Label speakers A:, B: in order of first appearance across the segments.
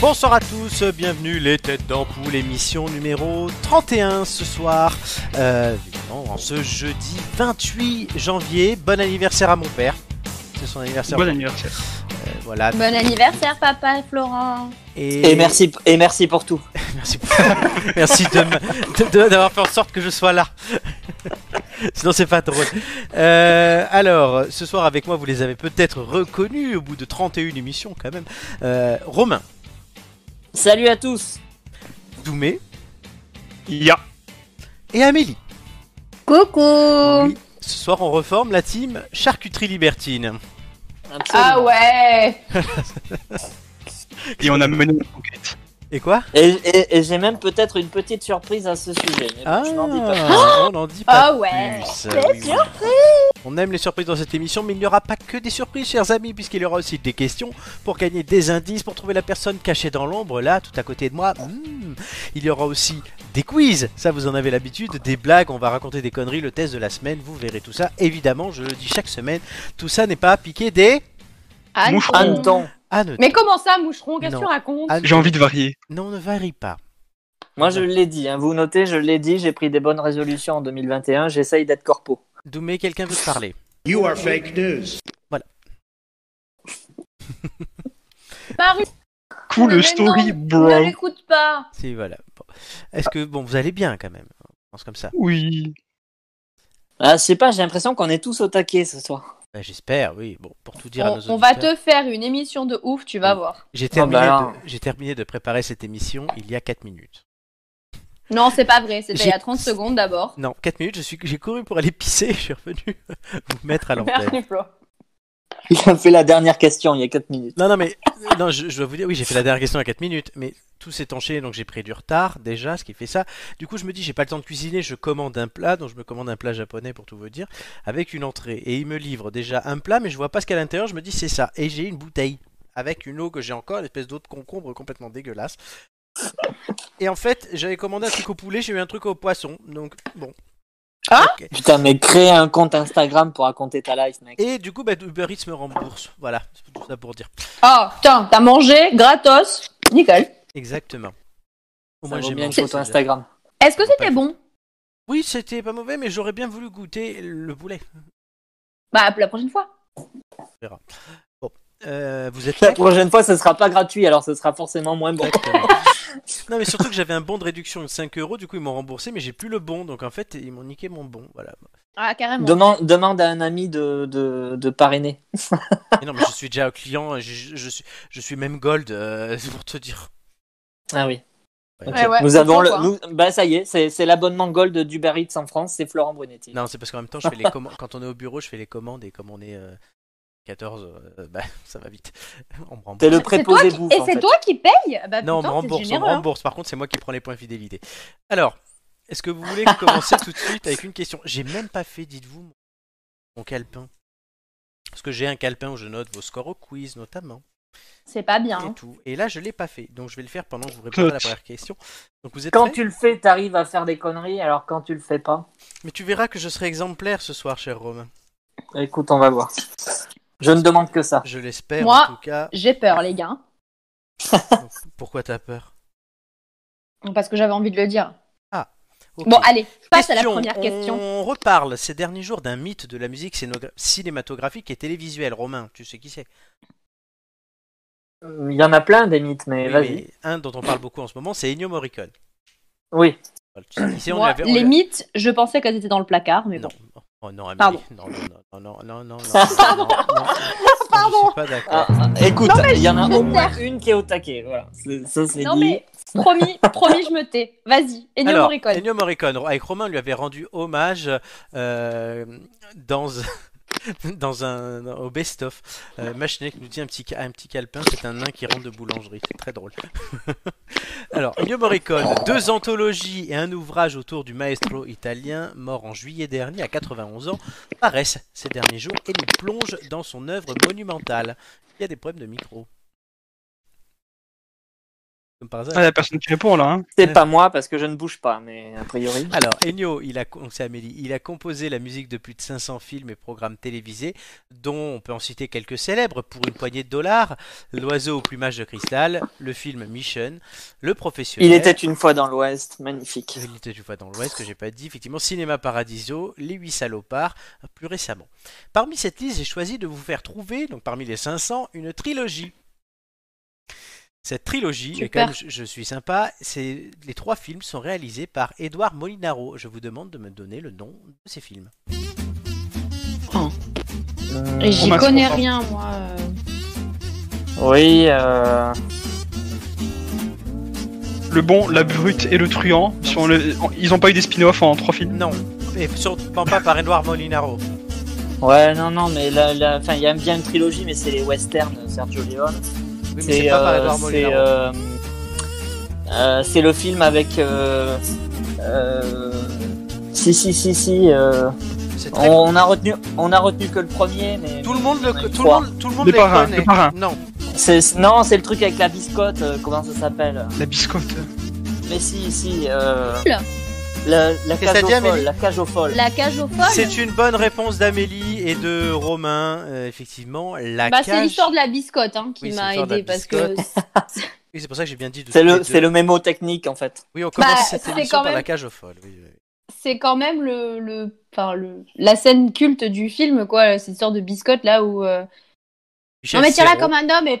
A: Bonsoir à tous, bienvenue les têtes d'ampoule, émission numéro 31 ce soir, euh, évidemment, en ce jeudi 28 janvier. Bon anniversaire à mon père, c'est son anniversaire.
B: Bon anniversaire.
A: Euh, voilà.
C: Bon anniversaire, papa et Florent.
D: Et merci, et merci pour tout.
A: merci, pour- merci de m- de- de- d'avoir fait en sorte que je sois là. Sinon c'est pas drôle. Euh, alors, ce soir avec moi, vous les avez peut-être reconnus au bout de 31 émissions quand même. Euh, Romain,
D: Salut à tous.
A: Doumé
B: Ya.
A: et Amélie.
C: Coucou.
A: Oui, Ce soir, on reforme la team Charcuterie Libertine.
C: Ah ouais.
B: Et on a mené une enquête.
A: Et quoi
D: Et, et- et j'ai même peut-être une petite surprise à ce sujet. Mais bon, je n'en dis pas.
A: on n'en dit pas
C: Ah ouais.
A: plus. Oui, oui. On aime les surprises dans cette émission, mais il n'y aura pas que des surprises, chers amis, puisqu'il y aura aussi des questions pour gagner des indices, pour trouver la personne cachée dans l'ombre, là, tout à côté de moi. Hmm. Il y aura aussi des quiz, ça vous en avez l'habitude, des blagues, on va raconter des conneries, le test de la semaine, vous verrez tout ça. Évidemment, je le dis chaque semaine, tout ça n'est pas appliqué des...
C: Anne-
B: Moucheron.
D: En même temps,
A: Anne,
E: Mais comment ça, moucheron Qu'est-ce
A: Non. Ah,
E: que tu racontes
A: Anne-
B: J'ai envie de varier.
A: Non, ne varie pas.
D: moi je l'ai dit, hein, vous notez, je l'ai dit, j'ai pris des bonnes résolutions en 2021, j'essaye d'être corpo.
A: Doumé, quelqu'un veut te parler
F: You are fake news.
E: Paru
B: Cool
C: Mais non,
B: story,
C: Ne
B: bro.
C: l'écoute pas.
A: Si, voilà. Bon. Est-ce que, bon, vous allez bien quand même On pense comme ça.
B: Oui.
D: Ah, je sais pas, j'ai l'impression qu'on est tous au taquet ce soir.
A: Bah, J'espère, oui. Bon, pour tout dire à nos
C: On, on
A: auditeurs, Mm.
C: va te faire une émission de ouf, tu vas
A: Oui.
C: voir.
A: j'ai terminé,
D: bah alors.
A: de... j'ai terminé de préparer cette émission il y a 4 minutes.
C: Non, c'est pas vrai. C'était il y
A: J'ai-
C: a 30 secondes d'abord.
A: Non, 4 minutes, je suis... j'ai couru pour aller pisser, je suis revenu vous mettre à l'antenne.
C: Merci, Flo.
D: Il a fait la dernière question il y a 4 minutes.
A: Non, non, mais euh, non, je, je dois vous dire, oui, j'ai fait la dernière question à 4 minutes, mais tout s'est enchaîné, donc j'ai pris du retard déjà, ce qui fait ça. Du coup, je me dis, j'ai pas le temps de cuisiner, je commande un plat, donc je me commande un plat japonais pour tout vous dire, avec une entrée. Et il me livre déjà un plat, mais je vois pas ce qu'il y a à l'intérieur, je me dis, c'est ça. Et j'ai une bouteille avec une eau que j'ai encore, une espèce d'eau de concombre complètement dégueulasse. Et en fait, j'avais commandé un truc au poulet, j'ai eu un truc au poisson, donc bon.
C: Ah
A: Ok.
D: Putain, mais créer un compte Instagram pour raconter ta life, mec.
A: Et du coup, bah, Uber Eats me rembourse. Voilà, c'est tout ça pour dire.
C: Ah, putain, t'as mangé gratos. Nickel.
A: Exactement. Au
D: Ça
A: moins,
D: vaut
A: j'ai
D: bien une
A: mangé,
D: photo
A: ça, déjà.
D: Instagram.
C: Est-ce que
A: Faut pas
C: c'était
A: le-
C: bon
A: Oui, c'était pas mauvais, mais j'aurais bien voulu goûter le poulet.
C: Bah, pour la prochaine fois.
A: Euh, vous êtes
D: La
A: prêts
D: prochaine fois, ce sera pas gratuit, alors ce sera forcément moins bon.
A: Exactement. Non, mais surtout que j'avais un bon de réduction de 5 euros, du coup ils m'ont remboursé, mais j'ai plus le bon, donc en fait ils m'ont niqué mon bon. Voilà.
C: Ah, carrément.
D: Demande, demande à un ami de, de, de parrainer.
A: Mais non, mais je suis déjà un client, je, je suis, je suis même gold, euh, pour te dire.
D: Ah oui.
A: Ouais.
D: Ok.
C: Ouais, ouais,
D: nous
C: c'est
D: avons
C: trop,
D: le,
C: quoi. hein.
D: nous- bah ça y est, c'est c'est l'abonnement Gold d'Uber Eats en France, c'est Florent Brunetti.
A: Non, c'est parce qu'en même temps, je fais les commandes. quand on est au bureau, je fais les commandes, et comme on est euh, 14, euh, bah ça va vite. On me rembourse.
D: C'est le
C: C'est toi qui-
D: préposez-vous.
C: Et
D: en
C: c'est
D: fait.
C: toi qui paye bah,
A: Non, on me
C: putain, t'es
A: rembourse, on me
C: généreux. hein.
A: rembourse. Par contre, c'est moi qui prends les points fidélité. Alors, est-ce que vous voulez commencer tout de suite avec une question J'ai même pas fait, dites-vous, mon- mon calepin. Parce que j'ai un calepin où je note vos scores au quiz, notamment,
C: C'est pas bien.
A: et
C: hein.
A: tout. Et là, je l'ai pas fait. Donc, je vais le faire pendant que je vous réponds à la première question. Donc, vous êtes
D: Quand
A: prêts
D: tu le fais, t'arrives à faire des conneries, alors quand tu le fais pas,
A: Mais tu verras que je serai exemplaire ce soir, cher Romain.
D: écoute, on va voir. Je ne demande que ça.
A: Je l'espère,
C: Moi.
A: en tout cas.
C: J'ai peur, les gars.
A: Donc, pourquoi t'as peur
C: Parce que j'avais envie de le dire.
A: Ok.
C: Bon, allez, passe à la
A: Question.
C: première question.
A: On reparle ces derniers jours d'un mythe de la musique scénogra- cinématographique et télévisuelle. Romain, tu sais qui c'est
D: Il y en a plein des mythes, mais
A: Oui,
D: vas-y.
A: mais un dont on parle beaucoup en ce moment, c'est Ennio Morricone.
D: Oui.
A: Voilà, tu sais, ici, on
C: Moi,
A: l'avait- on
C: les
A: l'a-
C: mythes, je pensais qu'elles étaient dans le placard, mais
A: Non.
C: bon.
A: Oh, non, Amélie.
C: Pardon.
A: Non, non, non, non, non, non, non, non, non, non,
C: Pardon.
A: Je suis pas d'accord.
D: Ah, ah, écoute,
C: Non, mais
D: il y en a
C: je
D: au
C: me
D: moins une qui est au taquet. Voilà. C'est- Ça c'est
C: Non,
D: dit.
C: mais promis, promis, je me tais. Vas-y, Ennio
A: Alors,
C: Morricone.
A: Ennio Morricone, avec Romain, on lui avait rendu hommage euh, dans, dans un au best-of. Euh, Machenek nous dit un petit, ca- un petit calepin, c'est un nain qui rentre de boulangerie. C'est très drôle. Alors, Ennio Morricone, deux anthologies et un ouvrage autour du maestro italien, mort en juillet dernier à 91 ans, paraissent ces derniers jours et nous plongent dans son œuvre monumentale. Il y a des problèmes de micro. comme par hasard.
B: Ah, la personne qui répond là. Hein.
D: C'est pas moi parce que je ne bouge pas, mais a priori.
A: Alors, Ennio, il a, donc c'est Amélie, il a composé la musique de plus de 500 films et programmes télévisés, dont on peut en citer quelques célèbres pour une poignée de dollars L'oiseau au plumage de cristal, le film Mission, Le Professionnel.
D: Il était une fois dans l'Ouest, magnifique.
A: Il était une fois dans l'Ouest, que j'ai pas dit, effectivement, Cinéma Paradiso, Les Huit Salopards, plus récemment. Parmi cette liste, j'ai choisi de vous faire trouver, donc parmi les 500, une trilogie. Cette trilogie, et
E: Super.
A: comme je, je suis sympa, c'est les trois films sont réalisés par Edouard Molinaro. Je vous demande de me donner le nom de ces films.
E: Et j'y
D: Oh,
B: Romain
E: connais
B: Scrofant.
E: rien, moi. euh.
D: Oui, euh,
B: Le bon, la brute et le truand. Sont le- Ils ont pas eu des spin-offs en trois films.
A: Non, et surtout pas par Edouard Molinaro.
D: ouais, non, non, mais là, là- enfin, il y a bien une trilogie, mais c'est les westerns, Sergio Leone.
A: Oui, mais c'est pas par
D: euh,
A: Edouard
D: c'est,
A: Molinaro.
D: euh, euh, c'est le film avec. euh, euh, si, si, si, si. euh,
A: C'est très-
D: on, a retenu, on a retenu que le premier, mais.
A: Tout le monde le,
D: on a eu
A: tout le
D: trois.
A: monde, tout le monde
B: Le
A: les
B: parrain,
A: connaît.
B: le parrain.
A: Non,
D: C'est- Non, c'est le truc avec la biscotte, euh, comment ça s'appelle
B: La biscotte.
D: Mais si, si. euh,
E: Cool.
D: la, la
A: Qu'est-ce que t'as dit,
D: cage aux
A: Amélie
D: folles. La cage aux folles.
E: La cage aux folles
A: c'est une bonne réponse d'Amélie et de Romain. Euh, effectivement, la
E: bah, c'est
A: cage.
E: l'histoire de la biscotte hein, qui
A: Oui, c'est
E: m'a
A: l'histoire de la
E: aidé parce que
A: Oui, c'est pour ça que j'ai bien dit. de
D: C'est
A: toutes les
D: le,
A: deux.
D: c'est le mémo technique en fait.
A: Oui, on commence
E: Bah,
A: cette
E: c'est
A: émission
E: quand
A: par
E: même-
A: la cage aux folles. oui, oui.
E: c'est quand même le, le, enfin, le, la scène culte du film, quoi. Cette sorte de biscotte là où. euh,
A: Michel
E: Non, mais tiens-la
A: Serrault.
E: comme un homme et. À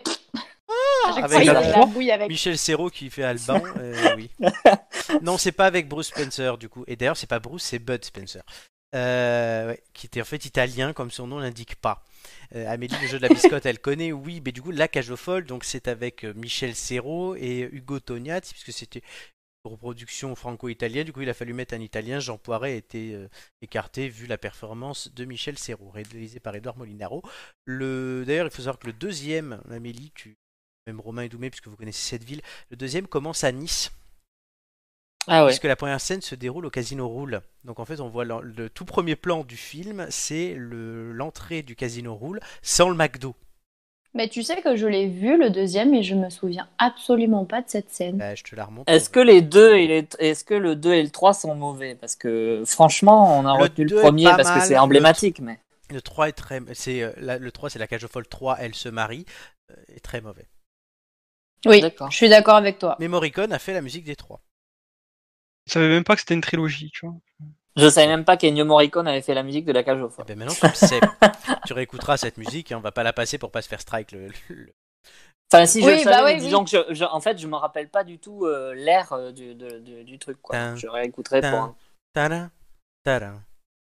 A: Ah,
E: chaque
A: Avec
E: fois, il
A: la
E: a la
B: croix.
E: bouille avec.
A: Michel Serrault qui fait Alban, euh, oui. Non, c'est pas avec Bruce Spencer du coup. Et d'ailleurs, c'est pas Bruce, c'est Bud Spencer. Euh, ouais, qui était en fait italien, comme son nom l'indique pas. Euh, Amélie, le jeu de la biscotte, elle connaît, oui, mais du coup, La Cage aux Folles, donc c'est avec euh, Michel Serrault et Hugo Tognat, puisque c'était une reproduction franco-italienne, du coup, il a fallu mettre un italien. Jean Poiret a été euh, écarté vu la performance de Michel Serrault, réalisé par Edouard Molinaro. Le... D'ailleurs, il faut savoir que le deuxième, Amélie, tu même Romain et Doumé, puisque vous connaissez cette ville. Le deuxième commence à Nice,
D: Ah
A: puisque la première scène se déroule au Casino Roule. Donc en fait, on voit le, le tout premier plan du film, c'est le- l'entrée du Casino Roule sans le McDo.
E: Mais tu sais que je l'ai vu le deuxième et je me souviens absolument pas de cette scène.
A: Bah, je te la remonte.
D: Est-ce que les deux et les- est-ce que le 2 et le 3 sont mauvais Parce que franchement, on a
A: Le
D: retenu
A: deux
D: le
A: est
D: premier
A: pas
D: parce que
A: mal,
D: c'est
A: le-
D: emblématique, mais
A: Le 3 est très. C'est, euh, la- le 3, c'est la cage aux folles 3, elle se marie. euh, est très mauvais.
E: Oui,
D: D'accord.
E: je suis d'accord avec toi.
A: Mais Morricone a fait la musique des trois.
B: Je savais même pas que c'était une trilogie, tu vois.
D: je savais même pas qu'Ennio Morricone avait fait la musique de la cage aux
A: Eh
D: folles.
A: ben maintenant, tu le sais. tu réécouteras cette musique et on va pas la passer pour pas se faire strike. le- le-
D: Enfin, si je
E: Oui,
D: le
E: bah
D: savais, mais
E: oui,
D: disons que je, je- en fait, je me rappelle pas du tout euh, l'air euh, du, de- de- du truc. Quoi.
A: Tin,
D: je réécouterai pour.
A: tin, tadam, tadam,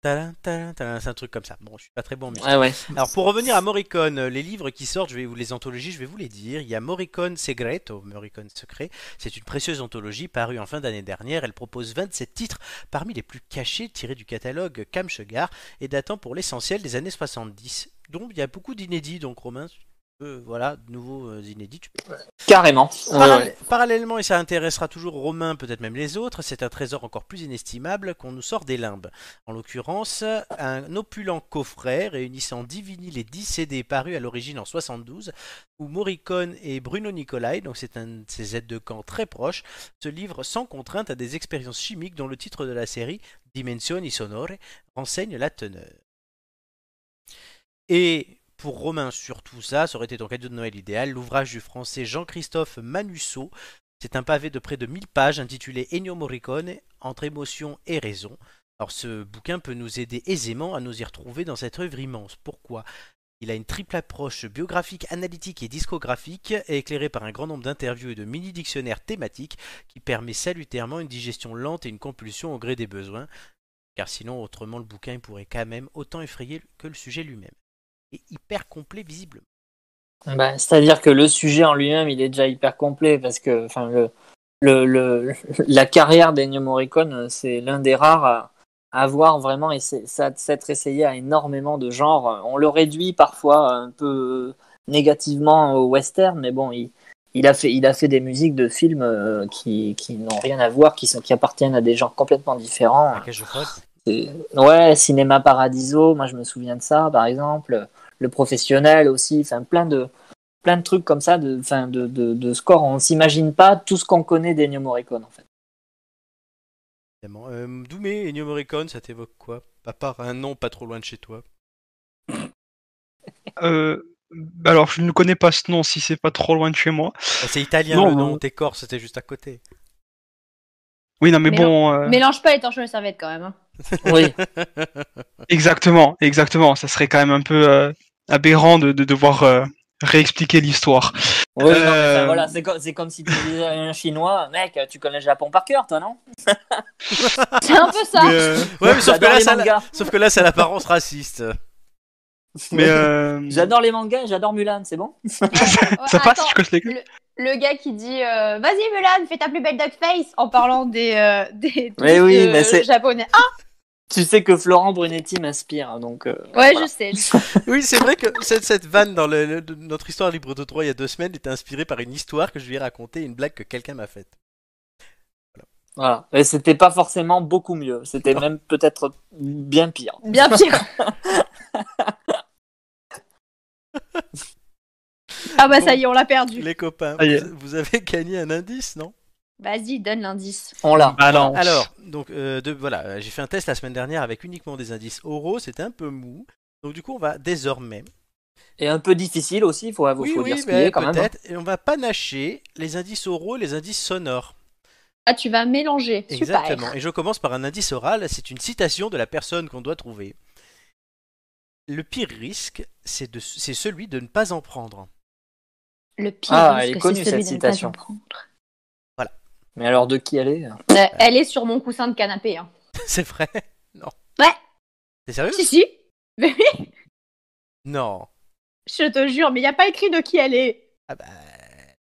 A: tadam, tadam, tadam. C'est un truc comme ça. Bon, je suis pas très bon en musique.
D: Ouais, ouais.
A: Alors pour revenir à Morricone, euh, les livres qui sortent, je vais vous les anthologies, je vais vous les dire. Il y a Morricone Segreto, Morricone secret. C'est une précieuse anthologie parue en fin d'année dernière. Elle propose 27 titres parmi les plus cachés tirés du catalogue Cam Sugar et datant pour l'essentiel des années 70. Donc il y a beaucoup d'inédits. Donc Romain, si tu veux, voilà, de nouveaux euh, inédits. Tu peux
D: Carrément. Ouais,
A: Parallè-
D: ouais.
A: Parallèlement, et ça intéressera toujours Romain, peut-être même les autres, c'est un trésor encore plus inestimable qu'on nous sort des limbes. En l'occurrence, un opulent coffret réunissant 10 vinyles et 10 CD parus à l'origine en 72, où Morricone et Bruno Nicolai, donc c'est un de ses aides de camp très proches, se livrent sans contrainte à des expériences chimiques dont le titre de la série, Dimensioni Sonore, renseigne la teneur. Et pour Romain, sur tout ça, ça aurait été ton cadeau de Noël idéal, l'ouvrage du français Jean-Christophe Manusseau. C'est un pavé de près de 1000 pages intitulé Ennio Morricone, entre émotion et raison. Alors ce bouquin peut nous aider aisément à nous y retrouver dans cette œuvre immense. Pourquoi il a une triple approche biographique, analytique et discographique, éclairée par un grand nombre d'interviews et de mini-dictionnaires thématiques, qui permet salutairement une digestion lente et une compulsion au gré des besoins, car sinon autrement le bouquin il pourrait quand même autant effrayer que le sujet lui-même et hyper complet visiblement.
D: Bah, C'est-à-dire que le sujet en lui-même, il est déjà hyper complet parce que enfin, le, le, le- la carrière d'Ennio Morricone, euh, c'est l'un des rares à, à avoir vraiment essa- ça- s'être essayé à énormément de genres. On le réduit parfois un peu négativement au western, mais bon, il, il, a, fait, il a fait des musiques de films euh, qui, qui n'ont rien à voir, qui, sont, qui appartiennent à des genres complètement différents.
A: La cage aux folles.
D: C'est- Ouais, Cinéma Paradiso, moi je me souviens de ça, par exemple. Le professionnel aussi, enfin plein de, plein de trucs comme ça, de, enfin, de, de, de scores. On s'imagine pas tout ce qu'on connaît d'Ennio Morricone, en fait.
A: Évidemment. Euh, Doumé, Ennio Morricone, ça t'évoque quoi À part un nom pas trop loin de chez toi.
B: Euh, bah alors, je ne connais pas ce nom si c'est pas trop loin de chez moi.
A: Bah, c'est italien
B: Non,
A: le nom,
B: non.
A: t'es corse, c'était juste à côté.
B: Oui, non, mais,
E: Mais
B: bon. euh,
E: Mélange pas les torchons et les serviettes quand même. hein.
D: Oui,
B: Exactement, exactement. Ça serait quand même un peu euh, aberrant de, de devoir euh, réexpliquer l'histoire.
D: oui, non, mais, enfin,
B: Euh,
D: voilà, c'est comme, c'est comme si tu disais à un chinois, mec, tu connais le Japon par cœur, toi, non
E: C'est un peu ça.
B: Mais, euh,
A: Ouais, mais sauf que,
D: J'adore
A: là,
D: les
A: ça, a la- Mm.
D: mangas.
A: sauf que là, c'est l'apparence raciste.
B: mais, euh,
D: J'adore les mangas, j'adore Mulan, c'est bon
E: Ouais,
B: ça passe,
E: attends,
B: je coche les
E: le, le gars qui dit euh, Vas-y, Mulan, fais ta plus belle duck face en parlant des, euh, des
D: Mais
E: trucs,
D: oui,
E: euh,
D: mais c'est-
E: japonais.
D: Tu sais que Florent Brunetti m'inspire, donc. euh,
E: Ah, ouais,
D: voilà.
E: je sais.
A: Oui, c'est vrai que cette, cette vanne dans le- le- notre histoire libre de droit il y a deux semaines était inspirée par une histoire que je lui ai racontée, une blague que quelqu'un m'a faite.
D: Voilà. Et c'était pas forcément beaucoup mieux. C'était même peut-être bien pire.
E: Bien pire. ah bah ça y est, on l'a perdu.
A: Les copains,
B: Ah, yeah.
A: vous, vous avez gagné un indice, non
E: Vas-y, donne l'indice.
D: On l'a.
B: Bah non.
A: Alors, donc, euh, de- voilà, euh, j'ai fait un test la semaine dernière avec uniquement des indices oraux, c'était un peu mou. Donc du coup, on va désormais.
D: Et un peu difficile aussi, il faut, faut
A: oui,
D: dire
A: oui,
D: ce qu'il
A: mais
D: est quand
E: hein.
D: même.
A: peut-être. Et on va panacher les indices oraux, et les indices sonores.
E: Ah, tu vas mélanger.
A: Exactement.
E: Super.
A: Et je commence par un indice oral. C'est une citation de la personne qu'on doit trouver. Le pire risque, c'est de- c'est celui de ne pas en prendre.
E: Le pire
D: Ah,
E: risque,
D: elle est
E: c'est
D: connue,
E: celui
D: cette
E: de ne pas
D: citation.
E: en prendre.
D: Mais alors de qui elle est
E: Euh, elle est sur mon coussin de canapé. Hein.
A: C'est vrai Non.
E: Ouais.
A: T'es sérieux
E: Si, si. Mais oui,
A: Non.
E: je te jure, mais il n'y a pas écrit de qui elle est.
A: Ah bah.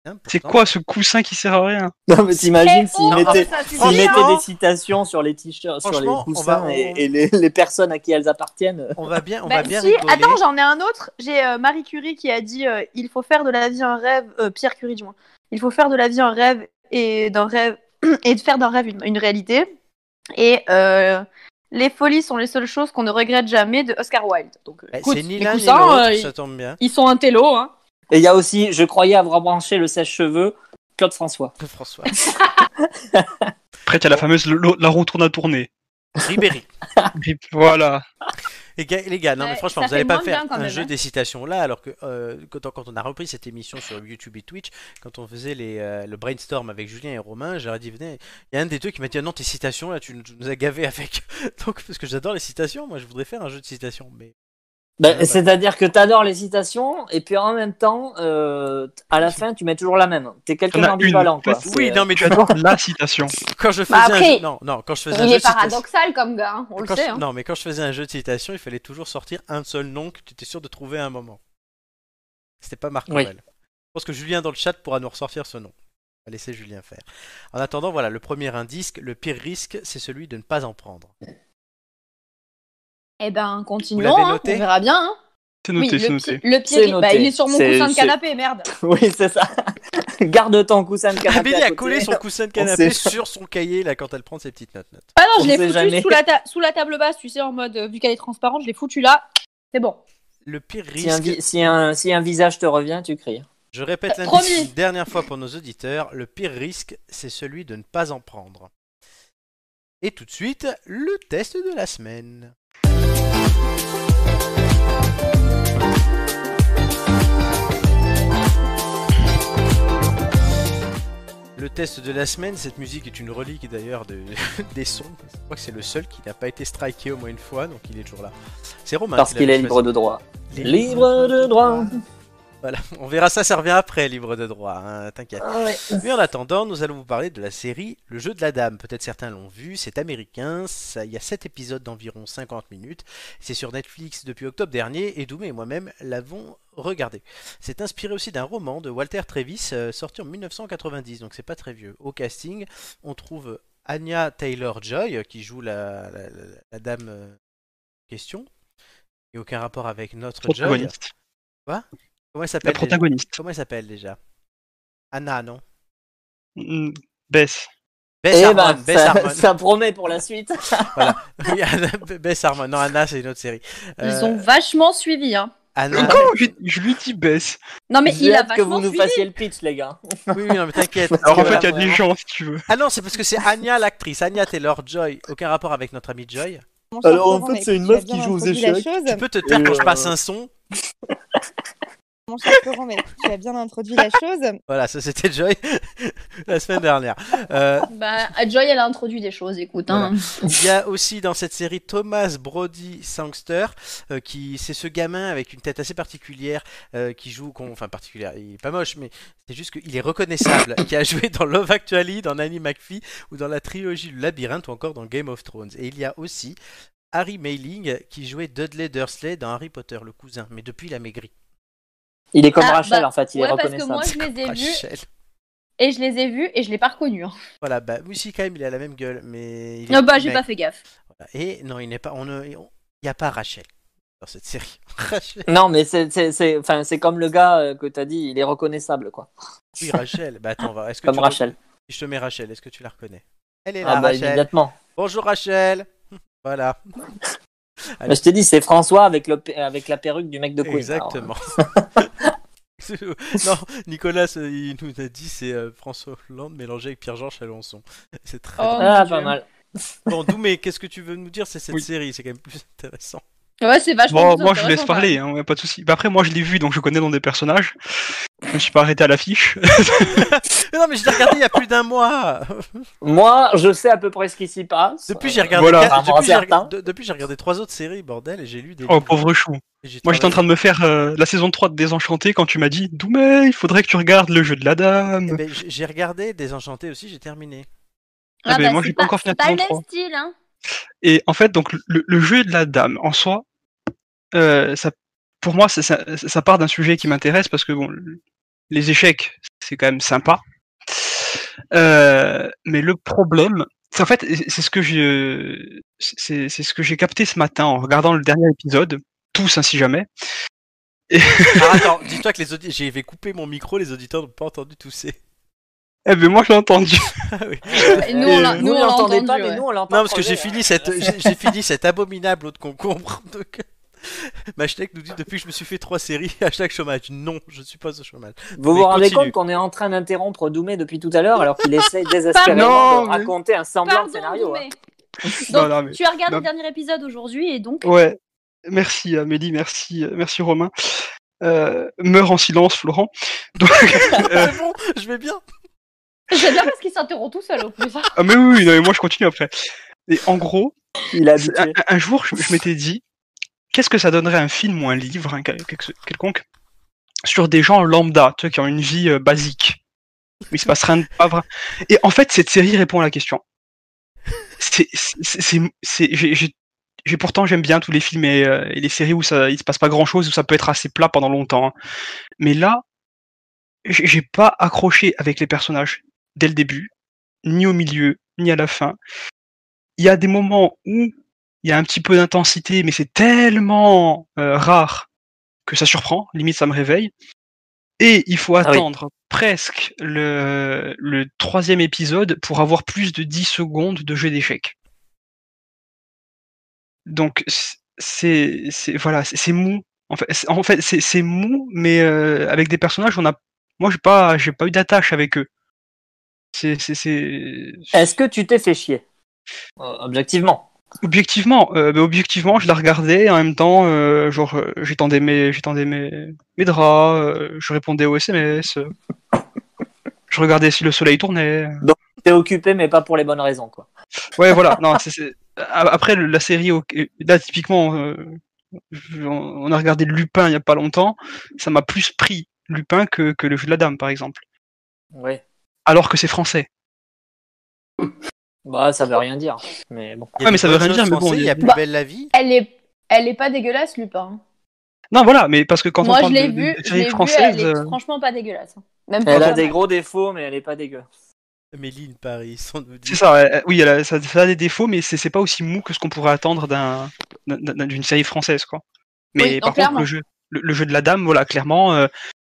A: hein,
B: C'est
A: pourtant.
B: quoi ce coussin qui sert à rien
D: Non, mais t'imagines
E: Eh,
D: s'il
E: oh,
D: mettait,
E: ça
D: s'il
E: suffit,
A: franchement-
D: mettait
E: hein.
D: des citations sur les t-shirts, sur les
A: Franchement, on
D: coussins
A: va-
D: et, et les, les personnes à qui elles appartiennent.
A: On va bien, on
E: Bah,
A: va bien
E: si.
A: rigoler.
E: Attends, j'en ai un autre. J'ai euh, Marie Curie qui a dit euh, il faut faire de la vie un rêve. euh, Pierre Curie, du moins. Il faut faire de la vie un rêve et d'un rêve et de faire d'un rêve une, une réalité. Et euh, les folies sont les seules choses qu'on ne regrette jamais de Oscar Wilde. Donc, euh,
A: Bah,
E: écoute,
A: c'est ni
E: les
A: l'un ni
E: coussins,
A: l'autre,
E: euh,
A: ça tombe bien.
E: ils sont un télo. Hein.
D: Et il y a aussi, je croyais avoir branché le sèche-cheveux, Claude François.
A: François.
B: Après, il y a la fameuse le- lo- la roue tourne à tourner.
A: Ribéry.
B: Et puis, voilà.
A: Les gars, les gars, non mais
E: Ouais,
A: franchement,
E: ça
A: vous allez
E: fait
A: pas
E: moins
A: faire
E: bien, quand
A: un
E: même,
A: jeu
E: hein.
A: des citations là, alors que euh, quand, on- quand on a repris cette émission sur YouTube et Twitch, quand on faisait les, euh, le brainstorm avec Julien et Romain, j'aurais dit venez, il y a un des deux qui m'a dit ah non tes citations là, tu nous- tu nous as gavé avec. Donc parce que j'adore les citations, moi je voudrais faire un jeu de citations, mais
D: Ben,
A: bah.
D: C'est-à-dire que t'adores les citations et puis en même temps, euh, à la fin, tu mets toujours la même. T'es quelqu'un
B: T'en as
D: d'ambivalent,
B: une.
D: quoi.
A: oui,
D: C'est- euh,
A: non mais
B: J'adore la citation.
A: quand je faisais
E: Bah,
A: un
E: après,
A: jeu... non, non, quand je faisais un
E: Il
A: jeu
E: est
A: de citations-
E: paradoxal comme gars, hein, on le
A: Quand
E: sait.
A: je-
E: hein.
A: Non, mais quand je faisais un jeu de citation, il fallait toujours sortir un seul nom que tu étais sûr de trouver à un moment. C'était pas Marc
D: Oui.
A: Aurèle. Je pense que Julien dans le chat pourra nous ressortir ce nom. On va laisser Julien faire. En attendant, voilà, le premier indice, le pire risque, c'est celui de ne pas en prendre.
E: Eh ben,
A: Vous
E: continuons,
A: l'avez
E: hein,
A: noté
E: on verra bien. hein.
B: C'est
E: Oui,
B: noté, c'est
E: le,
B: noté.
E: pi- le
D: C'est
E: pied, bah,
D: noté.
E: il est sur mon
D: C'est-
E: coussin de
D: c'est-
E: canapé, merde.
D: Oui, c'est ça. Garde ton coussin de canapé.
A: Amélie
D: à
A: Ah, a
D: côté.
A: collé son coussin de
D: On
A: canapé
D: sait-
A: sur son cahier là quand elle prend ses petites notes. notes.
E: Ah non,
D: On
E: je l'ai
D: sait
E: foutu
D: jamais.
E: sous la, ta- sous la table basse, tu sais, en mode, euh, vu qu'elle est transparente, je l'ai foutu là, c'est bon.
A: Le pire risque.
D: Si un, vi- si, un, si un visage te revient, tu cries.
A: Je répète l'indice
E: Promis.
A: une dernière fois pour nos auditeurs, le pire risque, c'est celui de ne pas en prendre. Et tout de suite, le test de la semaine. Le test de la semaine, cette musique est une relique d'ailleurs de- des sons. Je crois que c'est le seul qui n'a pas été striké au moins une fois, donc il est toujours là. C'est Romain.
D: Parce
A: qui l'a
D: qu'il
A: choisi.
D: est libre de droit.
A: Les-
D: Libre de droit.
A: Voilà, on verra ça, ça revient après, libre de droit, hein, t'inquiète.
D: Ah
A: Mais en attendant, nous allons vous parler de la série Le jeu de la dame. Peut-être certains l'ont vu, c'est américain, ça- il y a 7 épisodes d'environ 50 minutes. C'est sur Netflix depuis octobre dernier et Doumé et moi-même l'avons regardé. C'est inspiré aussi d'un roman de Walter Trevis euh, sorti en 1990, donc c'est pas très vieux. Au casting, on trouve Anya Taylor-Joy euh, qui joue la, la- la- la dame euh, en question. Et aucun rapport avec notre Joy.
B: Protagoniste.
A: Comment elle
B: La
A: s'appelle déjà
B: protagoniste.
A: Comment elle s'appelle déjà Anna, non
B: Mm, Bess.
A: Bess
D: Eh
A: Harmon,
D: ben,
A: Bess
D: ça,
A: Harmon.
D: ça promet pour la suite.
A: Oui, Anna- Bess Harmon. Non, Anna, c'est une autre série. Euh,
E: Ils ont vachement suivi, hein.
A: Anna.
B: Comment je, je lui dis baisse
E: Non, mais
D: J'ai
E: il a
D: hâte que vous
E: vachement
D: nous
E: suivi.
D: fassiez le pitch, les gars.
A: Oui, oui, non, mais t'inquiète.
B: Alors en
A: Voilà.
B: fait, il y a des
D: vraiment.
B: gens si tu veux.
A: Ah non, c'est parce que c'est Anya l'actrice, Anya Taylor-Joy. Aucun rapport avec notre amie Joy.
F: Mon cher
G: Alors, en
F: Florent,
G: fait,
F: mais
G: c'est une
F: tu as
G: meuf
F: bien
G: qui joue aux
F: introduit la
G: échecs.
F: chose.
A: Tu peux te taire
G: Et,
A: quand je
G: euh,
A: passe un son.
F: Mon cher Florent, mais tu as bien introduit la chose.
A: Voilà, ça c'était Joy la semaine dernière. Euh,
C: Bah, Joy, elle a introduit des choses, écoute. Hein.
A: Il y a aussi dans cette série Thomas Brody Sangster, euh, qui c'est ce gamin avec une tête assez particulière euh, qui joue, qu'on- enfin particulière, il est pas moche, mais c'est juste qu'il est reconnaissable, qui a joué dans Love Actually, dans Annie McPhee ou dans la trilogie Le Labyrinthe ou encore dans Game of Thrones. Et il y a aussi Harry Mayling qui jouait Dudley Dursley dans Harry Potter, le cousin, mais depuis il a maigri.
D: Il est comme
C: Ah,
D: Rachel,
C: bah,
D: en fait, il
C: ouais,
D: est
C: parce que
D: reconnaissable.
C: moi, je les ai vus
A: Rachel.
C: et je les ai vus et je l'ai pas reconnu.
A: Voilà, bah oui, si, quand même, il a la même gueule, mais. il est
C: Non, bah,
A: plus
C: j'ai
A: maigre.
C: pas fait gaffe.
A: Et non, il n'est pas. On ne. Il n'y a pas Rachel dans cette série. Rachel.
D: Non, mais c'est- c'est c'est- enfin, c'est comme le gars euh, que t'as dit, il est reconnaissable, quoi.
A: Oui, Rachel. Bah attends, on va. Est-ce que
D: Comme
A: tu
D: Rachel.
A: Si je te mets Rachel, est-ce que tu la reconnais Elle est là,
D: Ah bah,
A: Rachel.
D: immédiatement.
A: Bonjour Rachel. voilà. Allez.
D: Mais Bah, je t'ai dit, c'est François avec, le, pe- avec la perruque du mec de Queen.
A: Exactement. non, Nicolas, euh, il nous a dit c'est euh, François Hollande mélangé avec Pierre-Georges Alençon. C'est très
C: Oh.
A: drôle.
D: Alors. Ah,
C: Mon
D: pas
C: Dieu.
D: mal.
A: Bon, Doumé, qu'est-ce que tu veux nous dire C'est cette
B: Oui.
A: série, c'est quand même plus intéressant.
C: Ouais, c'est
E: Ah,
C: vachement
B: Bon,
C: plus
B: moi, je vous
C: intéressant,
B: laisse
C: quand
B: parler, hein, ouais, pas de souci. Bah, après, moi, je l'ai vu, donc je connais dans des personnages. Je me suis pas arrêté à l'affiche.
A: Mais non, mais je l'ai regardé il y a plus d'un mois.
D: Moi, je sais à peu près ce qui s'y passe.
A: Depuis, j'ai regardé,
B: Voilà.
A: quatre-
D: Apparemment
A: depuis, j'ai
D: certain.
A: regardé- depuis, j'ai regardé trois autres séries, bordel, et j'ai lu des.
B: Oh,
A: livres.
B: pauvre chou.
A: Et j'ai
B: Moi, j'étais en
A: travaillé.
B: train de me faire euh, la saison 3 de Désenchanté quand tu m'as dit Doumé, il faudrait que tu regardes le jeu de la
A: Eh
B: dame.
A: ben, j'ai j'ai regardé Désenchanté aussi, j'ai terminé.
C: même.
B: Ah, mais
C: bah,
B: moi,
C: c'est
B: j'ai pas encore fini
C: C'est pas le
B: la saison
C: même style, hein.
B: Et en fait, donc, le, le jeu de la dame en soi, euh, ça, pour moi, c'est- ça, ça part d'un sujet qui m'intéresse parce que bon, les échecs, c'est quand même sympa. Euh, mais le problème, c'est en fait, c'est ce que je, c'est c'est ce que j'ai capté ce matin en regardant le dernier épisode, tous hein, si jamais.
A: Alors attends, dis-toi que les auditeurs, j'ai j'ai coupé mon micro, les auditeurs n'ont pas entendu tousser.
B: Eh ben moi, je l'ai entendu.
A: Ah oui.
C: Et nous, on l'a- nous, on l'a
D: l'entendait
C: entendu,
D: pas,
C: ouais.
D: mais nous, on l'entend.
A: Non, parce que
D: crever,
A: j'ai
D: là.
A: fini cette, j'ai j'ai fini cette abominable eau de concombre. Donc, Mashtag nous dit depuis que je me suis fait trois séries, hashtag chômage. Non, je ne suis pas au chômage.
D: Vous
A: Mais
D: vous rendez
A: continue.
D: compte qu'on est en train d'interrompre Doumé depuis tout à l'heure, alors qu'il essaye désespérément
B: Pardon,
D: de
B: mais-
D: raconter un semblant
C: Pardon,
D: de scénario.
C: Doumé.
D: hein.
B: Non,
C: Donc,
B: non, mais-
C: tu as regardé
B: non.
C: le dernier épisode aujourd'hui et donc.
B: Ouais. Merci Amélie, merci, euh, merci Romain. Euh, meurs en silence, Florent. Donc, euh,
A: Ah, C'est bon, je vais bien.
C: J'aime bien parce qu'ils s'interrompt tout seul au plus. hein.
B: ah, mais oui, oui, non, mais moi je continue après. Et en gros,
D: Il a
B: un, un jour, je, je m'étais dit, qu'est-ce que ça donnerait un film ou un livre, hein, quel- quel- quelconque, sur des gens lambda, tu sais, qui ont une vie euh, basique. Mais il se passe rien de pas vrai. Et en fait, cette série répond à la question. C'est, c'est- c'est- c'est- j'ai, j'ai- j'ai- pourtant, j'aime bien tous les films et, euh, et les séries où ça, il se passe pas grand chose, où ça peut être assez plat pendant longtemps. hein. Mais là, j'ai j'ai pas accroché avec les personnages dès le début, ni au milieu, ni à la fin. Il y a des moments où il y a un petit peu d'intensité, mais c'est tellement euh, rare que ça surprend, limite ça me réveille. Et il faut
D: Ah oui.
B: attendre presque le, le troisième épisode pour avoir plus de 10 secondes de jeu d'échecs. Donc c- c'est c'est- voilà, c'est c'est mou. En fait, c'est- en fait, c'est c'est mou, mais euh, avec des personnages, on a moi j'ai pas j'ai pas eu d'attache avec eux. C'est c'est- c'est-
D: Est-ce que tu t'es fait chier Euh, Objectivement.
B: Objectivement, euh, ben, objectivement, je la regardais en même temps, euh, genre euh, j'étendais mes, j'étendais mes, mes draps, euh, je répondais aux SMS, euh, je regardais si le soleil tournait.
D: T'es occupé, mais pas pour les bonnes raisons, quoi.
B: Ouais, voilà. Non, c'est- c'est- A- Après le- la série, ok, là typiquement, euh, je- on on a regardé Lupin il y a pas longtemps, ça m'a plus pris Lupin que, que le jeu de la dame par exemple,
D: Oui.
B: alors que c'est français.
D: Bah, ça veut rien dire. Mais bon.
A: Il y a
B: Ouais, mais
A: des
B: ça veut
A: bonnes
B: rien
A: choses
B: dire, mais bon,
A: françaises,
B: on est-
A: Il y a plus
C: Bah.
A: belle la vie.
C: Elle est, elle est pas dégueulasse, Lupin. hein.
B: Non, voilà, mais parce que quand on
C: Moi, je
B: parle de,
C: l'ai
B: de-
C: vu,
B: de
C: je l'ai
B: série
C: vu,
B: française,
C: elle est
B: euh,
C: franchement pas dégueulasse. hein. Même
D: Elle
C: pas
D: a
C: mal.
D: des gros défauts, mais elle est pas dégueu.
A: Méline Paris, on nous dit.
B: C'est ça, euh, oui, elle a- ça, ça a des défauts, mais c'est c'est pas aussi mou que ce qu'on pourrait attendre d'un- d'un- d'une série française, quoi. Mais
C: Oui, non,
B: par contre,
C: clairement.
B: le jeu, le, le jeu de la dame, voilà, clairement, euh,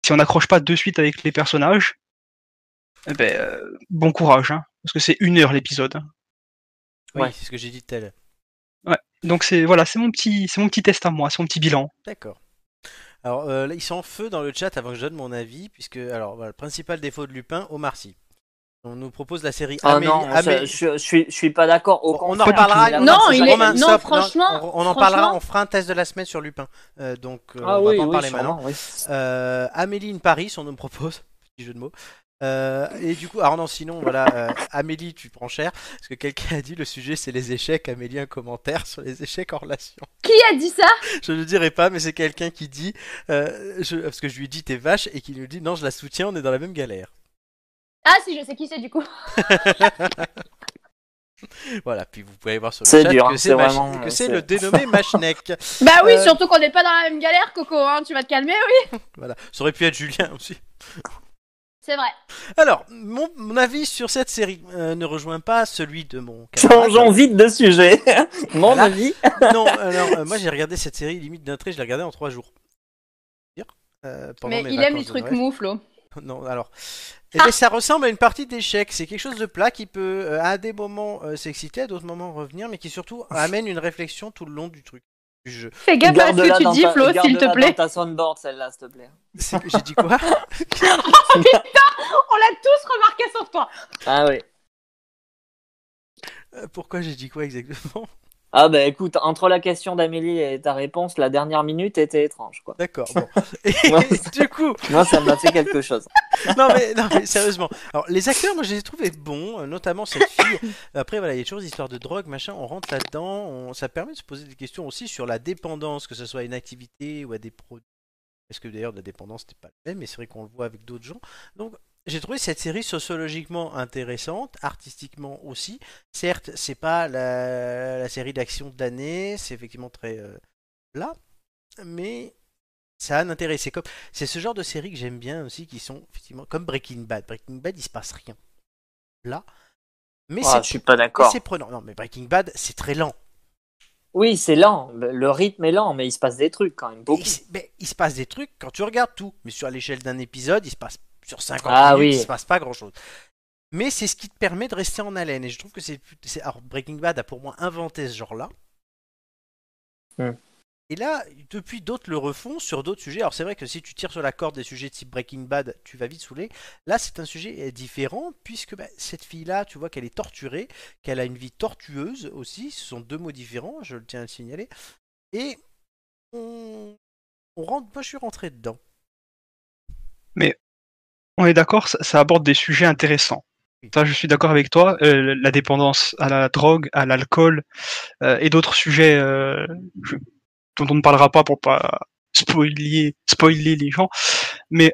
B: si on n'accroche pas de suite avec les personnages, eh ben, euh, bon courage, hein, parce que c'est une heure l'épisode. hein.
A: Oui,
D: Ouais.
A: c'est ce que j'ai dit tout à l'heure.
B: Donc c'est voilà, c'est mon petit, c'est mon petit test à moi, c'est mon petit bilan.
A: D'accord. Alors, euh, là, ils sont en feu dans le chat avant que je donne mon avis, puisque, alors, voilà, le principal défaut de Lupin, Omar Sy. On nous propose la série
D: Ah
A: Amélie.
D: non, ça,
A: Amé-
D: je, je suis, je suis pas d'accord. Au
A: On en
D: contraire,
A: reparlera.
D: la
C: Non,
D: loi, c'est
C: il
D: jamais-
C: est-
A: Romain,
C: non,
A: stop,
C: franchement,
A: on, on en parlera,
C: franchement.
A: on fera un test de la semaine sur Lupin. Euh, donc, euh,
D: Ah
A: on
D: oui,
A: va pas en
D: oui,
A: parler maintenant.
D: sûrement, oui.
A: Euh, Amélie in Paris, on nous propose. Petit jeu de mots. Euh, et du coup, alors non, sinon, voilà, euh, Amélie, tu prends cher. Parce que quelqu'un a dit le sujet, c'est les échecs. Amélie, un commentaire sur les échecs en relation.
C: Qui a dit ça
A: Je ne le dirai pas, mais c'est quelqu'un qui dit. euh, je- parce que je lui dis t'es vache et qui nous dit non, je la soutiens, on est dans la même galère.
C: Ah si, je sais qui c'est du coup.
A: Voilà, puis vous pouvez voir sur le
D: C'est
A: chat
D: dur,
A: que
D: hein,
A: c'est
D: c'est
A: Mach-
D: vraiment-
A: que c'est
D: c'est-
A: le dénommé Machnek.
C: Bah oui,
A: Euh.
C: surtout qu'on n'est pas dans la même galère, Coco. Hein, tu vas te calmer, oui.
A: Voilà, ça aurait pu être Julien aussi.
C: C'est vrai.
A: Alors, mon, mon avis sur cette série euh, ne rejoint pas celui de mon camarade.
D: Changeons vite de sujet. Mon
A: Voilà.
D: avis.
A: Non, alors, euh, moi j'ai regardé cette série limite d'un trait, je l'ai regardée en trois jours. Dire, euh, pendant
C: Mais
A: mes
C: il aime
A: vacances
C: les
A: de
C: trucs
A: Noël.
C: mous, Flo.
A: Non, alors. Eh ben, ça ressemble à une partie d'échec. C'est quelque chose de plat qui peut, euh, à des moments, euh, s'exciter, à d'autres moments revenir, mais qui surtout amène une réflexion tout le long du truc. Du jeu.
C: Fais gaffe à ce
D: Garde-la
C: que tu
D: dans
C: dis,
D: ta-
C: Flo, s'il
D: garde-la
C: te plaît.
D: dans ta soundboard, celle-là, s'il te plaît.
A: C'est- J'ai dit quoi
C: On l'a tous remarqué sauf toi.
D: Ah oui.
A: Euh, Pourquoi j'ai dit quoi exactement
D: Ah bah écoute, entre la question d'Amélie et ta réponse, la dernière minute était étrange, quoi.
A: D'accord, bon. Et
D: Moi-
A: du coup,
D: Moi, ça m'a fait quelque chose.
A: non mais, non mais sérieusement. Alors les acteurs, moi je les ai trouvés bons, euh, notamment cette fille. Après voilà, il y a toujours des histoires de drogue, machin. On rentre là-dedans, on- ça permet de se poser des questions aussi sur la dépendance, que ce soit à une activité ou à des produits. Parce que d'ailleurs de la dépendance n'est pas le même, mais c'est vrai qu'on le voit avec d'autres gens. Donc j'ai trouvé cette série sociologiquement intéressante, artistiquement aussi. Certes, c'est pas la, la série d'action d'année, c'est effectivement très euh, plat, mais ça a un intérêt. C'est comme c'est ce genre de séries que j'aime bien aussi, qui sont effectivement comme Breaking Bad. Breaking Bad, il se passe rien là, mais
D: Ah,
A: c'est-
D: je suis pas
A: mais
D: d'accord.
A: c'est prenant. Non, mais Breaking Bad, c'est très lent.
D: Oui, c'est lent. Le rythme est lent, mais il se passe des trucs quand même.
A: Et
D: Beaucoup.
A: Il, se- mais il se passe des trucs quand tu regardes tout, mais sur l'échelle d'un épisode, il se passe sur 50
D: Ah
A: minutes,
D: oui.
A: il se passe pas grand chose. Mais c'est ce qui te permet de rester en haleine, et je trouve que c'est, c'est- alors Breaking Bad a pour moi inventé ce genre-là.
D: Hmm.
A: Et là, depuis d'autres le refont sur d'autres sujets. Alors c'est vrai que si tu tires sur la corde des sujets type Breaking Bad, tu vas vite saouler. Là, c'est un sujet euh, différent puisque bah, cette fille-là, tu vois qu'elle est torturée, qu'elle a une vie tortueuse aussi. Ce sont deux mots différents, je le tiens à le signaler. Et on, on rentre, moi je suis rentré dedans.
B: On est d'accord, ça, ça aborde des sujets intéressants. Ça, je suis d'accord avec toi. euh, la dépendance à la drogue, à l'alcool euh, et d'autres sujets euh, je- dont on ne parlera pas pour pas spoiler, spoiler les gens. Mais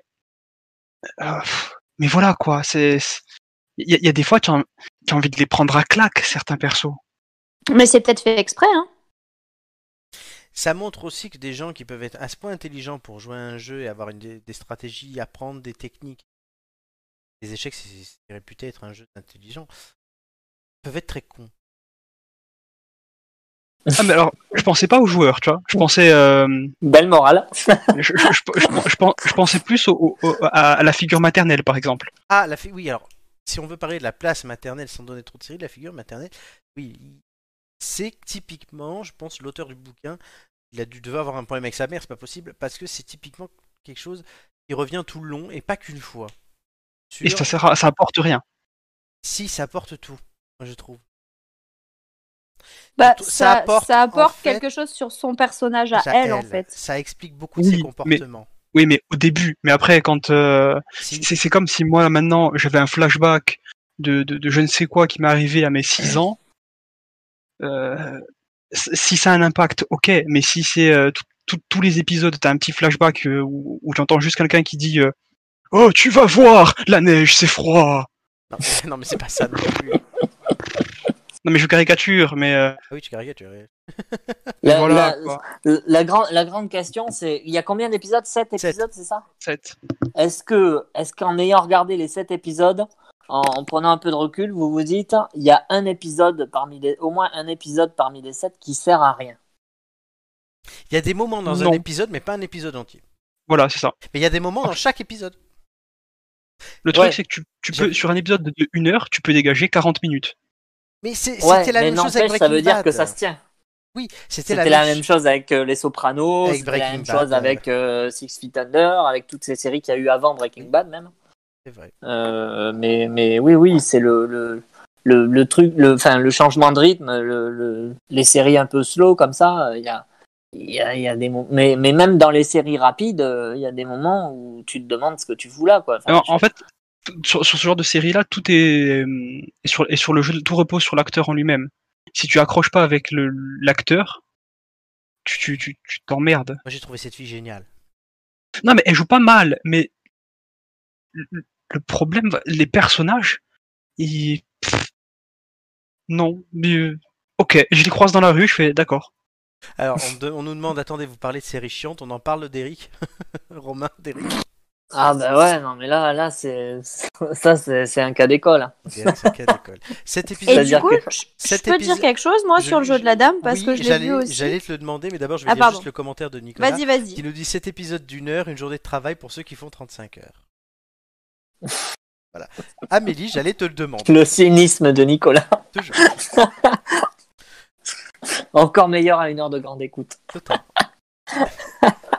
B: euh, pff, mais voilà quoi. C'est c'est- il y, a- il y a des fois tu as, en- tu as envie de les prendre à claque certains persos.
C: Mais c'est peut-être fait exprès, hein.
A: Ça montre aussi que des gens qui peuvent être à ce point intelligents pour jouer à un jeu et avoir une, des des stratégies, apprendre des techniques. Les échecs, c'est c'est réputé être un jeu intelligent. Peuvent être très cons.
B: Ah mais alors je pensais pas aux joueurs, tu vois. Je pensais euh,
D: Belle morale.
B: je, je- je- je- je pen- je pensais plus au- au- au- à à la figure maternelle par exemple.
A: Ah, la fi- oui, alors, si on veut parler de la place maternelle sans donner trop de série, de la figure maternelle, oui, il- c'est typiquement, je pense, l'auteur du bouquin, il a dû devoir avoir un problème avec sa mère, c'est pas possible, parce que c'est typiquement quelque chose qui revient tout le long et pas qu'une fois.
B: Et
A: Sur-
B: ça, sert à- ça apporte rien.
A: Si, ça apporte tout, moi, je trouve.
C: Bah,
E: Bah,
A: Tout-
C: ça,
A: ça
C: ça
A: apporte,
C: apporte,
A: en fait,
C: quelque chose sur son personnage à
A: Ça,
C: elle, en fait.
A: Ça explique beaucoup de
B: Oui,
A: ses
B: mais-
A: comportements.
B: Oui, mais au début. Mais après, quand euh,
A: Si-
B: c'est c'est comme si moi maintenant j'avais un flashback de, de, de je ne sais quoi qui m'est arrivé à mes 6 ans. euh, si ça a un impact, ok. Mais si c'est euh, tout- tout- tous les épisodes, t'as un petit flashback euh, où, où tu entends juste quelqu'un qui dit euh, Oh, tu vas voir, la neige, c'est froid.
A: Non, mais- non, mais c'est pas ça non plus.
B: Non, mais je caricature, mais euh,
A: Ah oui, tu caricatures.
D: La,
B: voilà.
D: la-
B: quoi.
D: la grande- la grande question, c'est il y a combien d'épisodes Sept
A: Sept.
D: épisodes, c'est ça
B: Sept.
D: Est-ce que, est-ce qu'en ayant regardé les sept épisodes, en, en prenant un peu de recul, vous vous dites, il y a un épisode parmi les, au moins un épisode parmi les sept qui sert à rien.
A: Il y a des moments dans un
B: Non.
A: épisode, mais pas un épisode entier.
B: Voilà, c'est ça.
A: Mais il y a des moments dans chaque épisode.
B: Le truc,
D: Ouais.
B: c'est que tu, tu
A: J'ai-
B: peux, sur un épisode de une heure, tu peux dégager 40 minutes.
A: Mais c'est-
D: Ouais,
A: c'était la
D: mais
A: même chose avec
D: n'empêche,
A: Breaking
D: ça veut dire
A: Bad.
D: que ça se tient.
A: Oui, c'était
D: C'était
A: la,
D: la, même chose avec euh, Les Sopranos,
A: Avec
D: c'était la
A: Breaking
D: même
A: Bad,
D: chose
A: euh,
D: avec euh, Six Feet Under, avec toutes ces séries qu'il y a eu avant Breaking Bad même.
A: C'est vrai.
D: Euh, mais, mais oui, oui, c'est le, le, le, le truc, le, enfin, le changement de rythme, le, le- les séries un peu slow comme ça, euh, il y a, il y a, il y a des mo- mais, mais même dans les séries rapides, euh, il y a des moments où tu te demandes ce que tu fous là. Quoi. Enfin,
B: Alors,
D: je-
B: en fait, t- sur, sur ce genre de série-là, tout est, euh, est sur, est sur le jeu, tout repose sur l'acteur en lui-même. Si tu accroches pas avec le- l'acteur, tu tu- tu- tu t'emmerdes.
A: Moi j'ai trouvé cette fille géniale.
B: non, mais elle joue pas mal, mais le, le problème, les personnages, ils. pff, non, mais. euh, Ok, je les croise dans la rue, je fais d'accord.
A: Alors on, me de- on nous demande, attendez, vous parlez de séries chiantes, on en parle d'Eric Romain, d'Eric.
D: Ah bah ouais, non mais là, là c'est ça c'est c'est un cas d'école. hein.
A: D'Eric, c'est qu'à l'école. Cet
E: Et
A: épisode.
E: du
D: C'est-à-dire
E: coup,
D: que-
E: je je
A: cet
E: peux
A: épisode-
E: dire quelque chose, moi,
A: je-
E: sur le jeu de la dame, parce
A: Oui,
E: que je l'ai
A: j'allais-
E: vu aussi.
A: J'allais te le demander, mais d'abord je vais
E: Ah,
A: dire juste
E: pardon.
A: le commentaire de Nicolas
E: Vas-y,
A: qui
E: vas-y.
A: nous dit cet épisode d'une heure, une journée de travail pour ceux qui font 35 heures. voilà. Amélie, j'allais te le demander.
D: Le cynisme de Nicolas,
A: Toujours.
D: encore meilleur à une heure de grande écoute.
A: Total.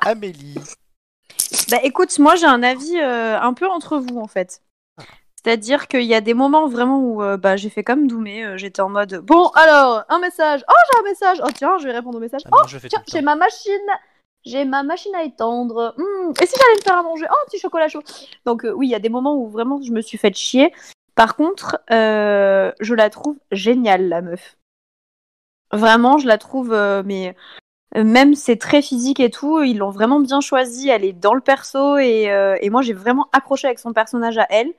A: Amélie.
E: Bah écoute, moi j'ai un avis euh, un peu entre vous en fait. C'est-à-dire qu'il y a des moments vraiment où euh, bah, j'ai fait comme Doumé, euh, j'étais en mode bon alors un message, oh j'ai un message, oh tiens je vais répondre au message,
A: Ah,
E: oh
A: non, je fais tout
E: tiens
A: le
E: j'ai
A: temps.
E: ma machine, j'ai ma machine à étendre, Hmm, et si j'allais me faire à manger, oh petit chocolat chaud. Donc euh, oui il y a des moments où vraiment je me suis fait chier. Par contre euh, je la trouve géniale la meuf. Vraiment je la trouve euh, mais même c'est très physique et tout, ils l'ont vraiment bien choisi, elle est dans le perso et, euh, et moi j'ai vraiment accroché avec son personnage à elle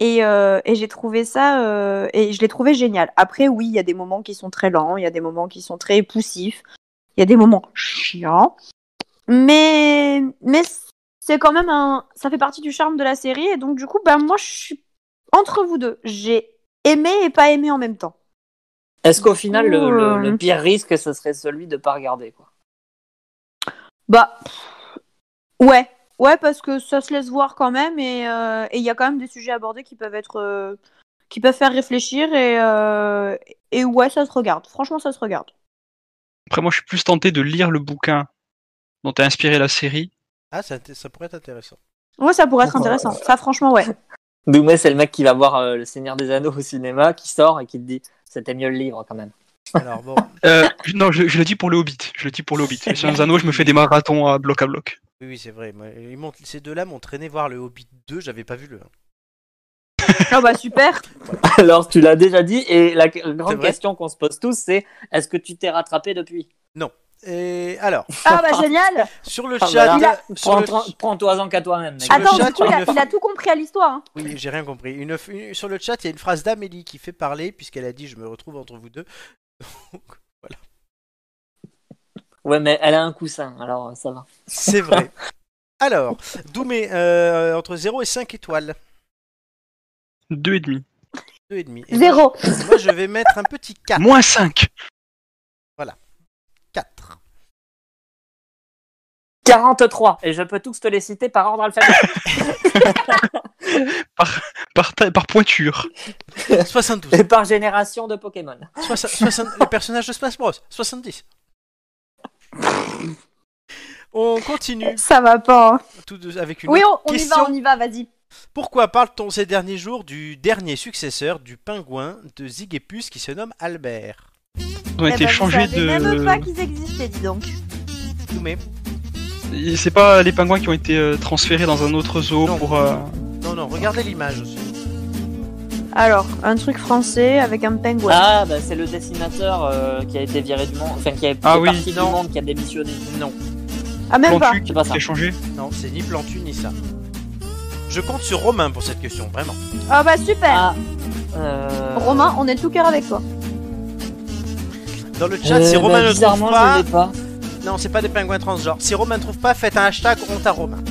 E: et, euh, et j'ai trouvé ça euh, et je l'ai trouvé génial. Après oui, il y a des moments qui sont très lents, il y a des moments qui sont très poussifs, il y a des moments chiants, mais mais c'est quand même un ça fait partie du charme de la série et donc du coup bah moi je suis entre vous deux, j'ai aimé et pas aimé en même temps.
D: Est-ce qu'au final le, le- le
E: Ouh.
D: pire risque ce serait celui de pas regarder quoi
E: Bah pff, ouais, ouais parce que ça se laisse voir quand même et euh, et il y a quand même des sujets abordés qui peuvent être euh, qui peuvent faire réfléchir et euh, et ouais ça se regarde. Franchement ça se regarde.
B: Après, moi, je suis plus tenté de lire le bouquin dont a inspiré la série.
A: Ah, ça, t- ça pourrait être intéressant.
E: Ouais ça pourrait être intéressant. Ça franchement ouais.
D: Doumé, c'est le mec qui va voir euh, Le Seigneur des Anneaux au cinéma, qui sort et qui te dit c'était mieux le livre quand même.
A: Alors bon,
B: Euh, je- non, je, je le dis pour le Hobbit. Je le dis pour le Hobbit. Sur les anneaux, je me fais des marathons à bloc à bloc.
A: oui, oui, c'est vrai. Moi, ils m'ont- ces deux-là m'ont traîné voir le Hobbit 2, j'avais pas vu le 1.
E: Ah bah super.
D: Alors tu l'as déjà dit et la que- grande
A: vrai.
D: question qu'on se pose tous c'est est-ce que tu t'es rattrapé depuis
A: Et alors,
E: Ah bah génial.
A: sur le
D: Ah,
A: chat. euh,
D: bah là,
A: sur le-
D: Prends- Prends-toi en qu'à toi-même. mec.
A: Sur le
E: Attends
A: chat,
E: du coup il
A: une
E: a, il a
A: fois-
E: tout compris à l'histoire. hein.
A: Oui, j'ai rien compris. Une, une- sur le chat, il y a une phrase d'Amélie qui fait parler, puisqu'elle a dit Je me retrouve entre vous deux.
D: Ouais mais elle a un coussin alors euh, ça va.
A: C'est vrai. Alors, Doumé, euh, entre 0 et 5 étoiles.
B: Deux et demi.
A: 2,5. Et moi,
E: Zéro.
A: je- Moi, je vais mettre un petit
E: Ah.
A: 4.
B: Moins cinq.
A: 4.
D: 43 et je peux tous te les citer par ordre alphabétique.
B: Par, ta- par pointure.
A: 72.
D: et par génération de Pokémon.
A: Soix- soixante- le personnage de Smash Bros. 70. On continue
E: Ça va pas. hein.
A: tout de- avec une
E: Oui
A: autre
E: on, on y
A: question.
E: va on y va vas-y.
A: Pourquoi parle-t-on ces derniers jours du dernier successeur du pingouin de Zigépus qui se nomme Albert
B: On a
E: Eh
B: été
E: ben, vous
B: changés
E: savez même pas
B: de.
E: qu'ils existaient dis donc.
A: Doumé
B: Et C'est pas les pingouins qui ont été euh, transférés dans un autre zoo
A: Non.
B: pour. euh,
A: Non, non, regardez l'image aussi.
E: Alors un truc français avec un pingouin.
D: Ah bah c'est le dessinateur euh, qui a été viré du monde, enfin qui a été
B: Ah oui,
D: parti du
A: non.
D: monde, qui a démissionné.
A: Non,
E: Ah, même pas.
B: Plantu qui
D: C'est pas ça.
B: a changé.
A: non, c'est ni Plantu ni ça. Je compte sur Romain pour cette question, vraiment.
E: Ah bah super.
D: Ah, euh,
E: Romain on est de tout cœur avec toi.
A: Dans le chat, si
D: euh,
A: Romain
D: bah,
A: ne trouve
D: bizarrement, je
A: pas,
D: l'ai pas.
A: non, c'est pas des pingouins transgenres. Si Romain ne trouve pas, faites un hashtag honte à Romain.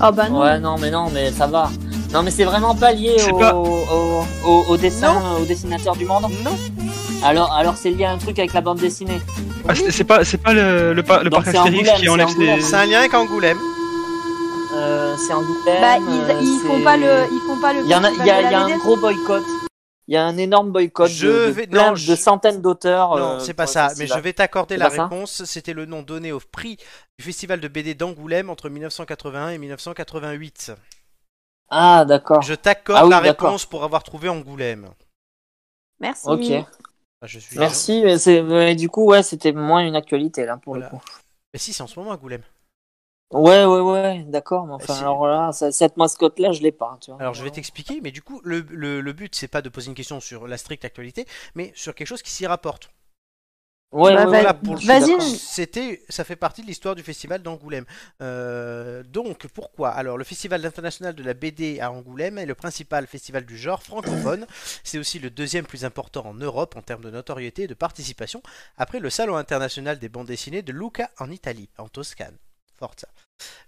E: Ah bah non.
D: Ouais, non, mais non, mais ça va. Non, mais c'est vraiment pas lié
B: C'est
D: au,
B: pas-
D: au, au- au dessin, euh, au dessinateur du monde.
A: Non.
D: Alors, alors c'est lié à un truc avec la bande dessinée.
B: Ah, c'est c'est pas, c'est pas le, le, pa- le
D: Donc
B: parc
D: c'est
B: Astérix
D: Angoulême,
B: qui enlève
D: c'est
B: des.
D: Angoulême.
A: C'est un lien avec Angoulême.
D: Euh, c'est en Angoulême.
E: Bah, ils,
D: euh,
E: ils
D: c'est-
E: font pas le, ils font pas le.
D: Il y en a, il y a,
E: festival de
D: il y a
E: la
D: un
E: BD.
D: gros boycott. il y a un énorme boycott de-
A: Je
D: de,
A: vais-
D: plein-
A: non, je-
D: de centaines d'auteurs.
A: Non,
D: euh,
A: c'est
D: pour
A: pas
D: ce
A: ça, mais
D: festival.
A: je vais t'accorder
D: C'est
A: la
D: pas ça
A: réponse. C'était le nom donné au prix du festival de BD d'Angoulême entre 1981 et 1988.
D: Ah, d'accord.
A: Je t'accorde
D: Ah oui,
A: la
D: d'accord.
A: réponse pour avoir trouvé Angoulême.
E: Merci.
D: Ok.
A: Ah, je suis
D: Merci, mais, c'est- mais du coup, ouais, c'était moins une actualité là pour
A: Voilà.
D: le coup.
A: Mais si, c'est en ce moment Angoulême.
D: Ouais, ouais, ouais, d'accord, mais enfin,
A: Bah, si.
D: alors là, ça- cette mascotte-là, je l'ai pas, tu vois.
A: Alors je vais t'expliquer, mais du coup, le, le- le but, c'est pas de poser une question sur la stricte actualité, mais sur quelque chose qui s'y rapporte.
D: Ouais,
E: Bah,
D: ouais,
E: vas-
D: ouais,
A: Là, pour le
D: je suis
E: vas-y.
D: d'accord.
A: C'était, ça fait partie de l'histoire du festival d'Angoulême. Euh, donc pourquoi Alors le festival international de la BD à Angoulême est le principal festival du genre francophone. C'est aussi le deuxième plus important en Europe en termes de notoriété et de participation, après le salon international des bandes dessinées de Lucca en Italie, en Toscane. Forza.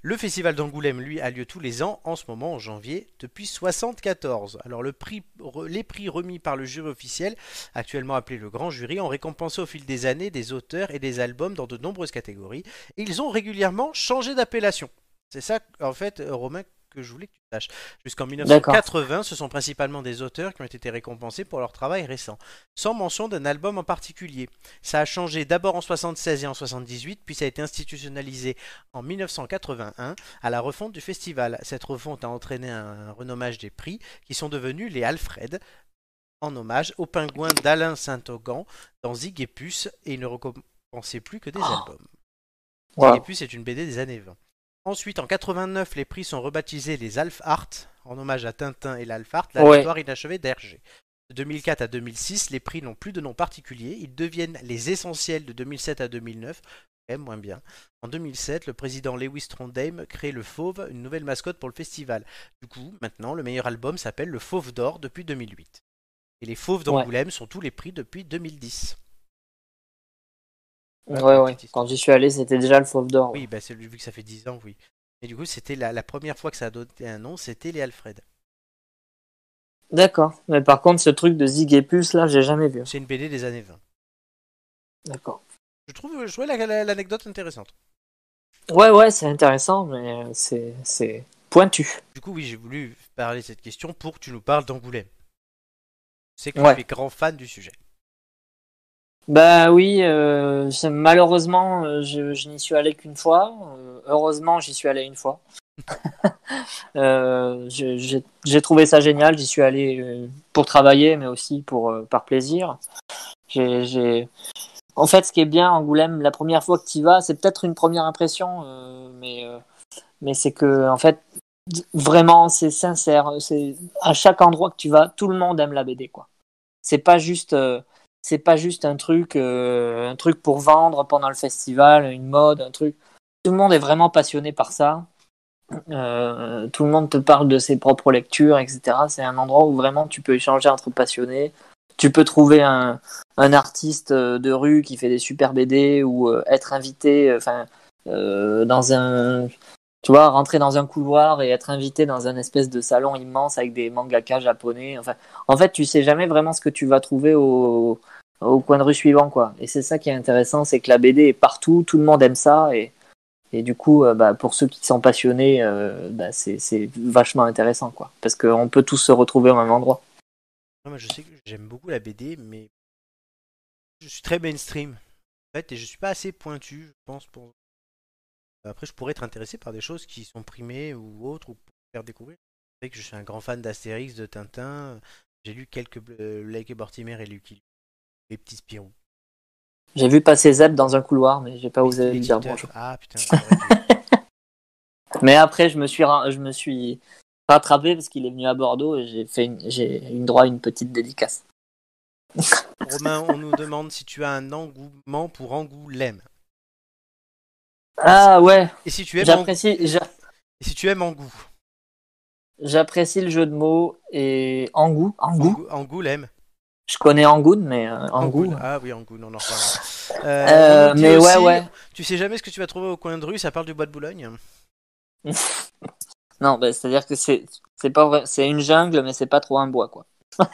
A: Le festival d'Angoulême, lui, a lieu tous les ans, en ce moment en janvier, depuis 1974. Alors le prix, re- les prix remis par le jury officiel actuellement appelé le Grand Jury, ont récompensé au fil des années des auteurs et des albums dans de nombreuses catégories, et ils ont régulièrement changé d'appellation. C'est ça, en fait, euh, Romain, que je voulais que tu saches. Jusqu'en 1980, ce sont principalement des auteurs qui ont été récompensés pour leur travail récent, sans mention d'un album en particulier. Ça a changé d'abord en 76 et en 78, puis ça a été institutionnalisé en 1981 à la refonte du festival. Cette refonte a entraîné un renommage des prix, qui sont devenus les Alfred, en hommage au pingouin d'Alain Saint-Augan dans Zig et Puce et il ne récompensait plus que des
D: Oh.
A: albums.
D: Wow.
A: Zig et Puce est une BD des années 20. Ensuite, en 89, les prix sont rebaptisés les Alf Art en hommage à Tintin et l'Alf Art, la
D: Ouais.
A: victoire inachevée d'Hergé. De 2004 à 2006, les prix n'ont plus de nom particulier, ils deviennent les essentiels de 2007 à 2009, quand même moins bien. En 2007, le président Lewis Trondheim crée le Fauve, une nouvelle mascotte pour le festival. Du coup, maintenant, le meilleur album s'appelle le Fauve d'or depuis 2008. Et les Fauves d'Angoulême sont tous les prix depuis 2010.
D: Ouais, ouais. Quand j'y suis allé, c'était déjà le fauve d'or.
A: Oui, bah c'est vu que ça fait 10 ans, oui. Et du coup, c'était la, la première fois que ça a donné un nom, c'était les Alfred.
D: D'accord. Mais par contre, ce truc de Zig et Puce, là, j'ai jamais vu.
A: C'est une BD des années 20.
D: D'accord.
A: Je trouve, je trouvais la- la- l'anecdote intéressante.
D: Ouais, ouais, c'est intéressant, mais c'est, c'est pointu.
A: Du coup, oui, j'ai voulu parler de cette question pour que tu nous parles d'Angoulême. Je sais que
D: Ouais.
A: tu es grand fan du sujet.
D: Bah oui, euh, c'est- malheureusement, euh, je, je n'y suis allé qu'une fois. Euh, heureusement, j'y suis allé une fois. Euh, je- j'ai j'ai trouvé ça génial. J'y suis allé euh, pour travailler, mais aussi pour euh, par plaisir. J'ai- j'ai- En fait, ce qui est bien à Angoulême, la première fois que tu y vas, c'est peut-être une première impression, euh, mais euh, mais c'est que en fait, vraiment, c'est sincère. C'est à chaque endroit que tu vas, tout le monde aime la BD, quoi. C'est pas juste euh, c'est pas juste un truc euh, un truc pour vendre pendant le festival une mode un truc tout le monde est vraiment passionné par ça Euh, tout le monde te parle de ses propres lectures etc c'est un endroit où vraiment tu peux échanger entre passionnés tu peux trouver un, un artiste euh, de rue qui fait des super BD ou euh, être invité euh, enfin euh, dans un tu vois rentrer dans un couloir et être invité dans un espèce de salon immense avec des mangaka japonais enfin en fait tu sais jamais vraiment ce que tu vas trouver au, au coin de rue suivant quoi et c'est ça qui est intéressant c'est que la BD est partout tout le monde aime ça et et du coup euh, bah, pour ceux qui sont passionnés euh, bah, c'est c'est vachement intéressant quoi parce qu'on peut tous se retrouver au même endroit
A: Non, moi, je sais que j'aime beaucoup la BD, mais je suis très mainstream. En fait, et je suis pas assez pointu, je pense. Pour... Euh, Après, je pourrais être intéressé par des choses qui sont primées ou autres, ou pour faire découvrir. C'est vrai que je suis un grand fan d'Astérix, de Tintin. J'ai lu quelques euh, Blake et Mortimer et Lucky Luke, les petits Spirou.
D: j'ai vu passer Zeb dans un couloir mais j'ai pas osé
A: Les
D: lui dire
A: Titeuf.
D: bonjour
A: Ah putain, j'aurais dû.
D: mais après je me suis ra- je me suis rattrapé parce qu'il est venu à Bordeaux et j'ai fait une- j'ai eu droit à une petite dédicace
A: Romain, on nous demande si tu as un engouement pour Angoulême.
D: ah ouais
A: Et si tu aimes, Angou-
D: j'apprécie j'a-
A: et si tu aimes Angou
D: J'apprécie le jeu de mots et Angou. Angou.
A: Angou- Angoulême.
D: Je connais Angoun, mais euh, Angou.
A: Angoul. Ah oui, Angoul, on en reparlera. Euh,
D: Euh,
A: on nous dit
D: mais ouais,
A: aussi,
D: ouais.
A: Tu sais jamais ce que tu vas trouver au coin de rue, ça parle du bois de Boulogne.
D: Non, bah, c'est-à-dire que c'est c'est pas vrai, c'est une jungle, mais c'est pas trop un bois, quoi.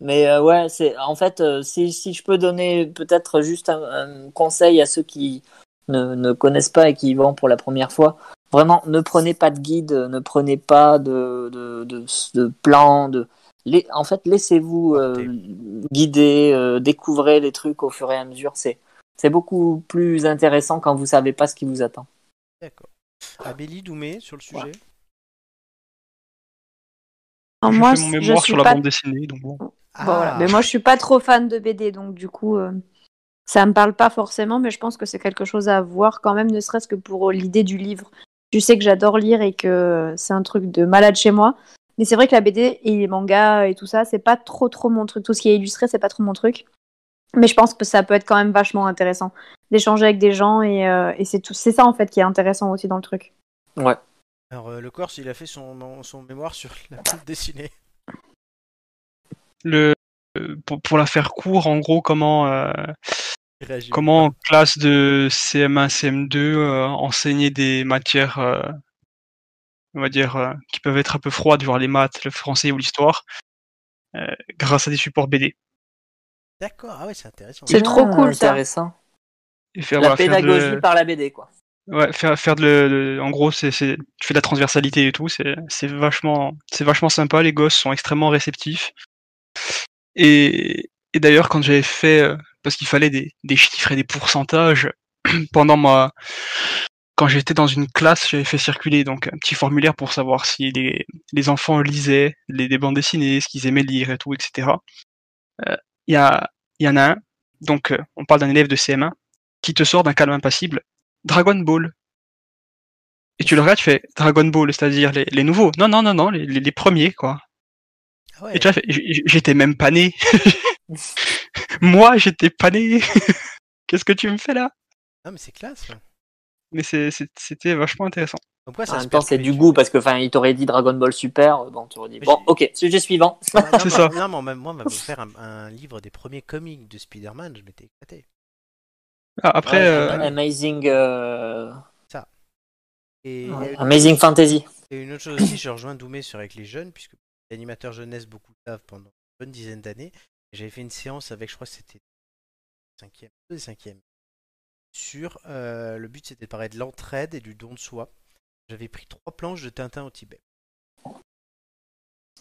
D: mais euh, ouais, c'est en fait, euh, si, si je peux donner peut-être juste un, un conseil à ceux qui ne, ne connaissent pas et qui y vont pour la première fois, vraiment, ne prenez pas de guide, ne prenez pas de, de, de, de plan, de les- en fait, laissez-vous euh, guider, euh, découvrez les trucs au fur et à mesure. C'est c'est beaucoup plus intéressant quand vous savez pas ce qui vous attend.
A: D'accord. Abélie Doumé sur le sujet.
E: Alors,
B: je
E: moi,
B: fais mon
E: je
B: mémoire
E: suis
B: sur la
E: pas-
B: bande dessinée, donc bon.
A: Ah,
E: Bon, voilà. Mais moi, je suis pas trop fan de BD, donc du coup, euh, ça me parle pas forcément, mais je pense que c'est quelque chose à voir quand même, ne serait-ce que pour euh, l'idée du livre. Tu sais que j'adore lire et que c'est un truc de malade chez moi. Mais c'est vrai que la BD et les mangas et tout ça, c'est pas trop trop mon truc. Tout ce qui est illustré, c'est pas trop mon truc. Mais je pense que ça peut être quand même vachement intéressant d'échanger avec des gens et, euh, et c'est tout. C'est ça en fait qui est intéressant aussi dans le truc.
D: Ouais.
A: Alors, euh, le Corse, il a fait son, son mémoire sur la bande dessinée.
B: Le, euh, pour, pour la faire court, en gros, comment, euh,
A: Il réagit.
B: comment en classe de CM1, CM2, euh, enseigner des matières, euh, on va dire, euh, qui peuvent être un peu froides, genre les maths, le français ou l'histoire, euh, grâce à des supports BD.
A: D'accord, ah ouais, c'est intéressant.
E: C'est trop cool, ça.
D: intéressant.
B: Et faire,
D: La
B: voilà, faire de-
D: pédagogie par la BD, quoi.
B: Ouais, faire, faire de, le- le- en gros, c'est, c'est, tu fais de la transversalité et tout, c'est, c'est vachement, c'est vachement sympa, les gosses sont extrêmement réceptifs. Et, et d'ailleurs, quand j'avais fait, euh, parce qu'il fallait des, des chiffres et des pourcentages, pendant ma, quand j'étais dans une classe, j'avais fait circuler donc un petit formulaire pour savoir si les, les enfants lisaient les, des bandes dessinées, ce qu'ils aimaient lire et tout, etc. Euh, Il y a, il y en a un, donc euh, on parle d'un élève de CM1, qui te sort d'un calme impassible. Dragon Ball. Et tu le regardes, tu fais Dragon Ball, c'est-à-dire les, les nouveaux. Non, non, non, non, les, les- les premiers, quoi.
A: Ah ouais.
B: Et tu vois, j- j- j'étais même pas né. Moi, j'étais pas né. Qu'est-ce que tu me fais là
A: Ah, mais c'est classe. ouais.
B: Mais c'est- c'est- c'était vachement intéressant.
A: Comme quoi, ça
D: En
A: se
D: même temps, c'est
A: perpétue.
D: du goût parce que, enfin, il t'aurait dit Dragon Ball Super, euh, bon, tu aurais dit.
A: Mais
D: Bon,
A: j'ai-
D: ok, sujet suivant.
A: Ah, non,
B: C'est
A: mais-
B: ça.
A: Non, mais même moi, on m'avait offert un, un livre des premiers comics de Spider-Man, je m'étais éclaté.
B: Ah, après,
D: Ouais,
B: euh,
D: Amazing, euh,
A: Et,
D: Amazing Fantasy.
A: et une autre chose aussi, j'ai rejoint Doumé sur avec les jeunes, puisque les animateurs jeunesse beaucoup savent pendant une bonne dizaine d'années. J'avais fait une séance avec, je crois que c'était 5e, 2 et 5e, sur euh, le but c'était de parler de l'entraide et du don de soi. J'avais pris trois planches de Tintin au Tibet.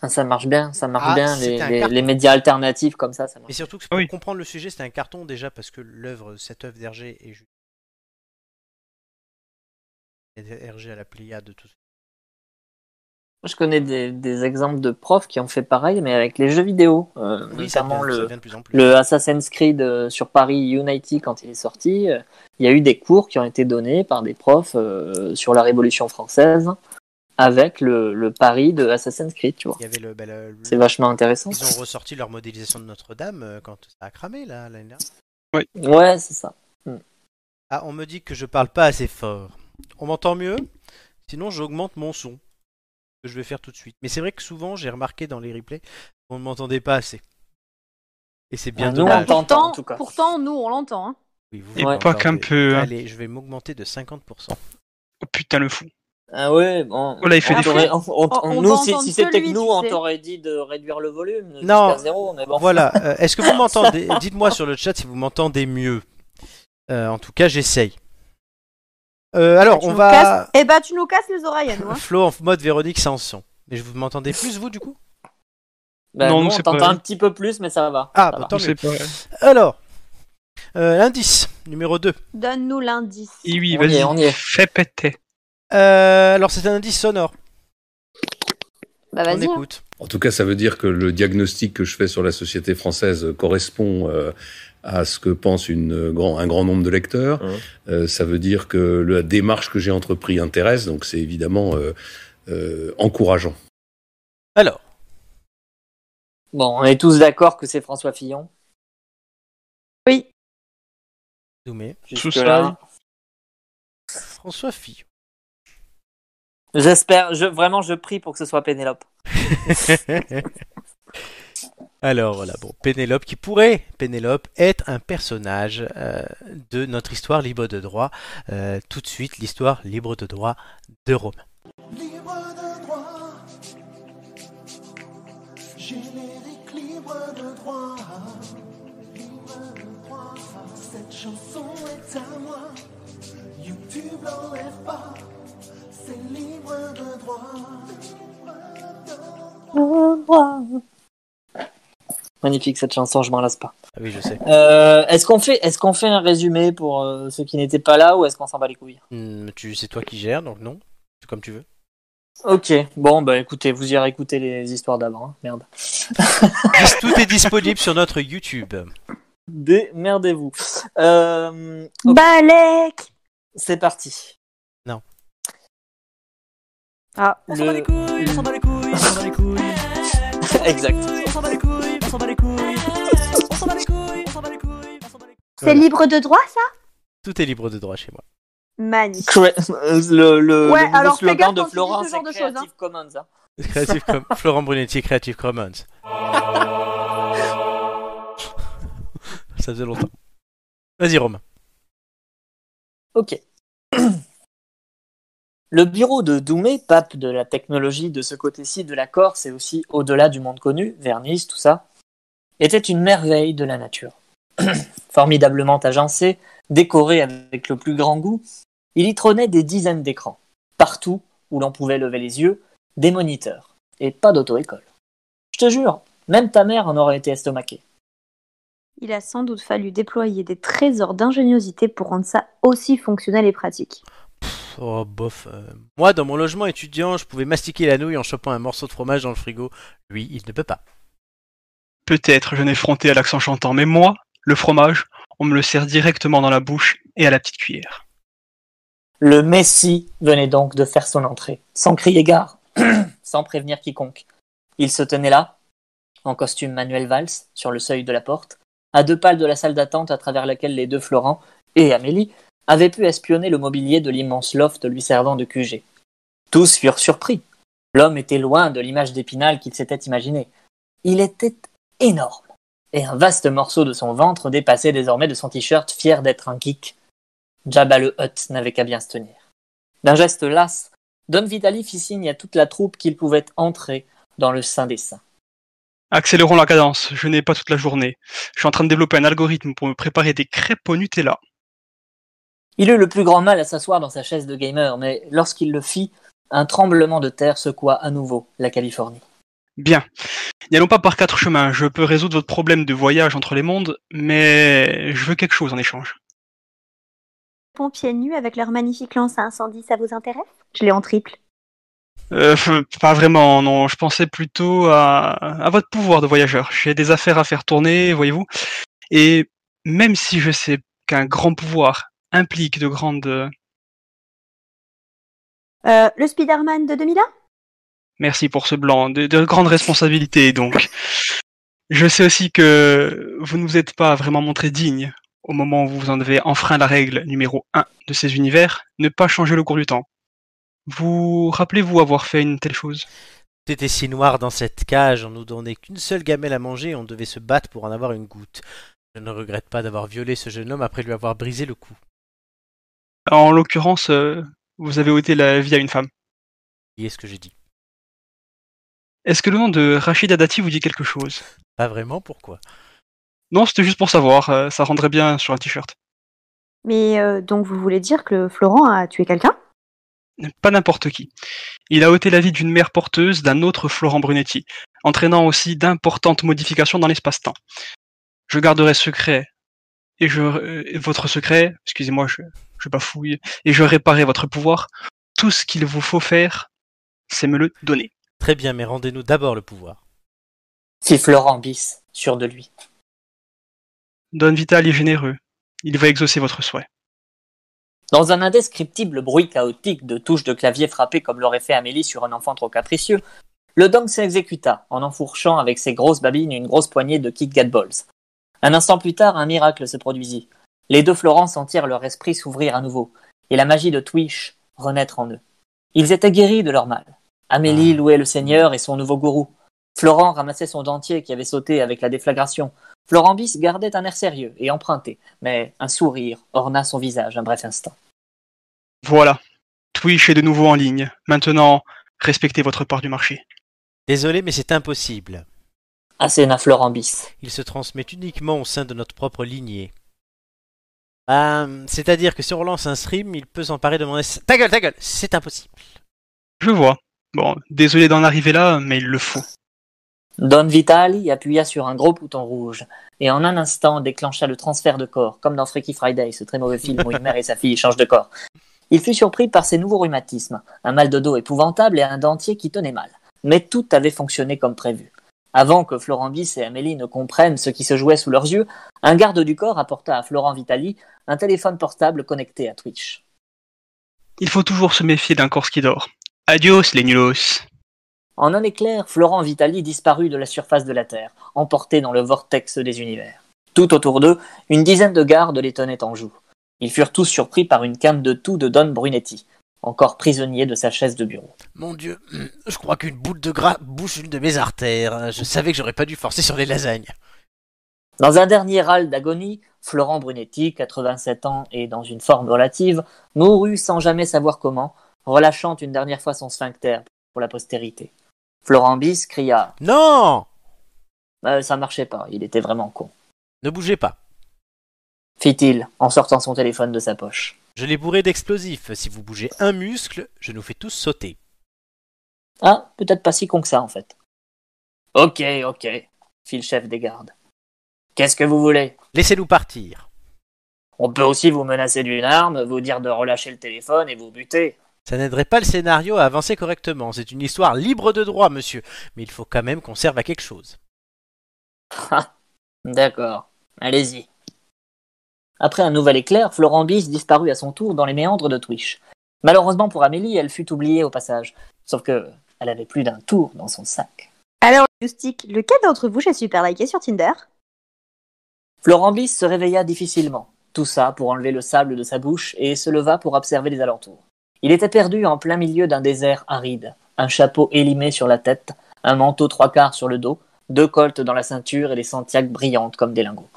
D: Ah, Ça marche bien, ça marche
A: Ah,
D: bien.
A: c'était
D: Les,
A: un
D: les-
A: carton.
D: les médias alternatifs comme ça, ça
A: Mais
D: marche.
A: surtout que pour
B: Oui.
A: comprendre le sujet, c'était un carton déjà parce que l'œuvre, cette œuvre d'Hergé est juste. Hergé à la Pléiade, tout ça.
D: Je connais des, des exemples de profs qui ont fait pareil, mais avec les jeux vidéo, euh,
A: Oui, ça
D: notamment
A: devient, ça
D: le,
A: devient de plus en plus.
D: le Assassin's Creed euh, sur Paris Unity quand il est sorti. euh, Il y a eu des cours qui ont été donnés par des profs euh, sur la Révolution française avec le, le pari de Assassin's Creed, tu vois.
A: Il y avait le, bah, le- le-
D: C'est vachement intéressant.
A: Ils ont ressorti leur modélisation de Notre-Dame euh, quand ça a cramé là l'année dernière.
D: Ouais, c'est ça.
A: Ah, on me dit que je parle pas assez fort. On m'entend mieux Sinon, j'augmente mon son. Que je vais faire tout de suite. Mais c'est vrai que souvent, j'ai remarqué dans les replays qu'on ne m'entendait pas assez. Et c'est bien
D: Ah, nous, on
A: dommage.
D: t'entend.
E: Pourtant,
D: en tout cas.
E: pourtant, nous, on l'entend. hein.
A: Oui, vous
B: et
D: Ouais.
B: pas
A: m'entendez.
B: qu'un peu. hein.
A: Allez, je vais m'augmenter de 50%.
B: Oh, putain, le fou.
D: Ah ouais, bon.
B: Oh là, il fait
D: on
B: des
E: Après,
D: t'aurait- on- on-
E: on- on
D: nous,
E: va
D: si,
E: entendre
D: si
E: que
D: c'était
E: lui,
D: que nous,
E: tu
D: on
E: sais.
D: t'aurait dit de réduire le volume
A: Non.
D: jusqu'à zéro, mais bon.
A: Voilà. euh, Est-ce que vous m'entendez Dites-moi sur le chat si vous m'entendez mieux. Euh, en tout cas, j'essaye. Euh, alors,
E: Tu
A: on
E: nous
A: va.
E: casses- Eh ben, tu nous casses les oreilles à nous. hein.
A: Flo en mode Véronique Sanson. Mais je vous m'entendez plus vous du coup
D: Ben,
B: Non,
D: nous,
B: nous,
D: on
B: c'est pas
D: t'entend
B: vrai.
D: un petit peu plus, mais ça va.
A: Ah,
D: Ça
A: bah,
D: va.
A: tant mieux.
B: C'est pas...
A: Alors, euh, l'indice numéro 2.
E: Donne-nous l'indice.
B: Et Eh oui,
D: On y est,
B: vas-y,
D: on y est.
B: fais péter.
A: Euh, alors, c'est un indice sonore. On
E: Bah vas-y. hein.
A: écoute.
G: En tout cas, ça veut dire que le diagnostic que je fais sur la société française correspond euh, à ce que pense une, euh, grand, un grand nombre de lecteurs.
H: Ouais.
G: Euh, ça veut dire que la démarche que j'ai entreprise intéresse, donc c'est évidemment euh, euh, encourageant.
A: Alors,
D: Bon, on est tous d'accord que c'est François Fillon.
E: Oui.
A: Doumé,
D: Jusque-là.
A: François Fillon.
D: J'espère, je, vraiment, je prie pour que ce soit Pénélope.
A: alors, voilà, bon, Pénélope qui pourrait, Pénélope, être un personnage euh, de notre histoire libre de droit. Euh, tout de suite, l'histoire libre de droit de Romain.
I: Libre de droit. Générique libre de droit. Libre de droit. Cette chanson est à moi. YouTube l'enlève pas. C'est libre de droit.
D: magnifique cette chanson, je m'en lasse pas.
A: Ah oui, je sais.
D: Euh, est-ce qu'on fait, est-ce qu'on fait un résumé pour euh, ceux qui n'étaient pas là ou est-ce qu'on s'en bat les couilles
A: Hmm, tu, c'est toi qui gères, donc non. C'est comme tu veux.
D: Ok, bon bah écoutez, vous irez écouter les histoires d'avant. hein. Merde,
A: Dis- Tout est disponible sur notre YouTube.
D: démerdez-vous. Euh,
A: Oh.
D: ok,
E: Balek
D: c'est parti.
E: Ah,
D: On s'en bat les couilles, on s'en bat les couilles, on s'en bat les couilles. exact.
E: c'est libre de droit, ça
A: Tout est libre de droit chez moi.
E: Magnifique.
D: Cré- euh, Le, le,
E: Ouais,
D: le nouveau
E: alors, fais
D: slogan
E: gaffe
D: de
E: quand tu dis ce
D: Florence,
E: genre
D: c'est
E: de choses,
D: Creative
E: hein.
D: Commons. hein.
A: Creative Com- Florent Brunetti, Creative Commons. Ça faisait longtemps. Vas-y, Romain.
D: Ok. Le bureau de Doumé, pape de la technologie de ce côté-ci de la Corse et aussi au-delà du monde connu, vers Nice, tout ça, était une merveille de la nature. Formidablement agencé, décoré avec le plus grand goût, il y trônait des dizaines d'écrans, partout où l'on pouvait lever les yeux, des moniteurs, et pas d'auto-école. Je te jure, même ta mère en aurait été estomaquée.
E: Il a sans doute fallu déployer des trésors d'ingéniosité pour rendre ça aussi fonctionnel et pratique.
A: Oh, bof. euh. Moi, dans mon logement étudiant, je pouvais mastiquer la nouille en chopant un morceau de fromage dans le frigo. Lui, il ne peut pas.
B: Peut-être je n'ai fronté à l'accent chantant, mais moi, le fromage, on me le sert directement dans la bouche et à la petite cuillère.
D: Le Messie venait donc de faire son entrée, sans crier gare, sans prévenir quiconque. Il se tenait là, en costume Manuel Valls, sur le seuil de la porte, à deux pales de la salle d'attente à travers laquelle les deux Florent et Amélie avaient pu espionner le mobilier de l'immense loft lui servant de QG. Tous furent surpris. L'homme était loin de l'image d'épinal qu'il s'était imaginée. Il était énorme, et un vaste morceau de son ventre dépassait désormais de son t-shirt fier d'être un geek. Jabba le Hutt n'avait qu'à bien se tenir. D'un geste las, Don Vitali fit signe à toute la troupe qu'il pouvait entrer dans le sein des saints.
B: Accélérons la cadence, je n'ai pas toute la journée. Je suis en train de développer un algorithme pour me préparer des crêpes au Nutella.
D: Il eut le plus grand mal à s'asseoir dans sa chaise de gamer, mais lorsqu'il le fit, un tremblement de terre secoua à nouveau la Californie.
B: Bien. N'y allons pas par quatre chemins, je peux résoudre votre problème de voyage entre les mondes, mais je veux quelque chose en échange.
E: Pompiers nus avec leur magnifique lance à incendie, ça vous intéresse Je l'ai en triple.
B: Euh, f- pas vraiment, non. Je pensais plutôt à, à votre pouvoir de voyageur. J'ai des affaires à faire tourner, voyez-vous. Et même si je sais qu'un grand pouvoir implique de grandes... euh,
E: Euh, le Spider-Man de 2001
B: Merci pour ce blanc, de, de grandes responsabilités, donc. Je sais aussi que vous ne vous êtes pas vraiment montré digne au moment où vous en avez enfreint la règle numéro 1 de ces univers, ne pas changer le cours du temps. Vous rappelez-vous avoir fait une telle chose
A: T'étais si noir dans cette cage, on nous donnait qu'une seule gamelle à manger et on devait se battre pour en avoir une goutte. Je ne regrette pas d'avoir violé ce jeune homme après lui avoir brisé le cou.
B: En l'occurrence, euh, vous avez ôté la vie à une femme.
A: Et est ce que j'ai dit
B: Est-ce que le nom de Rachid Adati vous dit quelque chose
A: Pas vraiment, pourquoi
B: Non, c'était juste pour savoir, euh, ça rendrait bien sur un t-shirt.
E: Mais euh, donc vous voulez dire que Florent a tué quelqu'un
B: Pas n'importe qui. Il a ôté la vie d'une mère porteuse d'un autre Florent Brunetti, entraînant aussi d'importantes modifications dans l'espace-temps. Je garderai secret, et je, euh, votre secret, excusez-moi, je, je bafouille, et je réparerai votre pouvoir. Tout ce qu'il vous faut faire, c'est me le donner.
A: Très bien, mais rendez-nous d'abord le pouvoir.
D: Fit Florent bis, sûr de lui.
B: Don Vital est généreux. Il va exaucer votre souhait.
D: Dans un indescriptible bruit chaotique de touches de clavier frappées comme l'aurait fait Amélie sur un enfant trop capricieux, le dong s'exécuta en enfourchant avec ses grosses babines une grosse poignée de Kit Kat Balls. Un instant plus tard, un miracle se produisit. Les deux Florents sentirent leur esprit s'ouvrir à nouveau, et la magie de Twitch renaître en eux. Ils étaient guéris de leur mal. Amélie louait le Seigneur et son nouveau gourou. Florent ramassait son dentier qui avait sauté avec la déflagration. Florent Bis gardait un air sérieux et emprunté, mais un sourire orna son visage un bref instant.
B: Voilà. Twitch est de nouveau en ligne. Maintenant, respectez votre part du marché.
A: Désolé, mais c'est impossible.
D: Asséna Florambis.
A: Il se transmet uniquement au sein de notre propre lignée. Euh, C'est-à-dire que si on relance un stream, il peut s'emparer de mon... es- Ta gueule, ta gueule C'est impossible.
B: Je vois. Bon, désolé d'en arriver là, mais il le faut.
D: Don Vitali appuya sur un gros bouton rouge et en un instant déclencha le transfert de corps, comme dans Freaky Friday, ce très mauvais film où une mère et sa fille changent de corps. Il fut surpris par ses nouveaux rhumatismes, un mal de dos épouvantable et un dentier qui tenait mal. Mais tout avait fonctionné comme prévu. Avant que Florent Bis et Amélie ne comprennent ce qui se jouait sous leurs yeux, un garde du corps apporta à Florent Vitali un téléphone portable connecté à Twitch.
B: Il faut toujours se méfier d'un corse qui dort. Adios, les nulos.
D: En un éclair, Florent Vitali disparut de la surface de la Terre, emporté dans le vortex des univers. Tout autour d'eux, une dizaine de gardes les tenaient en joue. Ils furent tous surpris par une canne de toux de Don Brunetti, encore prisonnier de sa chaise de bureau.
A: Mon dieu, je crois qu'une boule de gras bouche une de mes artères. Je savais que j'aurais pas dû forcer sur les lasagnes.
D: Dans un dernier râle d'agonie, Florent Brunetti, 87 ans et dans une forme relative, mourut sans jamais savoir comment, relâchant une dernière fois son sphincter pour la postérité. Florent Bis cria
A: Non
D: Euh, Ça marchait pas, il était vraiment con.
A: Ne bougez pas.
D: Fit-il, en sortant son téléphone de sa poche.
A: Je l'ai bourré d'explosifs. Si vous bougez un muscle, je nous fais tous sauter.
D: Ah, peut-être pas si con que ça, en fait. Ok, ok, fit le chef des gardes. Qu'est-ce que vous voulez
A: Laissez-nous partir.
D: On peut aussi vous menacer d'une arme, vous dire de relâcher le téléphone et vous buter.
A: Ça n'aiderait pas le scénario à avancer correctement. C'est une histoire libre de droit, monsieur. Mais il faut quand même qu'on serve à quelque chose.
D: D'accord, allez-y. Après un nouvel éclair, Florent Bis disparut à son tour dans les méandres de Twitch. Malheureusement pour Amélie, elle fut oubliée au passage. Sauf que, elle avait plus d'un tour dans son sac.
E: Alors, Justic, lequel d'entre vous j'ai super liké sur Tinder
D: Florent Bis se réveilla difficilement. Tout ça pour enlever le sable de sa bouche et se leva pour observer les alentours. Il était perdu en plein milieu d'un désert aride, un chapeau élimé sur la tête, un manteau trois quarts sur le dos, deux coltes dans la ceinture et des sentiacs brillantes comme des lingots.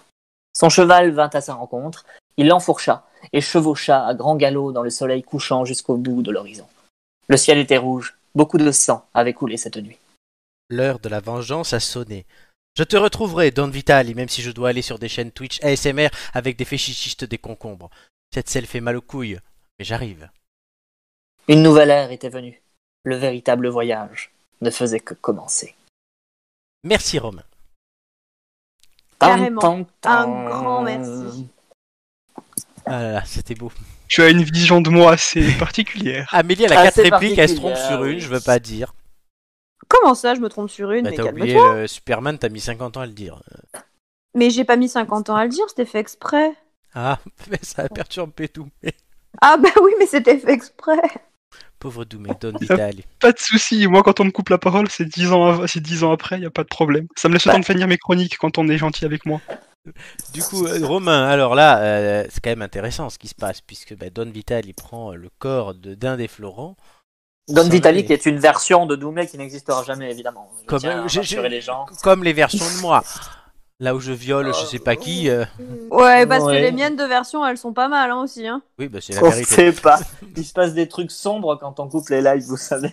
D: Son cheval vint à sa rencontre, il l'enfourcha et chevaucha à grand galop dans le soleil couchant jusqu'au bout de l'horizon. Le ciel était rouge, beaucoup de sang avait coulé cette nuit.
A: L'heure de la vengeance a sonné. Je te retrouverai, Don Vitali, même si je dois aller sur des chaînes Twitch ASMR avec des fétichistes des concombres. Cette selle fait mal aux couilles, mais j'arrive.
D: Une nouvelle ère était venue. Le véritable voyage ne faisait que commencer.
A: Merci, Romain.
D: Tam,
E: Carrément.
D: tam, tam.
E: Un grand merci.
A: Ah là là, c'était beau.
B: Tu as une vision de moi assez particulière.
A: Amélie, elle a
D: Ah,
A: quatre
D: c'est
A: répliques, elle se trompe
D: particulier, Ah
A: sur
D: oui.
A: une, je veux pas dire.
E: Comment ça, je me trompe sur une
A: Bah,
E: Mais
A: t'as
E: calme-toi.
A: oublié le Superman, t'as mis 50 ans à le dire.
E: Mais j'ai pas mis 50 ans à le dire, c'était fait exprès.
A: Ah, mais ça a perturbé Doumé.
E: Ah bah oui, mais c'était fait exprès.
A: Pauvre Doumé, Don Vitali.
B: Pas de souci. Moi, quand on me coupe la parole, c'est dix ans, av- c'est dix ans après, y a pas de problème. Ça me laisse le temps de finir mes chroniques quand on est gentil avec moi.
A: Du coup, euh, Romain, alors là, euh, c'est quand même intéressant ce qui se passe, puisque bah, Don Vitali prend euh, le corps de d'un des Florents.
D: Don
A: Ça
D: Vitali,
A: va,
D: qui est une version de Doumé qui n'existera jamais, évidemment. Je
A: Comme,
D: tiens à
A: euh, j'ai- j'ai-
D: rassurer les gens.
A: Comme les versions de moi. Là où je viole, je sais pas qui. euh,
E: Ouais, parce
D: Ouais.
E: que les miennes de version, elles sont pas mal hein, aussi. Hein.
A: Oui, bah, c'est la
D: On
A: vérité.
D: sait pas. Il se passe des trucs sombres quand on coupe les lives, vous savez.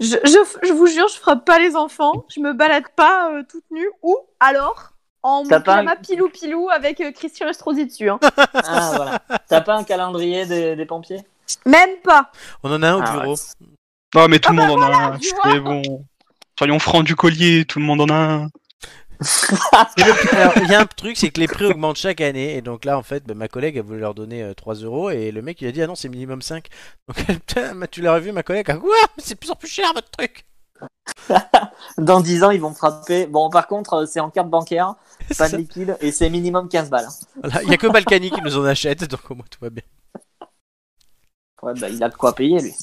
E: Je, je, je vous jure, je frappe pas les enfants, je me balade pas euh, toute nue, ou alors en
D: T'as
E: pyjama
D: pas un-
E: pilou-pilou avec euh, Christian Estrosi dessus. hein.
D: Ah, voilà. T'as pas un calendrier des, des pompiers
E: Même pas
A: On en a un au
D: Ah,
A: bureau.
B: Non, mais tout le monde en a un.
E: tu
B: C'est bon. Soyons francs du collier, tout le monde en a un.
A: Et le- alors, Il y a un truc, c'est que les prix augmentent chaque année. Et donc là, en fait, bah, ma collègue, elle voulait leur donner euh, 3 euros. Et le mec, il a dit Ah non, c'est minimum 5. Donc, elle, putain, ma- tu l'as revu, ma collègue Ah, quoi Mais C'est de plus en plus cher, votre truc
D: Dans 10 ans, ils vont frapper. Bon, par contre, euh, c'est en carte bancaire,
A: C'est
D: pas
A: ça.
D: de liquide, et c'est minimum 15 balles.
A: Voilà, Il y a que Balkany qui nous en achète, donc au moins tout va bien.
D: Ouais, bah, il a de quoi payer, lui.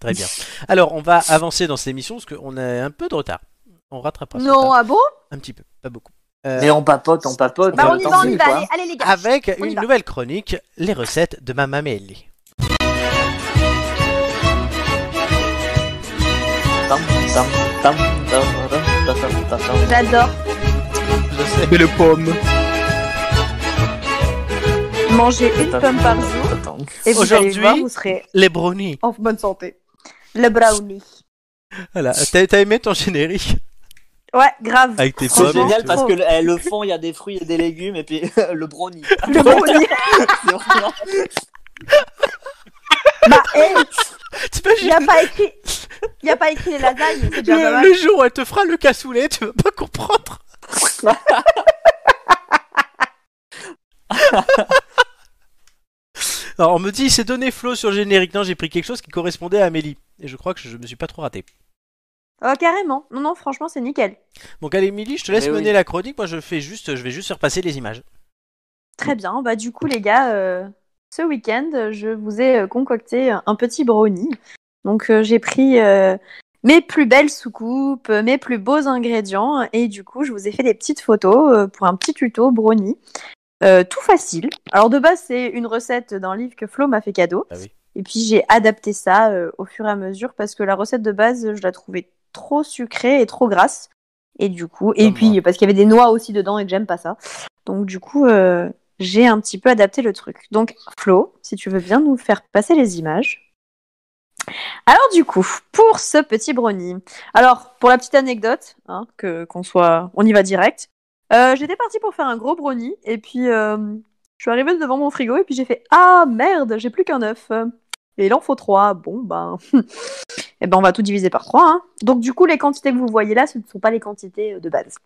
A: Très bien. Alors, on va avancer dans cette émission parce qu'on a un peu de retard. On rattrapera ce
E: Non,
A: retard.
E: ah bon
A: un petit peu, pas beaucoup. Euh,
D: Mais on papote, on papote.
E: Bah
D: euh,
E: on y
D: tant
E: va, on
D: pis,
E: y va,
D: quoi.
E: allez, allez les gars
A: avec
E: on y
A: une
E: va.
A: nouvelle chronique, les recettes de ma mamelle.
D: Tam, tam, tam, tam, tam, tam, tam, tam, tam.
E: J'adore
A: Je sais.
B: Mais le pomme.
E: manger une pomme par jour et vous allez
A: Aujourd'hui-
E: voir, vous serez
A: Les brownies.
E: en bonne santé. Le brownie.
A: Voilà. T'as t'as aimé ton générique
E: Ouais, grave.
A: avec tes
D: C'est
A: pommes. et
D: génial
A: tout.
D: parce que le, eh, le fond, il y a des fruits et des légumes, et puis le brownie.
E: Le brownie.
D: C'est vraiment-
E: bah, hey,
A: T'imagines
E: il a pas écrit. Il n'y a pas écrit les lasagnes, c'est déjà pas
A: Le,
E: mal.
A: le jour où elle te fera le cassoulet, tu vas pas comprendre. Alors on me dit, c'est donné Flo sur le générique. Non, j'ai pris quelque chose qui correspondait à Amélie. Et je crois que je me suis pas trop raté.
E: Ah, carrément. Non, non, franchement, c'est nickel.
A: Donc allez, Émilie, je te laisse
D: Mais Eh oui.
A: mener la chronique. Moi, je fais juste, je vais juste faire passer les images.
E: Très
A: Mm.
E: bien. Bah, du coup, les gars, euh, ce week-end, euh, je vous ai euh, concocté un petit brownie. Donc, euh, j'ai pris euh, mes plus belles soucoupes, euh, mes plus beaux ingrédients. Et du coup, je vous ai fait des petites photos euh, pour un petit tuto brownie. Euh, tout facile. Alors, de base, c'est une recette d'un livre que Flo m'a fait cadeau.
A: Ah oui.
E: Et puis, j'ai adapté ça euh, au fur et à mesure parce que la recette de base, je la trouvais trop sucrée et trop grasse. Et du coup, et
A: Comme
E: puis
A: moi.
E: parce qu'il y avait des noix aussi dedans et que j'aime pas ça. Donc du coup, euh, j'ai un petit peu adapté le truc. Donc, Flo, si tu veux bien nous faire passer les images. Alors du coup, pour ce petit brownie. Alors, pour la petite anecdote, hein, que qu'on soit, on y va direct. Euh, J'étais partie pour faire un gros brownie et puis euh, je suis arrivée devant mon frigo et puis j'ai fait ah merde, j'ai plus qu'un œuf. Et il en faut trois. Bon ben, eh ben on va tout diviser par trois. hein. Donc du coup, les quantités que vous voyez là, ce ne sont pas les quantités euh, de base.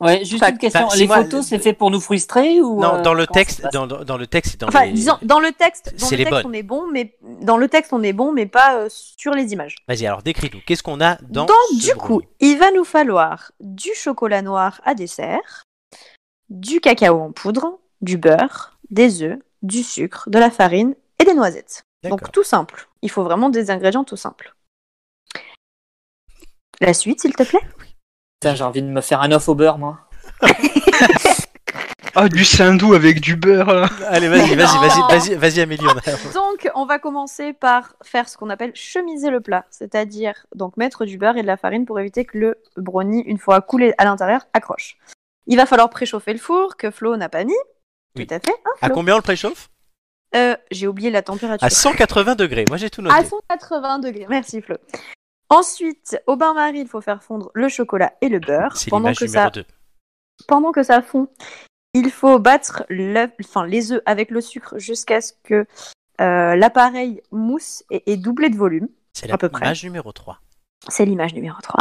D: Ouais, juste
E: Enfin,
D: une question.
A: enfin, si
D: les
A: moi,
D: photos,
A: le-
D: c'est fait pour nous frustrer ou
A: non,
D: euh,
A: dans le
D: comment ça
A: texte,
D: se passe
A: dans, dans- dans le texte, dans
E: Enfin,
A: les-
E: disons, dans le texte, dans
A: C'est
E: le
A: les
E: texte,
A: bonnes.
E: on est bon, mais dans le texte, on est bon, mais pas euh, sur les images.
A: Vas-y, alors décris-nous. Qu'est-ce qu'on a dans
E: Donc,
A: ce
E: du coup,
A: brownie
E: il va nous falloir du chocolat noir à dessert, du cacao en poudre, du beurre, des œufs, du sucre, de la farine et des noisettes.
A: D'accord.
E: Donc tout simple. Il faut vraiment des ingrédients tout simples. La suite, s'il te plaît.
D: Putain, j'ai envie de me faire un œuf au beurre, moi.
B: Ah, du sindou avec du beurre. là.
A: Allez, vas-y,
E: Mais
A: vas-y,
E: non.
A: vas-y, vas-y, vas-y, Amélie. on a-
E: Donc, on va commencer par faire ce qu'on appelle chemiser le plat, c'est-à-dire donc mettre du beurre et de la farine pour éviter que le brownie, une fois coulé à l'intérieur, accroche. Il va falloir préchauffer le four que Flo n'a pas mis.
A: Oui.
E: Tout à fait. hein,
A: À
E: Flo
A: combien on le préchauffe
E: Euh, J'ai oublié la température.
A: À 180 degrés. Moi, j'ai tout noté.
E: À 180 degrés. Merci Flo. Ensuite, au bain-marie, il faut faire fondre le chocolat et le beurre.
A: C'est
E: Pendant
A: l'image
E: que,
A: numéro
E: ça,
A: 2.
E: pendant que ça fond, il faut battre l'œuf- enfin, les œufs avec le sucre jusqu'à ce que euh, l'appareil mousse et est doublé de volume.
A: C'est
E: à peu près.
A: l'image numéro 3.
E: C'est l'image numéro 3.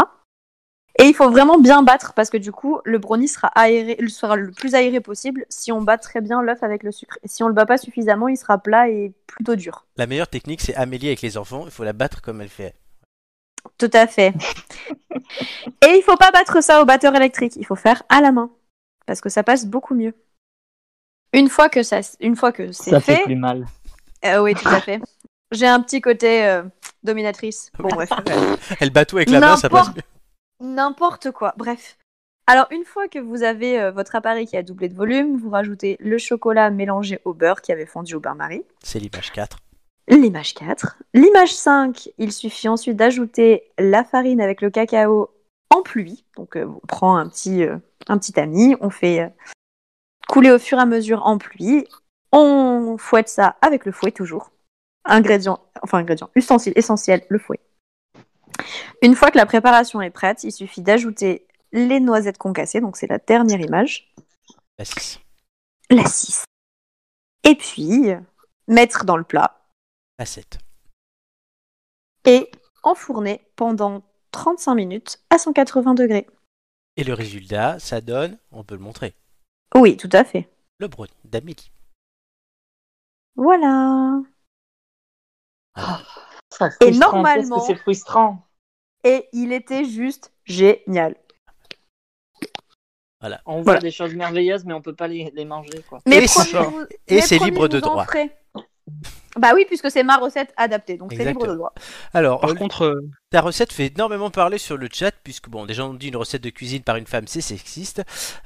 E: Et il faut vraiment bien battre parce que du coup, le brownie sera aéré, il sera le plus aéré possible si on bat très bien l'œuf avec le sucre. Et si on le bat pas suffisamment, il sera plat et plutôt dur.
A: La meilleure technique, c'est Amélie avec les enfants. Il faut la battre comme elle fait.
E: Tout à fait. et il faut pas battre ça au batteur électrique, il faut faire à la main parce que ça passe beaucoup mieux. Une fois que ça, une fois que c'est
D: Ça fait
E: fait,
D: plus mal.
E: euh, oui, tout à fait. J'ai un petit côté euh, dominatrice. Bon bref.
A: Elle bat tout avec la main, ça passe
E: N'importe.
A: mieux.
E: n'importe quoi. Bref. Alors, une fois que vous avez euh, votre appareil qui a doublé de volume, vous rajoutez le chocolat mélangé au beurre qui avait fondu au bain-marie,
A: C'est l'image 4.
E: l'image 4. L'image 5, il suffit ensuite d'ajouter la farine avec le cacao en pluie. Donc, euh, on prend un petit, euh, un petit tamis, on fait euh, couler au fur et à mesure en pluie. On fouette ça avec le fouet toujours. Ingrédient, enfin ingrédient, ustensile essentiel, le fouet. Une fois que la préparation est prête, il suffit d'ajouter les noisettes concassées, donc c'est la dernière image,
A: La 6.
E: la 6. Et puis, mettre dans le plat
A: La 7.
E: et enfourner pendant 35 minutes à 180 degrés.
A: Et le résultat, ça donne, on peut le montrer,
E: Oui, tout à fait.
A: le brownie d'Amélie.
E: Voilà.
D: Ça,
E: Et frustrant. normalement- Qu'est-ce que
D: c'est frustrant.
E: Et il était juste génial.
D: On voit
E: Voilà.
D: des choses merveilleuses, mais on peut pas les, les manger, quoi.
E: Mais
A: Et c'est-
E: promis,
A: et
E: mais
A: c'est
E: promis,
A: libre de
E: vous en
A: droit.
E: ferez. Bah oui, puisque c'est ma recette adaptée, donc c'est libre de
A: Exactement.
E: droit. Oh,
A: Alors,
B: Par
A: euh,
B: contre, euh,
A: ta recette fait énormément parler sur le chat, puisque, bon, déjà, on nous dit une recette de cuisine par une femme, c'est sexiste.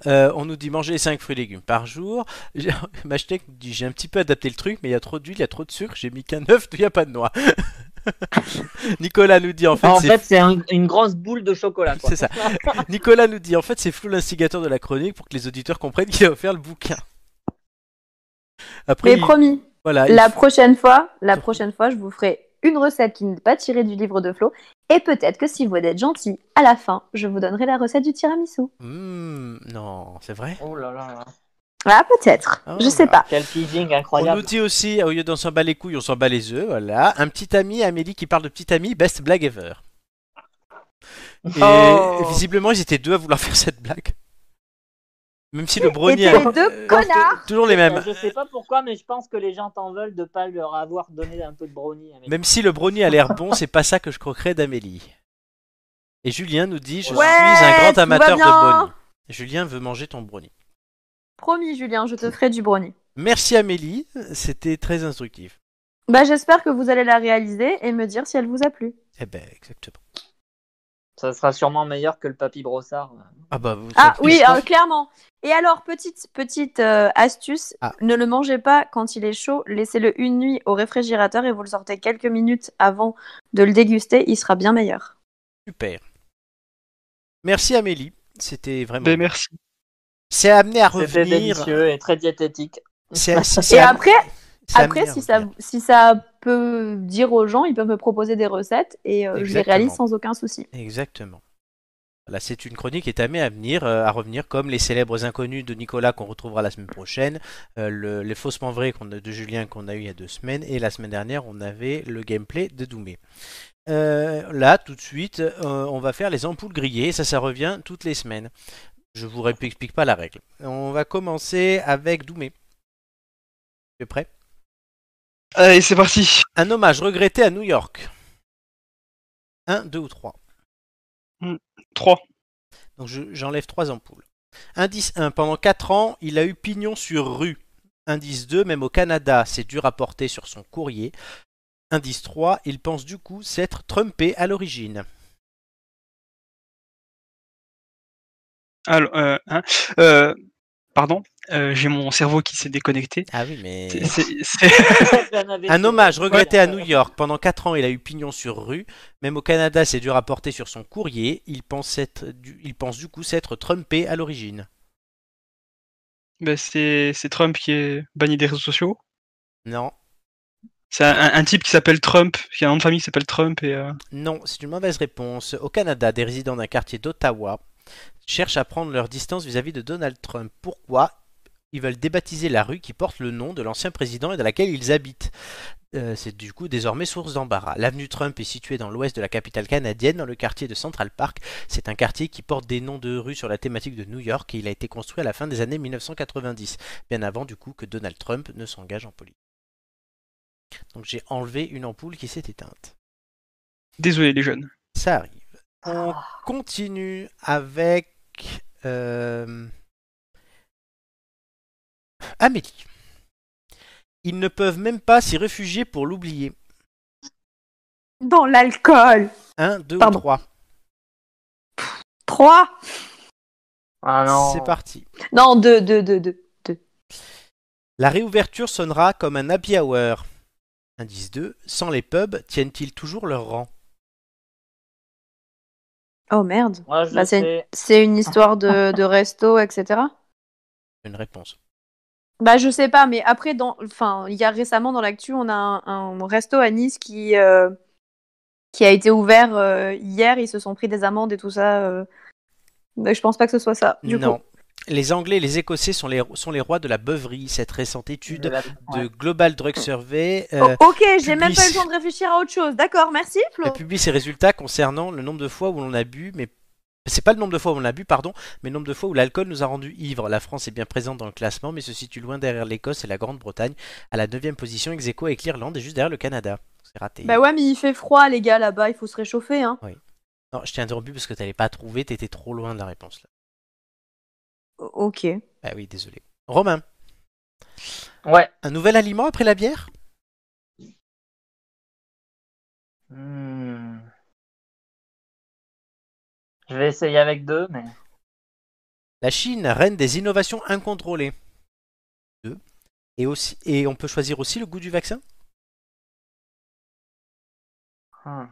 A: Euh, on nous dit manger 5 fruits et légumes par jour. J'ai- Mashtec nous dit j'ai un petit peu adapté le truc, mais il y a trop d'huile, il y a trop de sucre, j'ai mis qu'un œuf, il n'y a pas de noix. Nicolas nous dit en fait,
D: En
A: c'est
D: fait, c'est un- une grosse boule de chocolat, quoi.
A: C'est ça. Nicolas nous dit en fait c'est flou l'instigateur de la chronique pour que les auditeurs comprennent qu'il a offert le bouquin. Après,
E: Mais
A: il-
E: promis,
A: voilà, il-
E: La prochaine fois, la prochaine fois, je vous ferai une recette qui n'est pas tirée du livre de Flo. Et peut-être que si vous êtes gentil, à la fin, je vous donnerai la recette du tiramisu.
A: Hmm, non, c'est vrai.
D: Oh là là là.
E: Ah, peut-être.
A: Ah,
E: je sais
A: bah.
E: pas.
D: Quel teasing
A: On
D: incroyable.
A: nous dit aussi au lieu d'on s'en bat les couilles, on s'en bat les œufs. Voilà, un petit ami Amélie qui parle de petit ami best blague ever. Et
D: Oh.
A: visiblement, ils étaient deux à vouloir faire cette blague. Même si le
E: Et
A: Brownie
E: t'es
A: a...
E: les deux
A: euh,
E: connards
A: Toujours les mêmes.
D: Je sais pas pourquoi, mais je pense que les gens t'en veulent de pas leur avoir donné un peu de brownie. à mes-
A: Même si le brownie a l'air bon, c'est pas ça que je croquerais d'Amélie. Et Julien nous dit Je
D: Ouais,
A: suis un
E: tout
A: grand
E: va
A: amateur de
E: bien.
A: brownie. Julien veut manger ton brownie.
E: Promis, Julien, je te ferai du brownie.
A: Merci Amélie, c'était très instructif.
E: Bah, j'espère que vous allez la réaliser et me dire si elle vous a plu.
A: Eh ben, exactement.
D: Ça sera sûrement meilleur que le papy brossard.
A: Ah bah, vous
E: Ah
A: êtes-
E: oui, euh, clairement. Et alors, petite, petite euh, astuce,
A: Ah.
E: ne le mangez pas quand il est chaud, laissez-le une nuit au réfrigérateur et vous le sortez quelques minutes avant de le déguster, il sera bien meilleur.
A: Super. Merci Amélie, c'était vraiment.
B: Ben, merci.
A: C'est amené à
D: C'était
A: revenir.
D: délicieux et très diététique.
A: C'est- c'est- c'est
E: Et
A: am-
E: après,
A: c'est
E: après
A: amené à
E: si, ça,
A: revenir.
E: si ça peut dire aux gens, ils peuvent me proposer des recettes et euh, je les
A: Exactement.
E: réalise sans aucun souci.
A: Exactement. Voilà, c'est une chronique qui est amée à venir, euh, à revenir comme les célèbres inconnus de Nicolas qu'on retrouvera la semaine prochaine, euh, le- les faussement vrais qu'on a- de Julien qu'on a eu il y a deux semaines, et la semaine dernière on avait le gameplay de Doumé. Euh, là, tout de suite, euh, on va faire les ampoules grillées, ça, ça revient toutes les semaines. Je vous ré- explique pas la règle. On va commencer avec Doumé. Tu es prêt
B: Allez, c'est parti.
A: Un hommage regretté à New York. Un, deux ou trois
B: 3.
A: Donc je- j'enlève trois ampoules. Indice 1. Pendant 4 ans, il a eu pignon sur rue. Indice 2. Même au Canada, c'est dur à porter sur son courrier. Indice 3. Il pense du coup s'être trumpé à l'origine.
B: Alors, euh, hein, euh, pardon, euh, j'ai mon cerveau qui s'est déconnecté.
A: Ah oui, mais...
B: C'est- c'est- c'est-
A: Un hommage regretté
D: Ouais.
A: à New York. Pendant 4 ans, il a eu pignon sur rue. Même au Canada, c'est dur à porter sur son courrier. Il pense, être du... il pense du coup s'être trumpé à l'origine.
B: ben, C'est c'est Trump qui est banni des réseaux sociaux.
A: Non.
B: C'est un, un type qui s'appelle Trump, qui a un nom de famille qui s'appelle Trump. Et, euh,
A: Non, c'est une mauvaise réponse. Au Canada, des résidents d'un quartier d'Ottawa cherchent à prendre leur distance vis-à-vis de Donald Trump. Pourquoi Ils veulent débaptiser la rue qui porte le nom de l'ancien président et dans laquelle ils habitent. Euh, c'est du coup désormais source d'embarras. L'avenue Trump est située dans l'ouest de la capitale canadienne, dans le quartier de Central Park. C'est un quartier qui porte des noms de rues sur la thématique de New York et il a été construit à la fin des années 1990, bien avant du coup que Donald Trump ne s'engage en politique. Donc j'ai enlevé une ampoule qui s'est éteinte.
B: Désolé les jeunes.
A: Ça arrive. On
E: Ah.
A: continue avec euh, Amélie. Ils ne peuvent même pas s'y réfugier pour l'oublier.
E: Dans l'alcool
A: 1, 2 ou
E: Pardon.
A: 3.
E: 3
D: Ah non.
A: C'est parti.
E: Non, 2, 2, 2, 2.
A: La réouverture sonnera comme un happy hour. Indice 2. Sans les pubs, tiennent-ils toujours leur rang
E: Oh merde.
D: Moi, je
E: Bah,
D: sais.
E: C'est une histoire de, de resto, etc.
A: Une réponse.
E: Bah, je sais pas, mais après, dans, enfin, il y a récemment dans l'actu, on a un, un resto à Nice qui, euh, qui a été ouvert euh, hier. Ils se sont pris des amendes et tout ça. euh. Mais je pense pas que ce soit ça. Du
A: non.
E: coup,
A: Les Anglais et les Écossais sont les, sont les rois de la beuverie. Cette récente étude
D: De la-
A: de
D: ouais.
A: Global Drug Survey euh,
E: Oh, ok, j'ai même pas eu
A: public-
E: le temps de réfléchir à autre chose. D'accord, merci Flo.
A: Elle publie ses résultats concernant le nombre de fois où l'on a bu, mais c'est pas le nombre de fois où on a bu, pardon, mais le nombre de fois où l'alcool nous a rendu ivres. La France est bien présente dans le classement, mais se situe loin derrière l'Écosse et la Grande-Bretagne, à la 9 position ex aequo avec l'Irlande et juste derrière le Canada. C'est raté.
E: Bah ouais, mais il fait froid, les gars, là-bas. Il faut se réchauffer. Hein.
A: Non, je t'ai interrompu parce que t'avais pas trouvé, t'étais trop loin de la réponse. Là.
E: O- Ok.
A: Bah oui, désolé. Romain,
D: Ouais.
A: un nouvel aliment après la bière
D: Hmm. Je vais essayer avec deux, mais.
A: La Chine, reine des innovations incontrôlées. Deux. Et, aussi, et on peut choisir aussi le goût du vaccin
D: Hmm.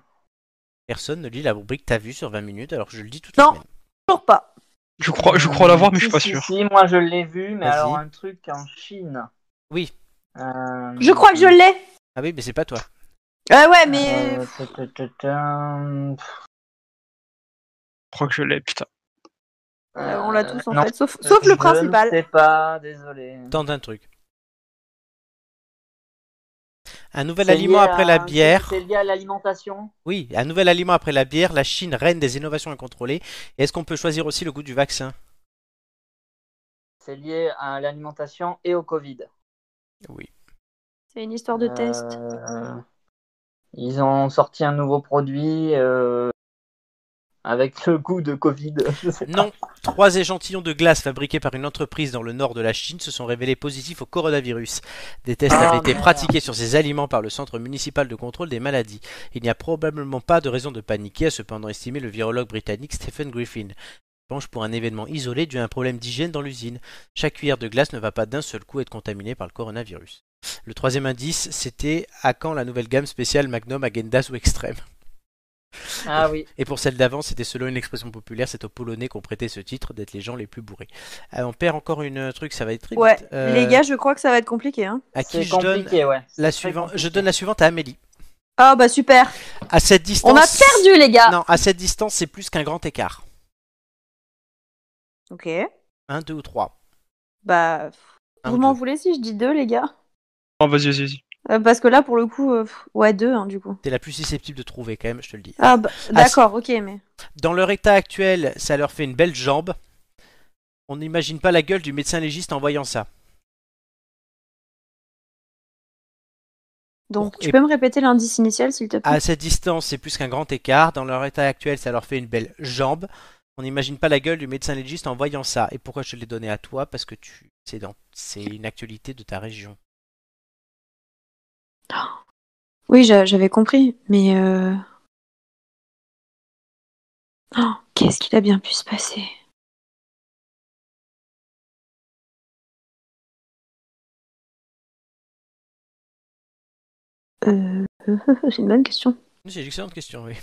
A: Personne ne lit la rubrique T'as vu sur 20 minutes, alors que je le dis tout
E: Non. Toujours pas.
B: Je crois, je crois l'avoir, mais je suis
D: Si,
B: pas
D: si,
B: sûr.
D: Si, moi je l'ai vu, mais
A: Vas-y.
D: alors un truc en Chine.
A: Oui.
D: Euh,
E: Je crois que je l'ai.
A: Ah oui, mais c'est pas toi.
E: Ah ouais, mais.
D: euh, ta, ta, ta, ta, pff,
B: Je crois que je l'ai, putain.
E: Euh, on l'a tous en
D: non,
E: fait, sauf,
A: Euh,
E: sauf
D: je
E: le principal.
D: ne sais pas, désolé.
A: Tente un truc. Un nouvel
D: C'est
A: aliment
D: lié
A: après
D: à-
A: la bière.
D: C'est lié à l'alimentation.
A: Oui, un nouvel aliment après la bière. La Chine reine des innovations incontrôlées. Et Est-ce qu'on peut choisir aussi le goût du vaccin
D: C'est lié à l'alimentation et au Covid.
A: Oui.
E: C'est une histoire de test.
D: Euh, Ils ont sorti un nouveau produit euh, avec le goût de Covid. je sais pas.
A: Non. Trois échantillons de glace fabriqués par une entreprise dans le nord de la Chine se sont révélés positifs au coronavirus. Des tests
D: Ah,
A: avaient été
D: merde.
A: pratiqués sur ces aliments par le Centre municipal de contrôle des maladies. Il n'y a probablement pas de raison de paniquer, a cependant estimé le virologue britannique Stephen Griffin. Il penche pour un événement isolé dû à un problème d'hygiène dans l'usine. Chaque cuillère de glace ne va pas d'un seul coup être contaminée par le coronavirus. Le troisième indice, c'était à quand la nouvelle gamme spéciale Magnum, Agendas ou Extrême
D: Ah oui.
A: et pour celle d'avant, c'était selon une expression populaire, c'est aux Polonais qu'on prêtait ce titre d'être les gens les plus bourrés. Ah, on perd encore une euh, truc, ça va être triste.
E: Ouais,
A: Euh,
E: les gars, je crois que ça va être compliqué. Hein.
A: à qui
D: C'est
A: je donne
D: compliqué, ouais.
A: la
D: C'est très
A: suivante Je
D: compliqué.
A: donne la suivante à Amélie.
E: Ah bah super.
A: À cette distance.
E: On a perdu les gars.
A: Non, à cette distance, c'est plus qu'un grand écart.
E: Ok.
A: Un, deux ou trois.
E: Bah,
A: Un
E: vous
A: ou
E: m'en
A: deux.
E: voulez si je dis deux les gars
B: Non, vas-y, vas-y, vas-y.
E: Euh, Parce que là, pour le coup, euh, pff, ouais deux hein, du coup.
A: T'es la plus susceptible de trouver quand même, je te le dis.
E: Ah bah,
A: Ah,
E: d'accord, ok, mais
A: Dans leur état actuel, ça leur fait une belle jambe. On n'imagine pas la gueule du médecin légiste en voyant ça.
E: donc
A: Bon,
E: tu
A: et- Ah,
E: peux me répéter l'indice initial s'il te plaît.
A: À cette distance, c'est plus qu'un grand écart. Dans leur état actuel, ça leur fait une belle jambe. On n'imagine pas la gueule du médecin légiste en voyant ça. Et pourquoi je te l'ai donné à toi Parce que tu, c'est dans, c'est une actualité de ta région.
E: Oui, j'a- j'avais compris, mais euh... oh, qu'est-ce qu'il a bien pu se passer Euh, C'est une bonne question.
A: C'est une excellente question, oui.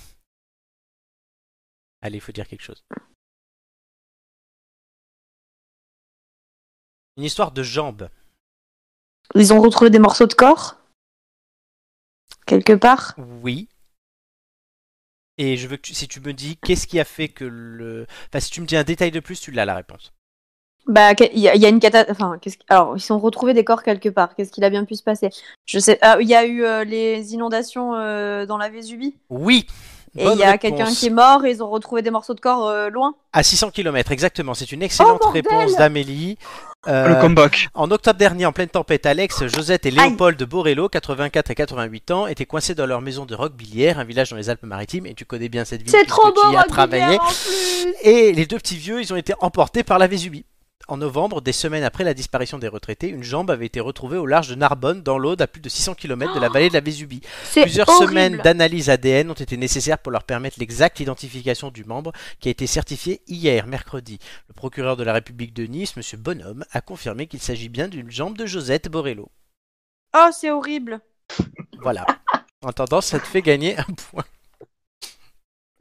A: Allez, il faut dire quelque chose. Une histoire de jambe.
E: Ils ont retrouvé des morceaux de corps quelque part.
A: Oui. Et je veux que tu- si tu me dis qu'est-ce qui a fait que le. Enfin, si tu me dis un détail de plus, tu l'as la réponse.
E: Bah, que- il y, a- il y a une cata. Enfin, qu'est-ce qui- alors ils sont retrouvés des corps quelque part. Qu'est-ce qu'il a bien pu se passer Je sais. Ah, Il y a eu euh, les inondations euh, dans la Vésubie.
A: Oui
E: Et
A: Bonne
E: il y a
A: réponse.
E: quelqu'un qui est mort et ils ont retrouvé des morceaux de corps euh, loin.
A: À 600 km, exactement. C'est une excellente
E: Oh, bordel
A: réponse d'Amélie. Euh,
B: Le comeback.
A: en octobre dernier, en pleine tempête, Alex, Josette et Léopold de Borello, 84 et 88 ans, étaient coincés dans leur maison de Roquebillière, un village dans les Alpes-Maritimes. Et tu connais bien cette ville.
E: C'est
A: puisque
E: trop beau,
A: Tu y as
E: Roquebillière,
A: travaillé.
E: en plus
A: Et les deux petits vieux, ils ont été emportés par la Vésubie. En novembre, des semaines après la disparition des retraités, une jambe avait été retrouvée au large de Narbonne, dans l'Aude, à plus de 600 km de
E: Oh.
A: la vallée de la Vésubie.
E: C'est
A: Plusieurs
E: horrible.
A: semaines d'analyse ADN ont été nécessaires pour leur permettre l'exacte identification du membre qui a été certifié hier, mercredi. Le procureur de la République de Nice, M. Bonhomme, a confirmé qu'il s'agit bien d'une jambe de Josette Borello.
E: Oh, c'est horrible.
A: Voilà. En tendance, ça te fait gagner un point.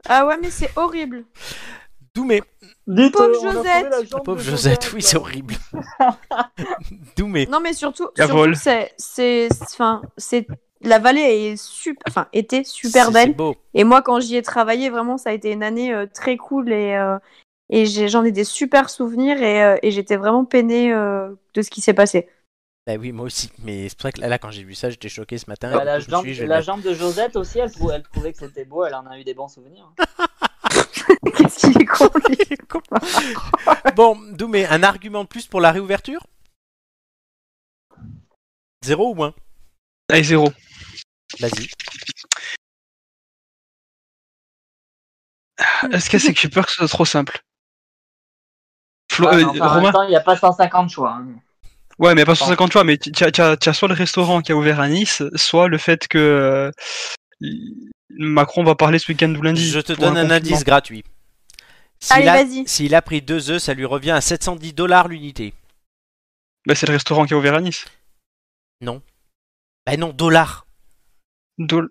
E: Ah ouais, mais c'est horrible.
A: Doumé.
D: Dites,
E: Pauvre
D: euh, on a trouvé
E: Josette.
D: la jambe
A: La pauvre
D: de
A: Josette, oui, c'est
D: là.
A: horrible. Doumé.
E: Non, mais surtout,
B: La
E: surtout
B: vole.
E: c'est, c'est, enfin, c'est, la vallée est super, enfin, était super
A: C'est- C'est
E: belle.
A: beau.
E: Et moi, quand j'y ai travaillé, vraiment, ça a été une année euh, très cool et, euh, et j'ai- j'en ai des super souvenirs et, euh, et j'étais vraiment peinée euh, de ce qui s'est passé.
A: Bah oui, moi aussi. Mais c'est vrai que là, là, quand j'ai vu ça, j'étais choqué ce matin.
D: Bah, la
A: Ah, Je me
D: jambe,
A: suis dit, je vais
D: la
A: le-
D: jambe de Josette aussi, elle, trou- elle trouvait que c'était beau, elle en a eu des bons souvenirs.
E: Qu'est-ce qu'il est con, lui.
A: Bon, Doumé, un argument de plus pour la réouverture Zéro ou moins
B: Allez, zéro.
A: Vas-y.
B: Ah, Est-ce que c'est que j'ai peur que ce soit trop simple Flo-
D: Ouais,
B: euh,
D: mais enfin, en
B: Romain
D: même temps, il n'y a Ah, pas 150 choix. hein.
B: Ouais, mais pas 150 fois, mais tu as soit le restaurant qui a ouvert à Nice, soit le fait que euh, Macron va parler ce week-end ou lundi.
A: Je te
B: pour
A: donne un
B: confinement.
A: indice gratuit. S'il
E: Allez,
A: a-
E: vas-y.
A: S'il a pris deux œufs, ça lui revient à 710 dollars l'unité.
B: Bah, c'est le restaurant qui a ouvert à Nice.
A: Bah non, dollars.
B: Dol-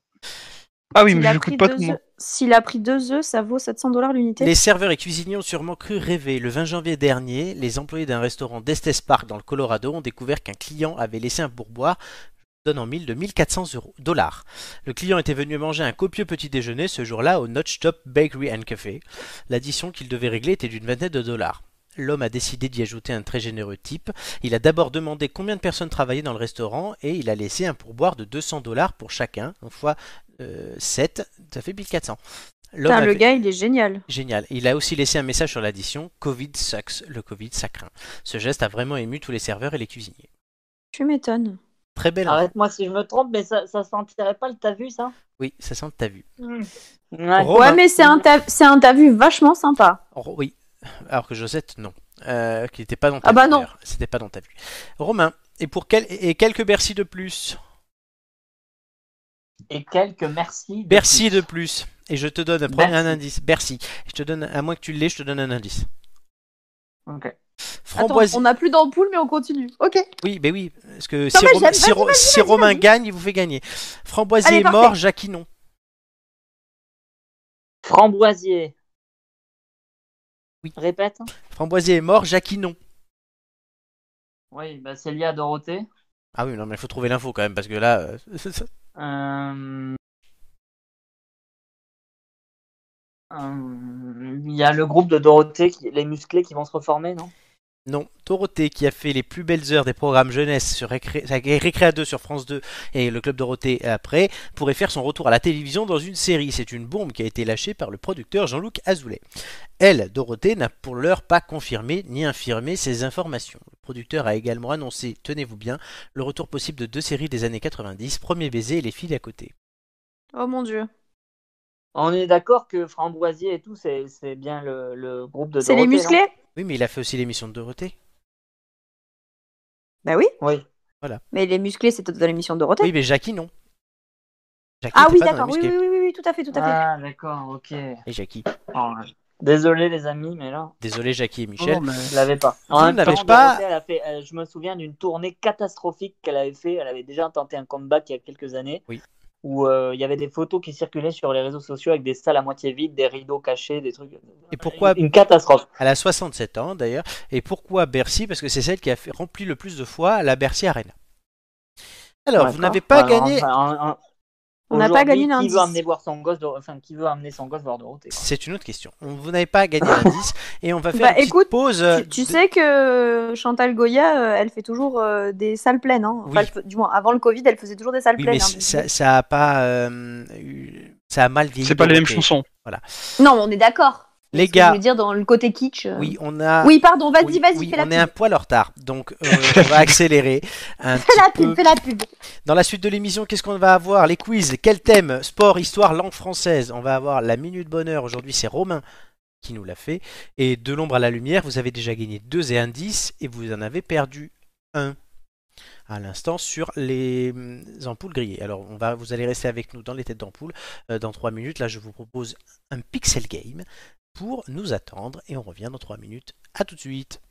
B: Ah oui,
E: S'il
B: mais
E: a
B: je
E: pris
B: coûte pas
E: deux
B: tout mon-
E: œufs- S'il a pris deux œufs, ça vaut 700 dollars l'unité.
A: Les serveurs et cuisiniers ont sûrement cru rêver. Le 20 janvier dernier, les employés d'un restaurant d'Estes Park dans le Colorado ont découvert qu'un client avait laissé un pourboire je donne en mille de 1400 euros- dollars. Le client était venu manger un copieux petit déjeuner ce jour-là au Notch Top Bakery and Café. L'addition qu'il devait régler était d'une vingtaine de dollars. L'homme a décidé d'y ajouter un très généreux type. Il a d'abord demandé combien de personnes travaillaient dans le restaurant et il a laissé un pourboire de 200 dollars pour chacun, donc fois 7, ça fait 1400. L'homme
E: Putain,
A: a
E: le
A: fait-
E: gars, il est génial.
A: Génial. Il a aussi laissé un message sur l'addition Covid sucks, le Covid ça craint. Ce geste a vraiment ému tous les serveurs et les cuisiniers.
E: Tu m'étonnes.
A: Très
E: Ah
A: belle. info.
D: Arrête-moi si je me trompe, mais ça, ça sentirait pas le t'as vu ça
A: Oui, ça sent t'as vu.
D: Ouais.
A: Romain.
E: Ouais, mais c'est un ta- c'est un t'as vu vachement sympa.
A: Ro- oui. Alors que Josette, non. Euh, qui n'était pas dans ta
E: Ah bah
A: vue,
E: non.
A: d'ailleurs. C'était pas dans ta vue. Romain, et pour quel... et quelques merci de plus.
D: Et quelques merci. de
A: Bercy
D: plus.
A: de plus. Et je te donne un, premier- un
D: Bercy.
A: indice. Bercy. Je te donne, à moins que tu l'aies, je te donne un indice.
D: Ok.
E: Attends,
A: Framboise.
E: on n'a plus d'ampoule, mais on continue. Ok.
A: Oui, ben oui. Parce que si,
E: mais
A: Romain,
E: j'aime,
A: si
E: vas-y,
A: Ro-
E: vas-y,
A: si
E: vas-y,
A: Romain
E: vas-y.
A: gagne, il vous fait gagner. Framboisier
E: Allez,
A: est
E: parfait.
A: mort, Jackie non.
D: Framboisier.
A: Oui.
D: Répète.
A: Framboisier est mort, Jackie non.
D: Oui, bah, c'est lié à Dorothée.
A: Ah oui, non, mais il faut trouver l'info quand même, parce que là. euh,
D: Euh, euh, Il y a le groupe de Dorothée, qui- les musclés qui vont se reformer, non
A: Non, Dorothée qui a fait les plus belles heures des programmes jeunesse sur Récré... Récréa 2 sur France 2 et le Club Dorothée après, pourrait faire son retour à la télévision dans une série. C'est une bombe qui a été lâchée par le producteur Jean-Luc Azoulay. Elle, Dorothée, n'a pour l'heure pas confirmé ni infirmé ces informations. Le producteur a également annoncé, tenez-vous bien, le retour possible de deux séries des années 90, Premier baiser et Les filles d'à côté.
E: Oh mon dieu.
D: On est d'accord que Framboisier et tout, c'est c'est bien le, le groupe de
E: C'est
D: Dorothée.
E: les
D: non
E: musclés
A: Oui, mais il a fait aussi l'émission de Dorothée.
F: Bah oui.
D: Oui.
E: Mais les musclés, c'était dans l'émission de Dorothée.
A: Oui, mais Jackie, non. Jackie
E: ah
A: était
E: oui,
A: pas dans la
E: d'accord. Oui, oui,
A: musquée.
E: oui, oui, oui, tout à fait, tout à fait.
D: Ah, d'accord, ok.
A: Et Jackie,
D: Oh, Désolé, les amis, mais là.
A: désolé Jackie et Michel.
D: Je l'avais pas.
A: Vous ne l'avez pas.
D: Dorothée, elle a fait- euh, je me souviens d'une tournée catastrophique qu'elle avait fait. Elle avait déjà tenté un comeback il y a quelques années.
A: Oui.
D: Où euh, il y avait des photos qui circulaient sur les réseaux sociaux avec des salles à moitié vides, des rideaux cachés, des trucs.
A: Et pourquoi
D: Une catastrophe.
A: Elle a 67 ans d'ailleurs. Et pourquoi Bercy Parce que c'est celle qui a fait, rempli le plus de fois la Bercy Arena. Alors, vous
D: D'accord.
A: n'avez pas
D: Alors,
A: gagné.
D: enfin, un- un-
E: On n'a pas
D: aujourd'hui,
E: gagné
D: Qui
E: l'indice.
D: veut amener voir son gosse, Dor- enfin, qui veut amener son gosse voir Dorothée quoi.
A: C'est une autre question. On- Vous n'avez pas gagné l'indice. Et on va faire
E: Bah,
A: une petite
E: écoute,
A: pause. euh,
E: Tu, tu sais que Chantal Goya, euh, elle fait toujours euh, des salles pleines. hein. Enfin,
A: Oui.
E: elle fe- du moins, avant le Covid, elle faisait toujours des salles
A: Oui, mais
E: pleines. hein.
A: ça, ça a pas. euh, eu- ça a mal vieilli.
B: C'est pas les mêmes
A: Dorothée.
B: chansons.
E: Non, mais on est d'accord.
A: Les
E: Ce que Je
A: gars,
E: veux dire dans le côté kitsch. euh.
A: oui, on a.
E: Oui, pardon, vas-y,
A: oui,
E: vas-y,
A: oui,
E: fais la
A: on
E: pub.
A: est un poil en retard, donc euh, on va accélérer un
E: Fais la
A: petit peu.
E: pub, fais la pub.
A: Dans la suite de l'émission, qu'est-ce qu'on va avoir Les quiz, quel thème Sport, histoire, langue française. On va avoir la minute bonheur. Aujourd'hui, c'est Romain qui nous l'a fait. Et de l'ombre à la lumière, vous avez déjà gagné 2 et 1 10 et vous en avez perdu 1 à l'instant sur les hum, ampoules grillées. Alors, on va, vous allez rester avec nous dans les têtes d'ampoule euh, dans 3 minutes. Là, je vous propose un pixel game pour nous attendre et on revient dans 3 minutes. À tout de suite.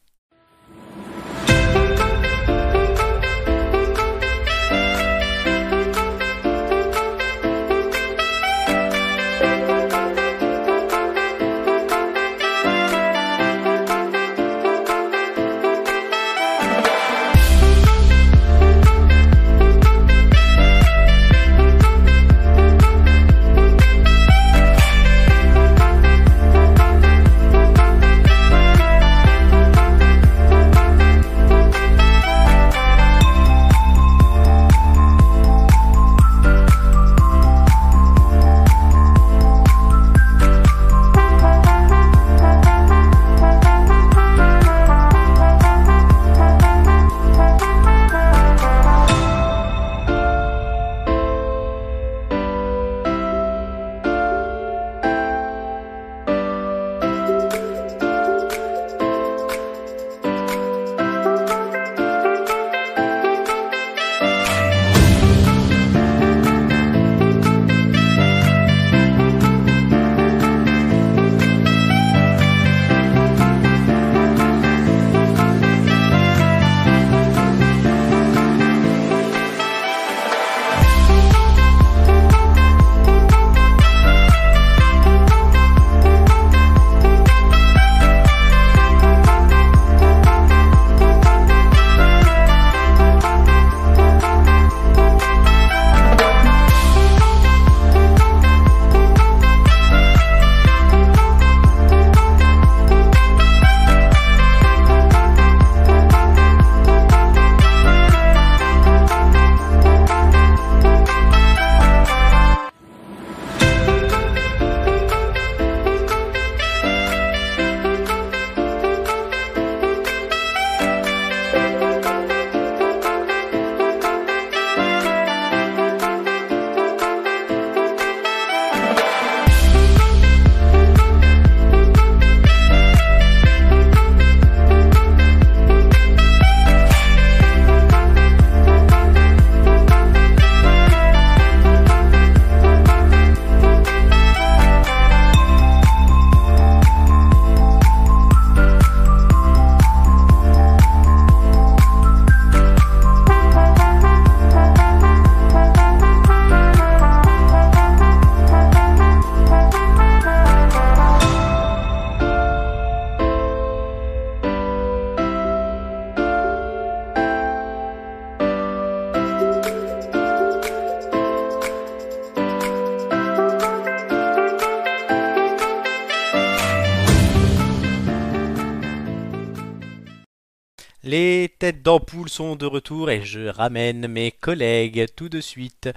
A: têtes d'ampoule sont de retour et je ramène mes collègues tout de suite.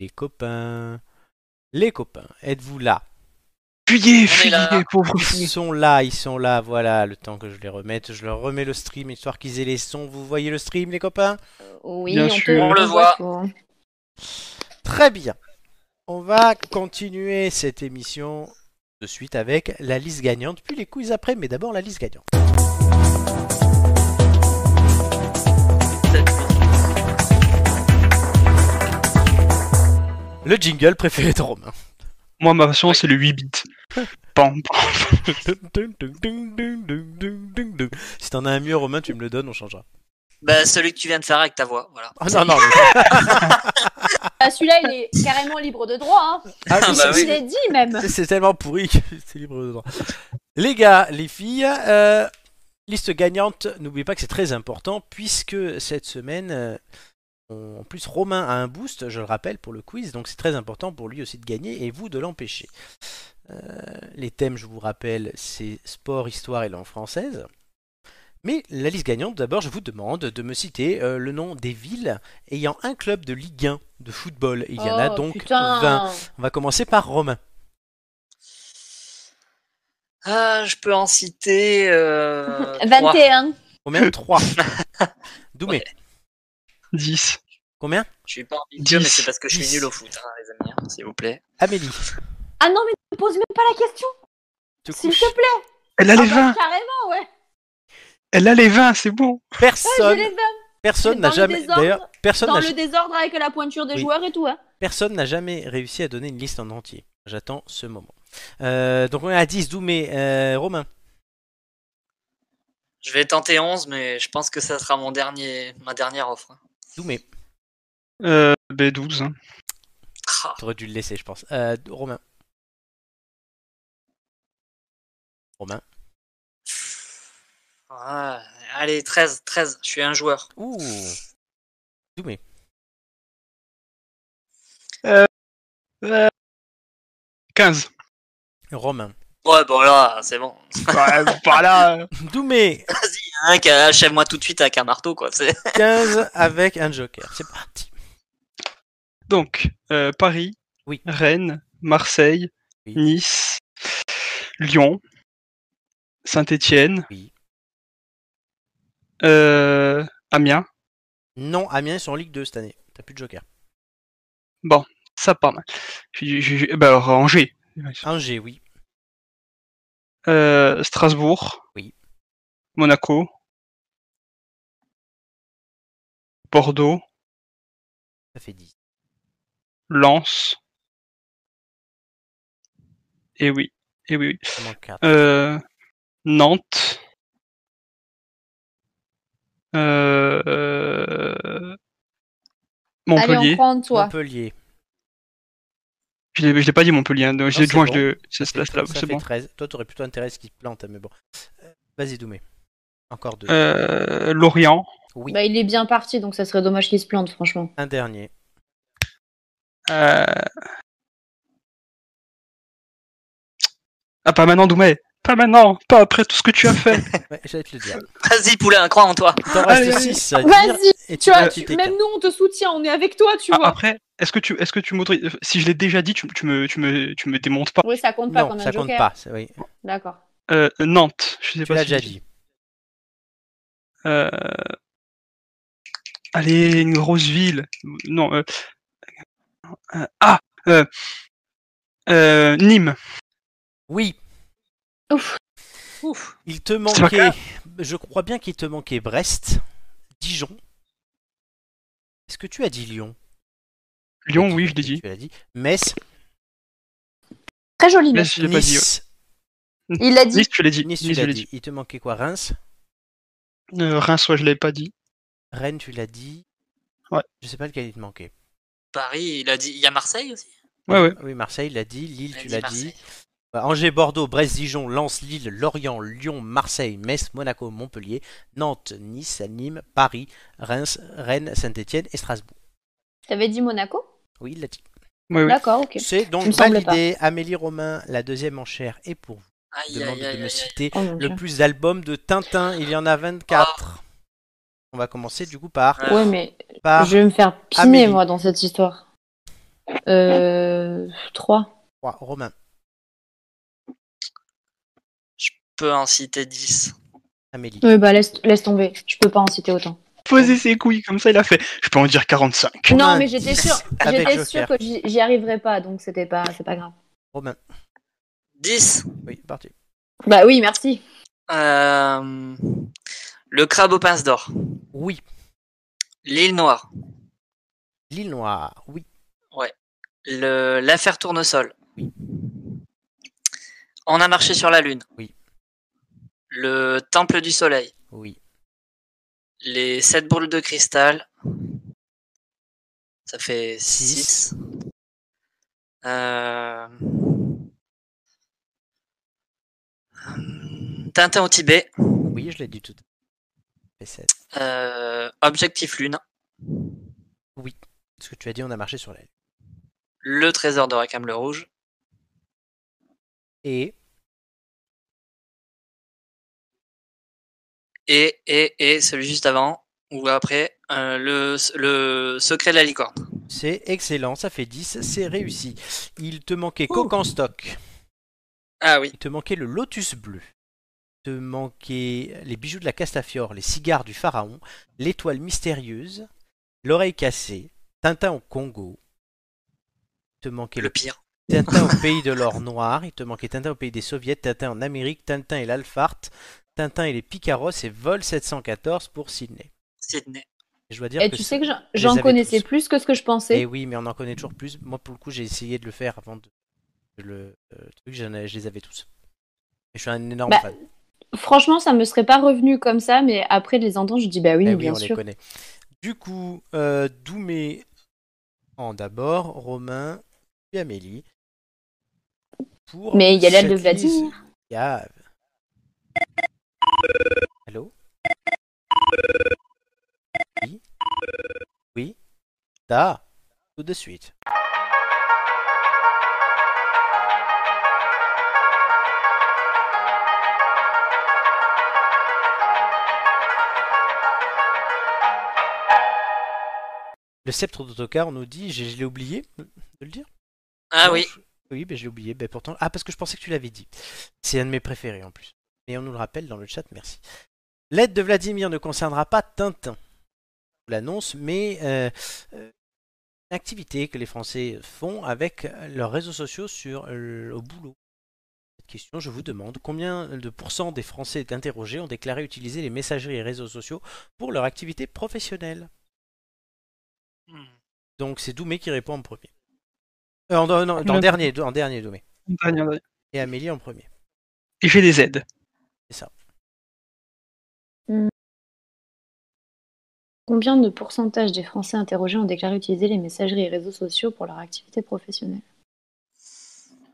A: Les copains. Les copains, êtes-vous là
B: Fuyez,
D: On est là.
B: fuyez, pauvre
A: Ils
B: fou.
A: sont là, ils sont là, voilà, le temps que je les remette. Je leur remets le stream histoire qu'ils aient les sons. Vous voyez le stream, les copains
C: Oui,
B: Bien
C: on,
B: sûr.
C: Peut,
D: On le voit.
C: tout.
A: Très bien. On va continuer cette émission de suite avec la liste gagnante, puis les quiz après, mais d'abord la liste gagnante. Le jingle préféré de Romain.
B: Moi, ma passion, c'est le 8 bits. Pam, pam.
A: Si t'en as un mieux, Romain, tu me le donnes, on changera.
D: Bah, celui que tu viens de faire avec ta voix, voilà.
A: Ah non, non, mais-
C: Ah, celui-là, il est carrément libre de droit. Hein.
A: Ah,
D: Ah,
A: mais
D: bah
A: c'est-
C: Je l'ai dit même.
A: C'est- C'est tellement pourri que c'est libre de droit. Les gars, les filles, euh, liste gagnante, n'oubliez pas que c'est très important puisque cette semaine, euh, on- en plus Romain a un boost, je le rappelle, pour le quiz, donc c'est très important pour lui aussi de gagner et vous de l'empêcher. Euh, les thèmes, je vous rappelle, c'est sport, histoire et langue française. Mais la liste gagnante, d'abord, je vous demande de me citer euh, le nom des villes ayant un club de Ligue 1 de football. Il y en a
C: Oh,
A: donc
C: putain.
A: 20. On va commencer par Romain.
D: Ah, je peux en citer. Euh, trois.
C: 21.
A: Combien 3 Doumé,
D: Ouais.
B: 10.
A: combien
D: Je suis pas ambitieux, mais
B: Dix.
D: c'est parce que je suis
A: Dix.
D: nul au foot, hein, les amis, hein, s'il vous plaît.
A: Amélie,
C: Ah non, mais ne pose même pas la question,
A: te
C: s'il
A: couches.
C: te plaît.
B: Elle a
C: Ah
B: les
C: bah,
B: 20.
C: carrément, ouais.
B: Elle a les 20, c'est bon.
C: Ouais,
A: Personne,
C: Ah, je les veux.
A: personne
C: Dans
A: n'a
C: le
A: jamais,
C: désordre,
A: d'ailleurs, personne
C: Dans
A: n'a,
C: le désordre avec la pointure des
A: Oui.
C: joueurs et tout. Hein.
A: personne n'a jamais réussi à donner une liste en entier. J'attends ce moment. Euh, donc on est à 10, Doumé, euh, Romain,
D: Je vais tenter 11, mais je pense que ça sera mon dernier, ma dernière offre. hein.
A: Doumé,
B: Euh, B12. hein.
D: Ah,
A: t'aurais dû le laisser, je pense. Euh, Romain, Romain,
D: ah, allez, 13, 13, je suis un joueur.
A: ouh,
B: Euh, 15.
A: Romain,
D: Ouais, bon là, c'est bon.
B: Ouais, voilà.
A: Doumé,
D: Vas-y, hein, qu'à- achève-moi tout de suite avec un marteau, quoi. c'est-
A: 15 avec un joker. C'est parti.
B: Donc, euh, Paris,
A: Oui.
B: Rennes, Marseille,
A: Oui.
B: Nice, Lyon, Saint-Étienne,
A: Oui.
B: euh, Amiens.
A: Non, Amiens ils sont en Ligue 2 cette année. T'as plus de joker.
B: Ça, pas mal. J'ai- j'ai- j'ai- bah, alors, Angers,
A: Angers, oui.
B: euh, Strasbourg,
A: Oui.
B: Monaco, Bordeaux,
A: Ça fait 10.
B: Lens. Et oui, et oui, oui.
A: Il manque 4.
B: Euh, Nantes. Euh, euh,
C: Allez, on
B: Montpellier.
C: prend de toi.
A: Montpellier.
B: Je l'ai je l'ai pas dit Montpellier. hein, donc
A: Non,
B: J'ai
A: c'est
B: dit, moi,
A: bon.
B: je l'ai- c'est
A: Ça
B: là,
A: fait-
B: c'est là,
A: ça
B: c'est
A: fait
B: bon.
A: 13. Toi, t'aurais plutôt intérêt à ce qu'il te plante, mais bon. Euh, Vas-y, Doumé. Encore deux.
B: Euh, Lorient.
A: oui,
C: Bah, il est bien parti, donc ça serait dommage qu'il se plante, franchement.
A: un dernier.
B: euh, Ah, pas maintenant, Doumé. Pas maintenant. Pas après tout ce que tu as fait.
A: Ouais, J'allais te le dire.
D: Vas-y, poulain, crois en toi.
A: Il t'en
B: Allez,
A: reste
B: allez.
A: 6 à dire.
C: Ah, Vas-y,
A: Et
C: tu
A: vas
C: vois,
A: quitter
C: tu- même nous, on te soutient, on est avec toi, tu
B: Ah,
C: vois.
B: après, est-ce que tu, est-ce que tu m'autorises- Si je l'ai déjà dit, tu, tu me, tu me, tu me démontes pas.
C: Oui, ça compte pas
A: quatre.
C: quand
A: ah. Non,
C: on a
A: ça
C: le
A: compte
C: joker.
A: pas. c'est- oui.
C: D'accord.
B: Euh, Nantes. Je sais
A: Tu
B: pas.
A: l'as
B: si-
A: déjà dit.
B: Euh, Allez, une grosse ville. Non. euh, euh, Ah euh, euh, Nîmes.
A: Oui.
C: Ouf.
A: Ouf. Il te
B: pas
A: manquait. Je crois bien qu'il te manquait Brest, Dijon. Est-ce que tu as dit Lyon
B: Lyon, oui, je l'ai dit.
A: Tu l'as dit. Metz,
C: Très joli.
B: Nice, je l'ai pas dit.
A: Nice.
E: Il l'a
B: ouais.
E: dit.
B: Nice, tu l'as dit.
A: Nice, tu
B: Nice, je
A: l'as
B: l'ai
A: dit. Il te manquait quoi Reims
B: dit. Euh, Reims, ouais, je l'avais pas dit.
A: Rennes, tu l'as dit.
B: Ouais.
A: Je sais pas lequel il te manquait.
D: Paris, il a dit. Il y a Marseille aussi
B: Ouais, ouais.
A: Oui, Marseille il l'a dit, Lille,
D: Il a
A: tu
D: dit
A: l'as dit.
D: Marseille.
A: Bah, Angers, Bordeaux, Brest, Dijon, Lens, Lille, Lorient, Lyon, Marseille, Metz, Monaco, Montpellier, Nantes, Nice, Nîmes, Paris, Reims, Rennes, Saint-Etienne et Strasbourg.
C: T'avais dit Monaco
A: Oui, il l'a dit.
B: ouais, ouais.
C: D'accord, ok.
A: C'est donc
C: Il me semblait
A: validé. Amélie Romain, la deuxième en chair est pour vous. Je
D: Aïe,
A: demande
D: aïe,
A: de
D: aïe,
A: me
D: aïe, aïe.
A: citer
C: Oh mon Dieu.
A: le plus d'albums de Tintin. Il y en a 24. On va commencer du coup par.
C: Ah. Ouais, mais
A: par...
C: je vais me faire piner,
A: Amélie.
C: moi, dans cette histoire. Euh. 3.
A: Trois, Romain,
D: Je peux en citer 10.
A: Amélie.
C: Oui, bah laisse, laisse tomber. Je peux pas en citer autant.
B: Poser ses couilles comme ça, il a fait. Je peux en dire 45.
A: Romain,
C: non, mais j'étais
A: 10
C: sûre
A: avec
C: j'étais
A: Joker.
C: sûre que j'y j'y arriverais pas, donc c'était pas, c'est pas grave.
A: Romain,
D: 10
A: oui, c'est parti.
C: Bah oui, merci.
D: euh, Le crabe aux pinces d'or.
A: Oui,
D: L'île noire.
A: l'île noire, oui,
D: Le- L'affaire Tournesol.
A: Oui.
D: On a marché sur la lune.
A: Oui.
D: Le temple du soleil.
A: oui,
D: Les sept boules de cristal. Ça fait 6. Euh, Tintin au Tibet.
A: oui, je l'ai dit tout à l'heure. Fait sept.
D: Euh, Objectif Lune.
A: Ce que tu as dit, on a marché sur la lune.
D: Le trésor de Rakam le Rouge.
A: Et
D: Et, et, et celui juste avant ou après. euh, le, le secret de la licorne.
A: c'est excellent, ça fait 10, c'est réussi. Il te manquait coq en stock,
D: Ah oui.
A: il te manquait le lotus bleu, il te manquait les bijoux de la Castafiore, les cigares du pharaon, l'étoile mystérieuse, l'oreille cassée, Tintin au Congo, il te manquait
D: Le
A: le
D: pire.
A: Tintin au pays de l'or noir, il te manquait Tintin au pays des soviets, Tintin en Amérique, Tintin et l'Alpharte, Tintin et les Picaros et Vol 714 pour Sydney.
D: Sydney.
A: Et je dois dire
C: Et
A: que
C: tu
A: c'est-
C: sais que j'en-
A: les
C: j'en
A: avais
C: connaissais
A: tous.
C: plus que ce que je
A: Eh
C: pensais.
A: oui, mais on en connaît toujours plus. Moi, pour le coup, j'ai essayé de le faire avant de de le euh, truc. j'en ai- Je les avais tous. Et je suis un énorme
C: Bah,
A: fan.
C: Franchement, ça me serait pas revenu comme ça, mais après de les entendre, je dis bah oui,
A: Eh
C: mais
A: oui,
C: bien
A: on les
C: sûr.
A: connaît. Du coup, euh, Doumé en d'abord, Romain puis Amélie. Pour
C: Mais il y a l'aile de
A: cette liste.
C: Vladimir.
A: Il y a- Allô Oui Oui Ça Tout de suite. Le sceptre d'Autocar, on nous dit, j'ai- je l'ai oublié de le dire.
D: Ah
A: Non,
D: oui.
A: je- Oui, ben, je l'ai oublié. Ben, pourtant... Ah, parce que je pensais que tu l'avais dit. C'est un de mes préférés en plus. Mais on nous le rappelle dans le chat, merci. L'aide de Vladimir ne concernera pas Tintin. Je vous l'annonce, mais euh, euh, une activité que les Français font avec euh, leurs réseaux sociaux sur euh, au boulot. Cette question, je vous demande combien de pourcents des Français interrogés ont déclaré utiliser les messageries et réseaux sociaux pour leur activité professionnelle
D: Hmm.
A: Donc c'est Doumé qui répond en premier. Euh, en, non, non, en
B: Le-
A: dernier, en dernier Doumé.
B: Dernière, dernière.
A: Et Amélie en premier.
B: Et j'ai des aides.
C: Combien de pourcentage des Français interrogés ont déclaré utiliser les messageries et réseaux sociaux pour leur activité professionnelle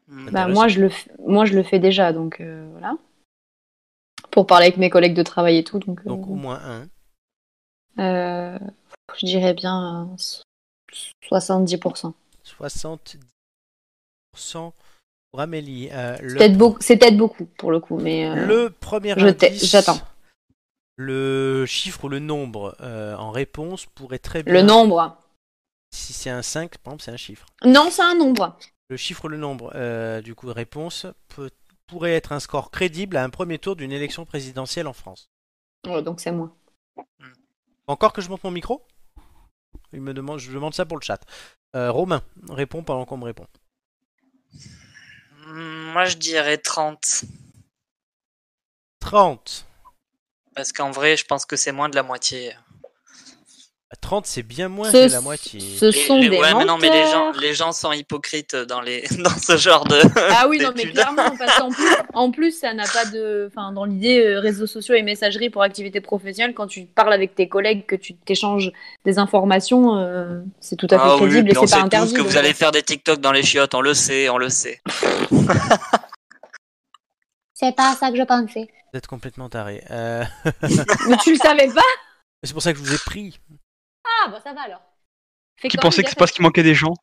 D: Hmm.
C: Bah
A: Intéressant.
C: moi je le f- moi je le fais déjà donc euh, voilà. Pour parler avec mes collègues de travail et tout donc, euh,
A: Donc au moins un.
C: euh, je dirais bien euh, so- 70%.
A: 70% pour Amélie. Euh,
C: C'est
A: le,
C: peut-être beaucoup, c'est peut-être beaucoup pour le coup mais euh,
A: le premier
C: Je t'ai-
A: indice,
C: j'attends.
A: Le chiffre ou le nombre euh, en réponse pourrait très bien.
C: le nombre.
A: Si c'est un 5, par exemple, c'est un chiffre.
C: Non, c'est un nombre.
A: Le chiffre ou le nombre, euh, du coup, réponse, peut- pourrait être un score crédible à un premier tour d'une élection présidentielle en France.
C: Ouais, donc c'est moi.
A: Encore que je monte mon micro Il me demande, Je demande ça pour le chat. Euh, Romain, réponds pendant qu'on me répond.
D: Hmm, Moi, je dirais 30.
A: 30.
D: Parce qu'en vrai, je pense que c'est moins de la moitié.
A: 30, Bah, c'est bien moins
C: Ce-
A: que la moitié.
C: Ce
D: Les-
C: sont
D: les-
C: des
D: ouais, mais non, mais les gens,
C: menteurs.
D: les gens sont hypocrites dans, les, dans ce genre de.
C: Ah oui, non, mais
D: d'études.
C: clairement, parce qu'en plus, en plus, ça n'a pas de. Enfin, dans l'idée, euh, réseaux sociaux et messagerie pour activité professionnelle, quand tu parles avec tes collègues, que tu t'échanges des informations, euh, c'est tout à fait
D: Ah oui,
C: crédible
D: puis
C: et
D: on
C: c'est
D: sait
C: pas interdit.
D: tous que
C: donc. euh,
D: vous allez faire des TikTok dans les chiottes, on le sait, on le sait.
H: C'est pas ça que je pensais.
A: Vous êtes complètement taré. Euh,
C: Mais tu le savais pas
A: c'est pour ça que je vous ai pris.
H: Ah, bon, ça va alors.
C: Fais
B: Qui
C: comme
B: pensait
C: les
B: que c'est parce qu'il manquait des gens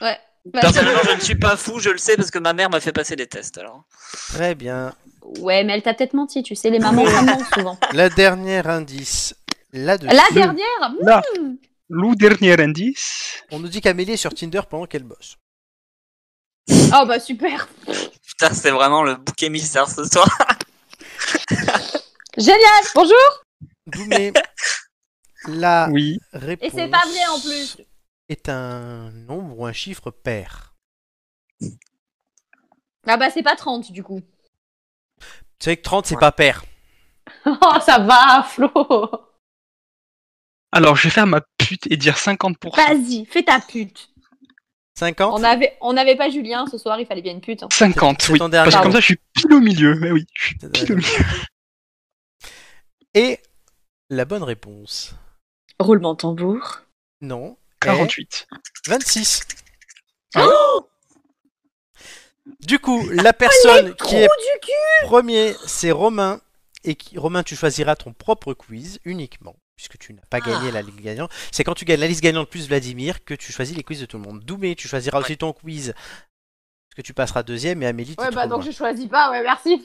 C: gars, ça-
D: Personnellement, je ne suis pas fou, je le sais parce que ma mère m'a fait passer des tests. Alors.
A: Très bien.
C: Ouais, mais elle t'a peut-être menti, tu sais, les mamans, ça ment souvent.
A: La dernière indice. La deuxième.
C: La dernière
B: Là.
C: hmm.
B: Lou, dernier indice.
A: On nous dit qu'Amélie est sur Tinder pendant qu'elle bosse.
C: Oh bah super
D: Putain, c'est vraiment le bouc émissaire ce soir.
C: Génial Bonjour
A: Doumé. La
B: Oui.
A: réponse.
C: Et c'est pas vrai, en plus.
A: Est un nombre ou un chiffre pair.
C: Ah bah c'est pas 30 du coup.
A: Tu sais que 30 c'est pas pair.
C: Oh ça va Flo
B: Alors, je vais faire ma pute et dire 50%.
D: Bah.
C: Vas-y, fais ta pute
A: 50
C: On avait, on avait pas Julien ce soir, il fallait bien une pute. hein.
B: 50,
A: C'est
B: oui.
A: ton dernier.
B: Parce que comme
A: Pardon.
B: ça, je suis pile au milieu. Mais oui, je suis
A: C'est
B: pile au milieu.
A: Et la bonne réponse.
C: Roulement de tambour.
A: Non. est
B: 48.
A: 26. du coup, la
C: Oh,
A: personne qui est
C: du cul
A: premier, c'est Romain. Et qui, Romain, tu choisiras ton propre quiz uniquement, puisque tu n'as pas
C: Ah.
A: gagné la liste gagnante. C'est quand tu gagnes la liste gagnante plus Vladimir que tu choisis les quiz de tout le monde. Doumé, tu choisiras aussi ton quiz, parce que tu passeras deuxième. Et Amélie, t'es
C: Ouais
A: trop
C: bah donc
A: loin.
C: je choisis pas, ouais merci.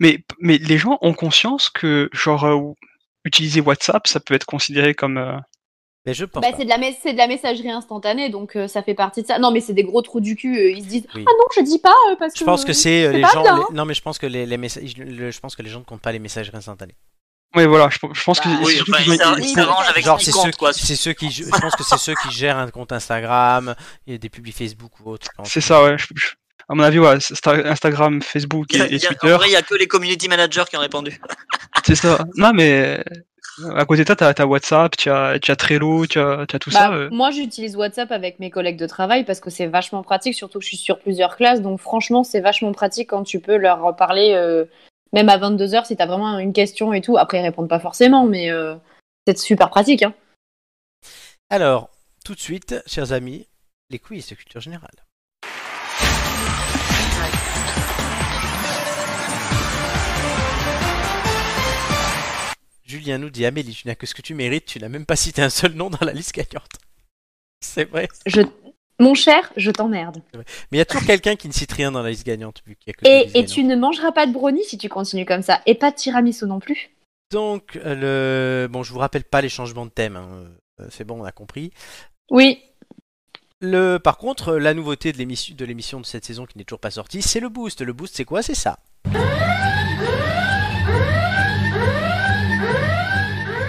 B: Mais, mais les gens ont conscience que, genre, euh, ou- utiliser WhatsApp, ça peut être considéré comme. euh,
A: Mais je pense
C: Bah
A: pas.
C: c'est de, la mes- c'est de la messagerie instantanée donc euh, ça fait partie de ça. Non mais c'est des gros trous du cul, euh, ils se disent
A: Oui.
C: Ah non je dis pas euh, parce que...
A: Je pense que c'est euh,
C: c'est
A: les
C: pas
A: gens.
C: bien,
A: les-
C: hein.
A: Non, mais je pense que les, les messages. le- Je pense que les gens ne comptent pas les messages instantanés.
B: Ouais, voilà, je, je pense que.
D: Bah oui,
B: surtout
D: enfin,
B: qu'ils ont-
D: ça-
B: ils
D: ils
B: sont-
D: s'arrangent avec
A: Genre,
D: ce
A: c'est
D: qu'ils
A: ceux,
D: comptent, quoi.
A: c'est ceux qui, je pense que c'est ceux qui gèrent un compte Instagram, il y a des publics Facebook ou autre. je pense.
B: C'est ça, ouais. je- je- à mon avis, ouais, c'est Instagram, Facebook
D: Il y a-
B: et, et
D: il y a-
B: Twitter.
D: en vrai, il y a que les community managers qui ont répondu.
A: Ah
B: C'est ça. Non, mais euh, à côté de ça, t'as t'as WhatsApp, t'as as Trello, t'as as tout
C: Bah,
B: ça. euh.
C: Moi, j'utilise WhatsApp avec mes collègues de travail parce que c'est vachement pratique, surtout que je suis sur plusieurs classes. Donc, franchement, c'est vachement pratique quand tu peux leur parler, euh, même à 22h, si t'as vraiment une question et tout. Après, ils répondent pas forcément, mais euh, c'est super pratique. Hein.
A: Alors, tout de suite, chers amis, les quiz de culture générale. Julien nous dit Amélie, tu n'as que ce que tu mérites, tu n'as même pas cité un seul nom dans la liste gagnante. C'est vrai.
C: Je... Mon cher, je t'emmerde.
A: Mais il y a toujours quelqu'un qui ne cite rien dans la liste gagnante, vu qu'il y a que des
C: Et,
A: listes
C: et
A: gagnantes.
C: tu ne mangeras pas de brownie si tu continues comme ça. Et pas de tiramisu non plus.
A: Donc, euh, le... bon, je vous rappelle pas les changements de thème, hein, euh, c'est bon, on a compris.
C: Oui.
A: Le... Par contre, euh, la nouveauté de l'émission de, l'émission de cette saison qui n'est toujours pas sortie, c'est le boost. Le boost, c'est quoi C'est ça.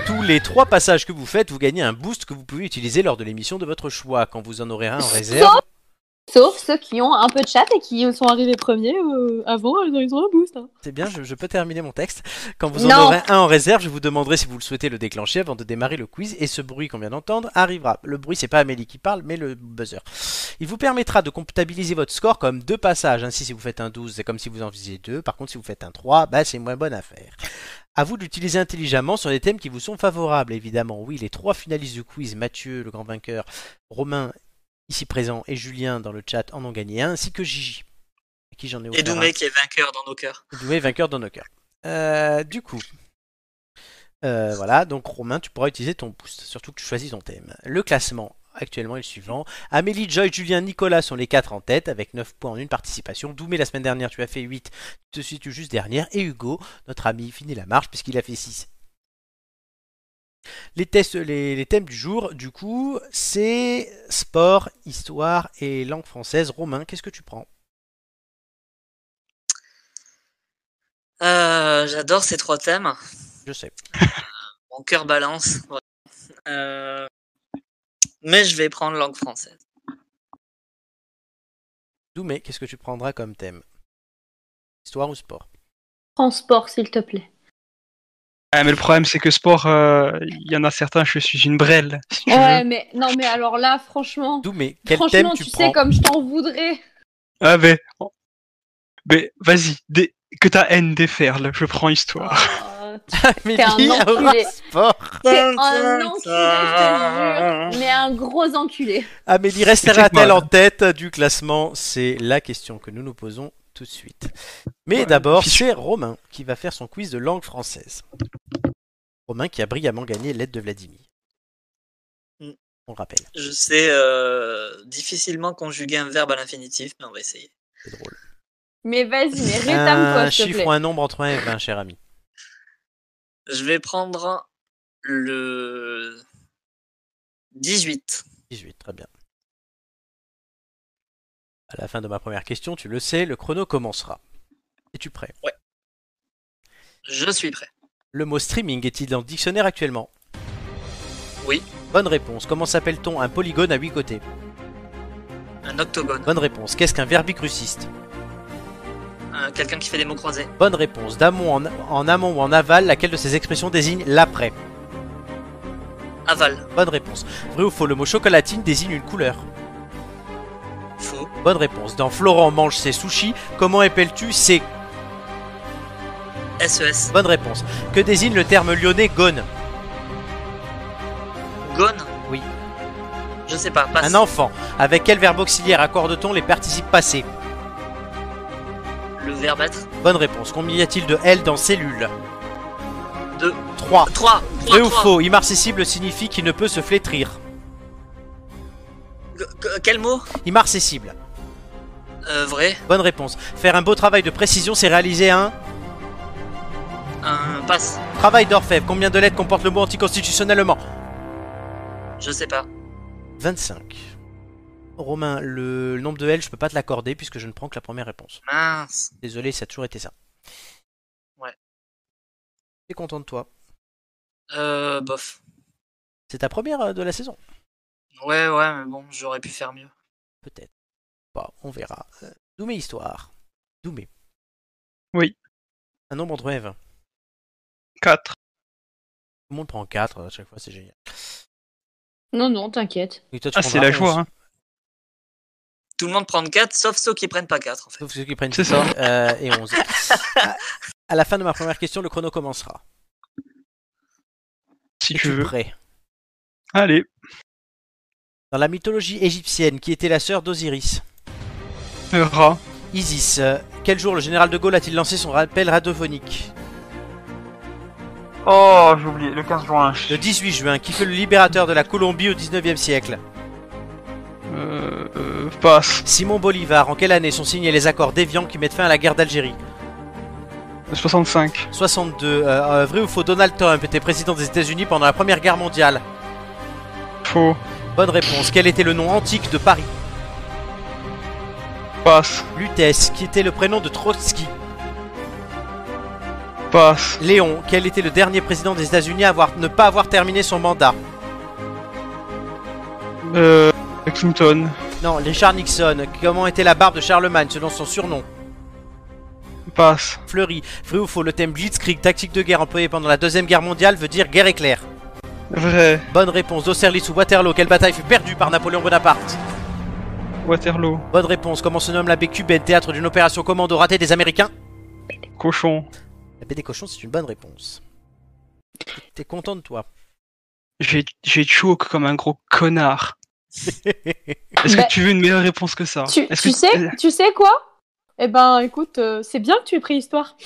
A: Tous les trois passages que vous faites, vous gagnez un boost que vous pouvez utiliser lors de l'émission de votre choix. Quand vous en aurez un en réserve,
C: Sauf, sauf ceux qui ont un peu de chat et qui sont arrivés premiers euh, avant, ils ont un boost. hein.
A: c'est bien, je, je peux terminer mon texte. Quand vous en
C: Non.
A: aurez un en réserve, je vous demanderai si vous le souhaitez le déclencher avant de démarrer le quiz et ce bruit qu'on vient d'entendre arrivera. Le bruit, c'est pas Amélie qui parle, mais le buzzer. Il vous permettra de comptabiliser votre score comme deux passages. Ainsi, si vous faites un 12, c'est comme si vous en faisiez deux. Par contre, si vous faites un 3, bah, c'est moins bonne affaire. À vous de l'utiliser intelligemment sur les thèmes qui vous sont favorables, évidemment. Oui, les trois finalistes du quiz, Mathieu, le grand vainqueur, Romain, ici présent, et Julien dans le chat en ont gagné un, ainsi que Gigi, à qui j'en ai
D: Et
A: offert un.
D: Doumé qui est vainqueur dans nos cœurs.
A: Doué vainqueur dans nos cœurs. Euh, du coup, euh, voilà, donc Romain, tu pourras utiliser ton boost, surtout que tu choisis ton thème. Le classement actuellement est le suivant. Amélie, Joy, Julien, Nicolas sont les 4 en tête avec 9 points en une participation. Doumé, la semaine dernière, tu as fait 8, tu te situes juste dernière. Et Hugo, notre ami, finit la marche puisqu'il a fait 6. Les, tests, les, les thèmes du jour, du coup, c'est sport, histoire et langue française. Romain, qu'est-ce que tu prends
D: Euh, J'adore ces trois thèmes.
A: Je sais.
D: Mon cœur balance. vraiment. Euh, mais je vais prendre langue française.
A: Doumé, qu'est-ce que tu prendras comme thème Histoire ou sport
C: Transport, s'il te plaît.
B: Ah, mais le problème, c'est que sport, euh, il y en a certains, je suis une brêle. Si tu
C: Ouais,
B: veux.
C: mais non, mais alors là, franchement.
A: Doumé, quel thème
C: Franchement,
A: tu,
C: tu, sais
A: prends
C: comme je t'en voudrais.
B: Ah, mais. Mais vas-y, dé- que ta haine déferle, je prends histoire.
C: Euh,
A: Amélie
C: T'es un
A: aura
C: enculé.
A: sport.
C: T'es un enculé, je te jure, mais un gros enculé.
A: Amélie
B: C'est
A: restera-t-elle
B: quoi
A: en tête du classement C'est la question que nous nous posons tout de suite. Mais
B: Ouais,
A: d'abord,
B: fichu.
A: c'est Romain qui va faire son quiz de langue française. Romain qui a brillamment gagné l'aide de Vladimir.
D: Mm.
A: On le rappelle,
D: Je sais euh, difficilement conjuguer un verbe à l'infinitif, mais on va essayer.
A: c'est drôle.
C: Mais vas-y, mais rétame-toi,
A: Un
C: s'il te
A: chiffre
C: plaît.
A: ou un nombre entre 1 et 20, cher ami.
D: Je vais prendre le 18.
A: 18, très bien. À la fin de ma première question, tu le sais, le chrono commencera. Es-tu prêt
D: Je suis prêt.
A: Le mot streaming est-il dans le dictionnaire actuellement
D: Oui.
A: Bonne réponse. Comment s'appelle-t-on un polygone à 8 côtés
D: Un octogone.
A: Bonne réponse. Qu'est-ce qu'un verbicruciste
D: Un- Quelqu'un qui fait des mots croisés.
A: Bonne réponse. D'amont en, en amont ou en aval, laquelle de ces expressions désigne l'après
D: Aval.
A: Bonne réponse. Vrai ou faux, le mot chocolatine désigne une couleur
D: Faux.
A: Bonne réponse. Dans Florent mange ses sushis, comment épelles-tu ses...
D: SES.
A: Bonne réponse. Que désigne le terme lyonnais gone
D: Gone.
A: Oui. Ah
D: Je sais pas. Passe.
A: Un enfant. Avec quel verbe auxiliaire accorde-t-on les participes passés
D: Le verbe être.
A: Bonne réponse. Combien y a-t-il de L dans cellule
D: Deux.
A: 3.
D: 3.
A: Vrai ou faux, immarcessible signifie qu'il ne peut se flétrir.
D: Quel mot
A: Immarcessible.
D: Euh, Vrai.
A: Bonne réponse. Faire un beau travail de précision, c'est réaliser un
D: Un passe.
A: travail d'orfèvre. Combien de lettres comporte le mot anticonstitutionnellement
D: Je sais pas.
A: 25. Romain, le nombre de L, je peux pas te l'accorder puisque je ne prends que la première réponse.
D: Mince.
A: Désolé, ça a toujours été ça.
D: Ouais.
A: T'es content de toi.
D: Euh, bof.
A: C'est ta première euh, de la saison.
D: Ouais, ouais, mais bon, j'aurais pu faire mieux.
A: Peut-être. Pas, on verra. Euh, Doumé histoire. Doumé.
B: Oui.
A: Un nombre entre 1 et 20. Tout
B: 4.
A: le monde prend 4 à chaque fois, c'est génial.
C: Non, non, t'inquiète.
A: Et toi, tu
B: Ah, c'est
A: prendras
B: la
A: 11.
B: joie. hein.
D: Tout le monde prend 4, sauf ceux qui prennent pas 4, en fait.
A: Sauf ceux qui prennent
B: C'est
A: 10 euh, et 11. à, à la fin de ma première question, le chrono commencera.
B: Si
A: Es-tu
B: tu veux.
A: prêt
B: Allez.
A: Dans la mythologie égyptienne, qui était la sœur d'Osiris
B: Euh, Ra.
A: Isis, euh, quel jour le général de Gaulle a-t-il lancé son rappel radiophonique
B: Oh, j'ai oublié. Le 15 juin.
A: Le 18 juin, qui fut le libérateur de la Colombie au 19e siècle
B: Euh, euh, passe.
A: Simon Bolivar, en quelle année sont signés les accords d'Évian qui mettent fin à la guerre d'Algérie
B: 65.
A: 62. euh, euh, vrai ou faux, Donald Trump était président des États-Unis pendant la Première Guerre mondiale
B: Faux.
A: Bonne réponse. Quel était le nom antique de Paris
B: Passe.
A: Lutèce, qui était le prénom de Trotsky
B: Passe.
A: Léon, quel était le dernier président des États-Unis à avoir, ne pas avoir terminé son mandat
B: Euh, Clinton.
A: Non, Richard Nixon. Comment était la barbe de Charlemagne selon son surnom
B: Passe.
A: Fleury. Vrai ou faux, le thème Blitzkrieg, tactique de guerre employée pendant la Deuxième Guerre mondiale, veut dire guerre éclair.
B: Vrai.
A: Bonne réponse. Austerlitz ou Waterloo, quelle bataille fut perdue par Napoléon Bonaparte
B: Waterloo.
A: Bonne réponse. Comment se nomme la baie cubaine, théâtre d'une opération commando ratée des Américains
B: Cochon.
A: La baie des cochons, c'est une bonne réponse. T'es content de toi
B: J'ai j'ai choke comme un gros connard. Est-ce
C: Bah-
B: que tu veux une meilleure réponse que ça
C: Tu,
B: Ah, Est-ce
C: tu
B: que-
C: sais, tu sais quoi Eh ben, écoute, euh, c'est bien que tu aies pris histoire.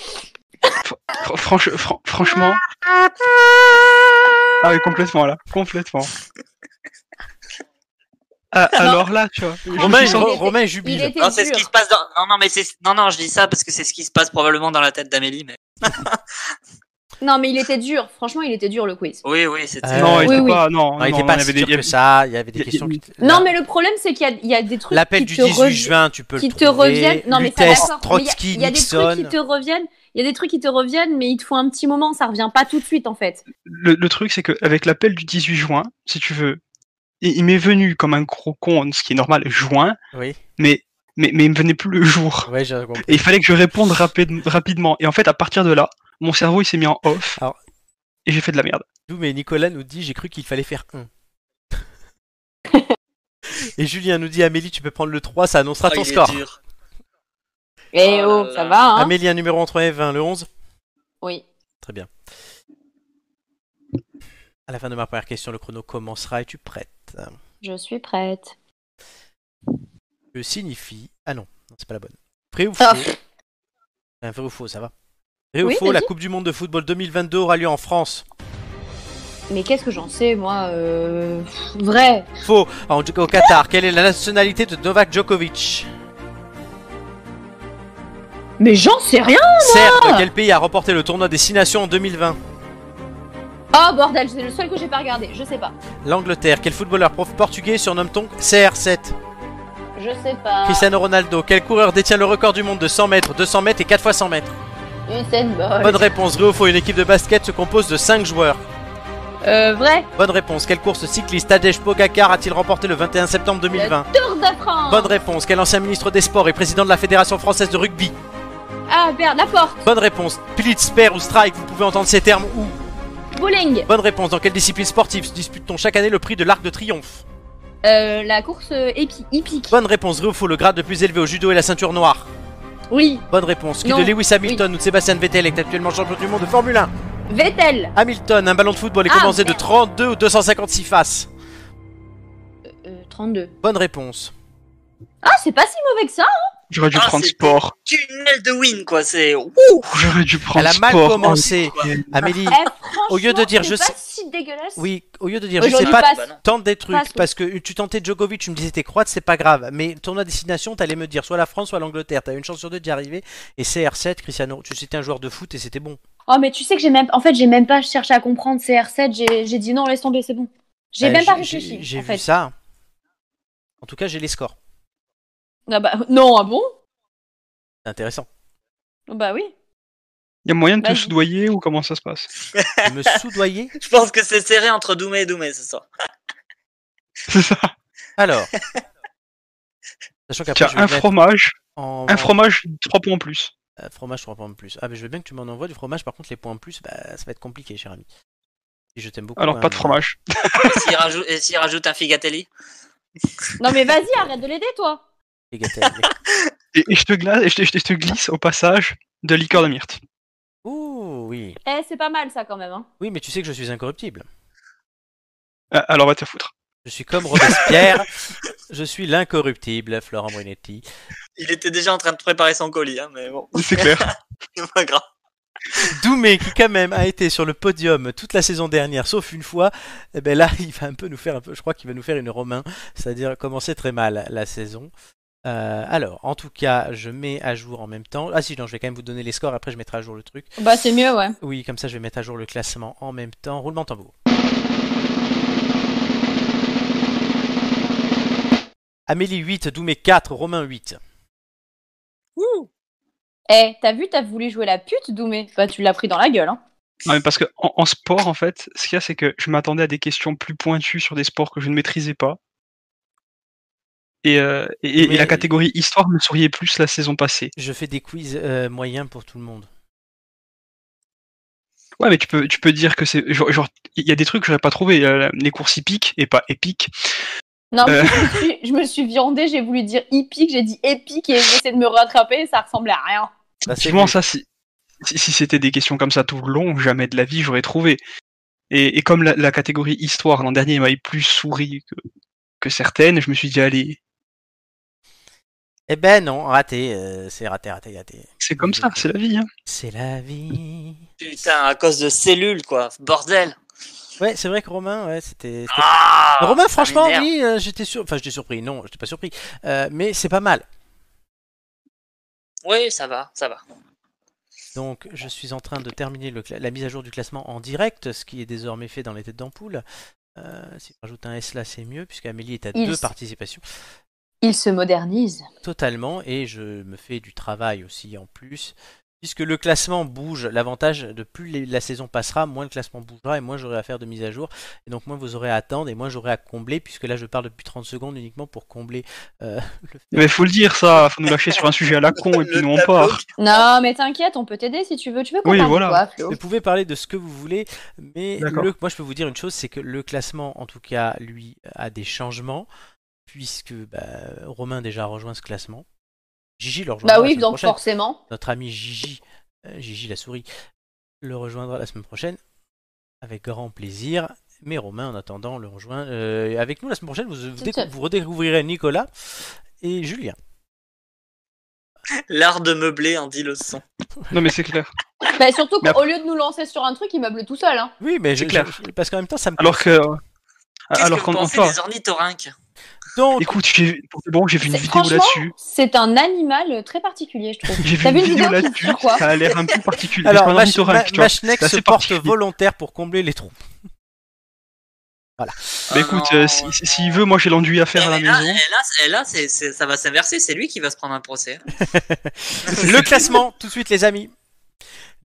B: Fr- franche- fran- franchement. Ah oui, complètement là. Complètement. Ah, alors là, tu vois. je me
A: Romain,
B: suis senti-
A: Ro- Romain
H: Il
A: jubile.
H: était
D: Non, c'est ce qui se
H: dur.
D: passe dans. Non, non, mais c'est. Non, non, je dis ça parce que c'est ce qui se passe probablement dans la tête d'Amélie, mais.
C: Non, mais il était dur. Franchement, il était dur le quiz.
D: Oui, oui, c'était.
A: Euh,
B: Non, il
C: Oui,
B: était
C: oui.
B: pas. Non,
A: Non, Ah, il
B: non,
A: était
B: non,
A: pas
B: il y avait
A: si
B: des-
A: dur
B: il
A: que
B: y avait-
A: ça. Il y avait
B: il
A: des
B: y a-
A: questions qui. te-
C: Non, mais le problème, c'est qu'il y a- il y, a des trucs
A: L'appel
C: qui
A: du
C: te
A: 18
C: revi-
A: juin, tu peux
C: qui
A: le
C: te
A: trouver.
C: reviennent. Non, mais ça,
A: Lutèce,
C: d'accord. Mais Il y a-
A: Trotsky,
C: il y a des trucs qui
A: Nixon.
C: te reviennent. Il y a des trucs qui te reviennent, mais il te faut un petit moment. Ça revient pas tout de suite, en fait.
B: Le, le truc, c'est qu'avec l'appel du 18 juin, si tu veux, il, il m'est venu comme un gros con, ce qui est normal, juin,
A: Oui,
B: mais, mais, mais il me venait plus le jour.
A: ouais, j'ai compris.
B: Et il fallait que je réponde rapide- rapidement. Et en fait, à partir de là, mon cerveau, il s'est mis en off.
A: Alors-
B: Et j'ai fait de la merde.
A: D'où mais Nicolas nous dit j'ai cru qu'il fallait faire 1. Et Julien nous dit Amélie tu peux prendre le 3 ça annoncera
D: Oh,
A: ton
D: il est
A: score.
D: dur.
C: Eh
D: Oh là
C: oh,
D: là.
C: ça va, hein
A: Amélie un numéro entre 1 et 20 le 11.
C: Oui.
A: Très bien. À la fin de ma première question le chrono commencera es-tu prête
C: Je suis prête.
A: Que signifie Ah non, non, c'est pas la bonne. Vrai ou faux
C: Ah.
A: Enfin, Vrai ou faux ça va. Vrai ou
C: Oui,
A: faux la
C: vas-y.
A: Coupe du monde de football 2022 aura lieu en France.
C: Mais qu'est-ce que j'en sais, moi euh, pff, Vrai.
A: Faux en, au Qatar quelle est la nationalité de Novak Djokovic
C: Oh Mais j'en sais rien
A: Certes, quel pays a remporté le tournoi des 6 nations en 2020
C: Oh bordel, c'est le seul que j'ai pas regardé, je sais pas.
A: L'Angleterre, quel footballeur prof portugais surnomme-t-on CR7
C: Je sais pas.
A: Cristiano Ronaldo, quel coureur détient le record du monde de 100 mètres, 200 mètres et 4 fois 100 mètres
C: Usain Bolt.
A: Bonne réponse, vrai ou faux, une équipe de basket se compose de 5 joueurs.
C: Euh, vrai.
A: Bonne réponse, quelle course cycliste Tadej Pogacar a-t-il remporté le 21 septembre 2020
C: Tour de France.
A: Bonne réponse, quel ancien ministre des Sports et président de la Fédération Française de Rugby
C: Ah merde, la porte.
A: Bonne réponse, Blitz, pair ou strike, vous pouvez entendre ces termes où
C: Bowling.
A: Bonne réponse, dans quelle discipline sportive se dispute-t-on chaque année le prix de l'Arc de Triomphe
C: Euh, la course euh, épi- hippique.
A: Bonne réponse, vrai ou faux, le grade le plus élevé au judo est la ceinture noire
C: Oui.
A: Bonne réponse, ski
C: Non.
A: de Lewis Hamilton ou de Sébastien Vettel est actuellement champion du monde de Formule 1
C: Vettel.
A: Hamilton, un ballon de football est
C: Ah,
A: commencé de
C: merde.
A: 32 ou 256 faces
C: Euh, 32.
A: Bonne réponse.
C: Ah, c'est pas si mauvais que ça.
B: J'aurais dû
D: Ah,
B: prendre
D: c'est-
B: sport.
D: Tunnel de win, quoi. C'est. Ouh,
B: J'aurais dû prendre
A: Elle a
B: sport.
A: mal commencé.
B: Oh, putain.
A: Amélie,
C: Eh, franchement,
A: Au lieu de dire,
C: c'est
A: je
C: pas
A: sais-
C: si dégueulasse.
A: oui, au lieu de dire je sais
C: Aujourd'hui,
A: pas,
C: passe.
D: Bah non.
A: tente des trucs
C: Passe, oui.
A: parce que tu tentais Djokovic, tu me disais t'es croate, c'est pas grave. Mais ton destination, t'allais me dire soit la France, soit l'Angleterre. T'as une chance sur deux d'y arriver. Et CR7, Cristiano, tu c'était un joueur de foot et c'était bon.
C: Oh, mais tu sais que j'ai même. En fait, j'ai même pas cherché à comprendre CR7. J'ai, j'ai dit non, laisse tomber, c'est bon. J'ai
A: Euh,
C: même pas
A: j'ai-
C: réfléchi.
A: J'ai
C: en
A: vu
C: fait.
A: ça. En tout cas, j'ai les scores.
C: Ah bah, non, ah bon
A: C'est intéressant.
C: Bah oui.
B: Il y a moyen de te
C: Vas-y.
B: soudoyer ou comment ça se passe
A: De me soudoyer
D: Je pense que c'est serré entre Doumé et Doumé ce soir.
B: C'est ça.
A: Alors. Sachant qu'après,
B: Tiens,
A: je vais
B: un
A: mettre
B: fromage,
A: en-
B: un fromage, trois points en plus.
A: Euh, fromage, 3 points de plus. Ah, mais je veux bien que tu m'en envoies du fromage, par contre, les points en plus, bah, ça va être compliqué, cher ami. Et je t'aime beaucoup.
B: Alors
A: hein,
B: pas de
A: mais-
B: fromage.
D: Et s'il rajoute, et s'il rajoute un Figatelli
C: Non, mais vas-y, arrête de l'aider, toi.
A: Les gâteaux, les-
B: Et, et je te glace, et je, te- je te- je te glisse au passage de liqueur de myrte.
A: Ouh, oui.
C: Eh, c'est pas mal ça quand même. Hein.
A: Oui, mais tu sais que je suis incorruptible.
B: Ah, Alors va te foutre.
A: Je suis comme Robespierre. je suis l'incorruptible, Florent Brunetti.
D: Il était déjà en train de préparer son colis, hein, mais bon,
B: C'est clair.
D: c'est pas grave.
A: Doumé, qui quand même a été sur le podium toute la saison dernière, sauf une fois, eh ben là, il va un peu nous faire un peu, je crois qu'il va nous faire une Romain, c'est-à-dire commencer très mal la saison. Euh, alors, en tout cas, je mets à jour en même temps. Ah si, non, je vais quand même vous donner les scores, après je mettrai à jour le truc.
C: Bah, c'est mieux, ouais.
A: Oui, comme ça, je vais mettre à jour le classement en même temps. Roulement de tambour. Amélie 8, Doumé 4, Romain 8.
C: Eh, t'as vu, t'as voulu jouer la pute, Doumé Bah, tu l'as pris dans la gueule. Hein.
B: Non mais parce que en, en sport en fait, ce qu'il y a c'est que je m'attendais à des questions plus pointues sur des sports que je ne maîtrisais pas. Et, euh, et- et
A: Mais-
B: la catégorie histoire me souriait plus la saison passée.
A: Je fais des quiz euh, moyens pour tout le monde.
B: Ouais, mais tu peux, tu peux dire que c'est genre, genre, il y a des trucs que j'aurais pas trouvé. euh, les courses hippiques et pas épiques.
C: Non,
B: Euh.
C: mais je, me suis, je me suis viandée, j'ai voulu dire hippique, j'ai dit épique et j'ai essayé de me rattraper et ça ressemblait à rien.
A: Bah, c'est
B: Typiquement,
A: nul.
B: ça, si, si, si c'était des questions comme ça tout le long, jamais de la vie, j'aurais trouvé. Et, et comme la, la catégorie histoire l'an dernier m'avait plus souri que, que certaines, je me suis dit, allez,
A: Eh ben non, raté, euh, c'est raté, raté, raté.
B: c'est comme ça, c'est la vie. Hein.
A: C'est la vie.
D: Putain, à cause de cellules, quoi. Bordel.
A: Ouais, c'est vrai que Romain, ouais, c'était. c'était-
D: Ah,
A: Mais Romain, franchement,
D: m'énerve.
A: oui, euh, j'étais sur... enfin, j'étais surpris. Non, j'étais pas surpris. Euh, mais c'est pas mal.
D: Oui, ça va, ça va.
A: Donc, je suis en train de terminer le cla- la mise à jour du classement en direct, ce qui est désormais fait dans les têtes d'ampoule. Euh, si je rajoute un S là, c'est mieux, puisque Amélie est à
C: Il
A: deux
C: s-
A: participations
C: Il se modernise.
A: totalement, et je me fais du travail aussi en plus. Puisque le classement bouge, l'avantage de plus les- la saison passera, moins le classement bougera et moins j'aurai à faire de mise à jour. Et donc moins vous aurez à attendre et moins j'aurai à combler, puisque là je parle depuis 30 secondes uniquement pour combler euh, le fait
B: Mais faut le dire, ça, faut nous lâcher sur un sujet à la con et puis
D: Le
B: nous on
D: tableau.
B: part.
C: Non, mais t'inquiète, on peut t'aider si tu veux. Tu veux qu'on
B: Oui,
C: parle de
B: voilà.
C: quoi, Flo
A: Vous pouvez parler de ce que vous voulez, mais
B: D'accord.
A: le- moi je peux vous dire une chose, c'est que le classement, en tout cas, lui, a des changements, puisque bah, Romain déjà rejoint ce classement. Gigi le rejoindra
C: Bah
A: la
C: oui,
A: semaine
C: donc
A: prochaine.
C: forcément.
A: Notre ami Gigi, euh, Gigi la souris, le rejoindra la semaine prochaine, avec grand plaisir. Mais Romain, en attendant, le rejoint euh, avec nous la semaine prochaine. Vous, vous,
C: Tout à
A: décou- vous redécouvrirez Nicolas et Julien.
D: L'art de meubler en dit le son.
B: Non mais c'est clair.
C: Bah, surtout
B: Mais
C: qu'au lieu de nous lancer sur un truc, il meuble tout seul. Hein.
A: Oui, mais je,
B: C'est clair.
A: je- parce qu'en même temps, ça me
B: Alors que,
D: Qu'est-ce
B: alors
D: que vous
B: qu'on
D: pensez
B: enfin,
D: des ornithorynques
A: Donc,
B: Écoute, j'ai- pour de bon, j'ai vu une
C: C'est-
B: vidéo
C: franchement,
B: là-dessus.
C: C'est un animal très particulier, je trouve.
B: J'ai vu
C: T'as
B: une vidéo là-dessus.
C: dit quoi
B: Ça a l'air un peu particulier.
A: alors,
B: C'est un
A: Mach- Ma-
B: ornithorynque, tu vois.
A: Machnek
B: C'est assez
A: se porte
B: particulier.
A: volontaire pour combler les trous.
B: Bah écoute,
D: Ah
B: euh, si- si- s'il veut, moi j'ai l'enduit à faire à la
D: Et là, eh,
B: maison.
D: et là, et là, c'est- c'est- ça va s'inverser, c'est lui qui va se prendre un procès.
A: Le classement, tout de suite les amis.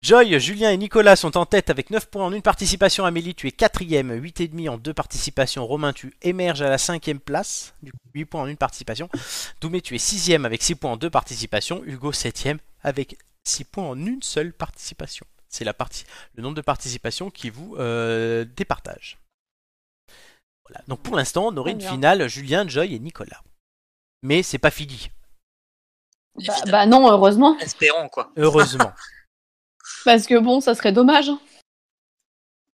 A: Joy, Julien et Nicolas sont en tête avec 9 points en une participation. Amélie, tu es quatrième, 8,5 en deux participations. Romain, tu émerges à la cinquième place, du coup 8 points en une participation. Doumé, tu es sixième avec 6 points en deux participations. Hugo, septième avec 6 points en une seule participation. C'est la partie, le nombre de participations qui vous euh, départage. Voilà. Donc pour l'instant, on aurait une
C: Très bien.
A: finale Julien, Joy et Nicolas. Mais c'est pas fini,
C: bah, bah non, heureusement,
D: Espérons, quoi.
A: heureusement.
C: Ah, parce que bon, ça serait dommage. hein.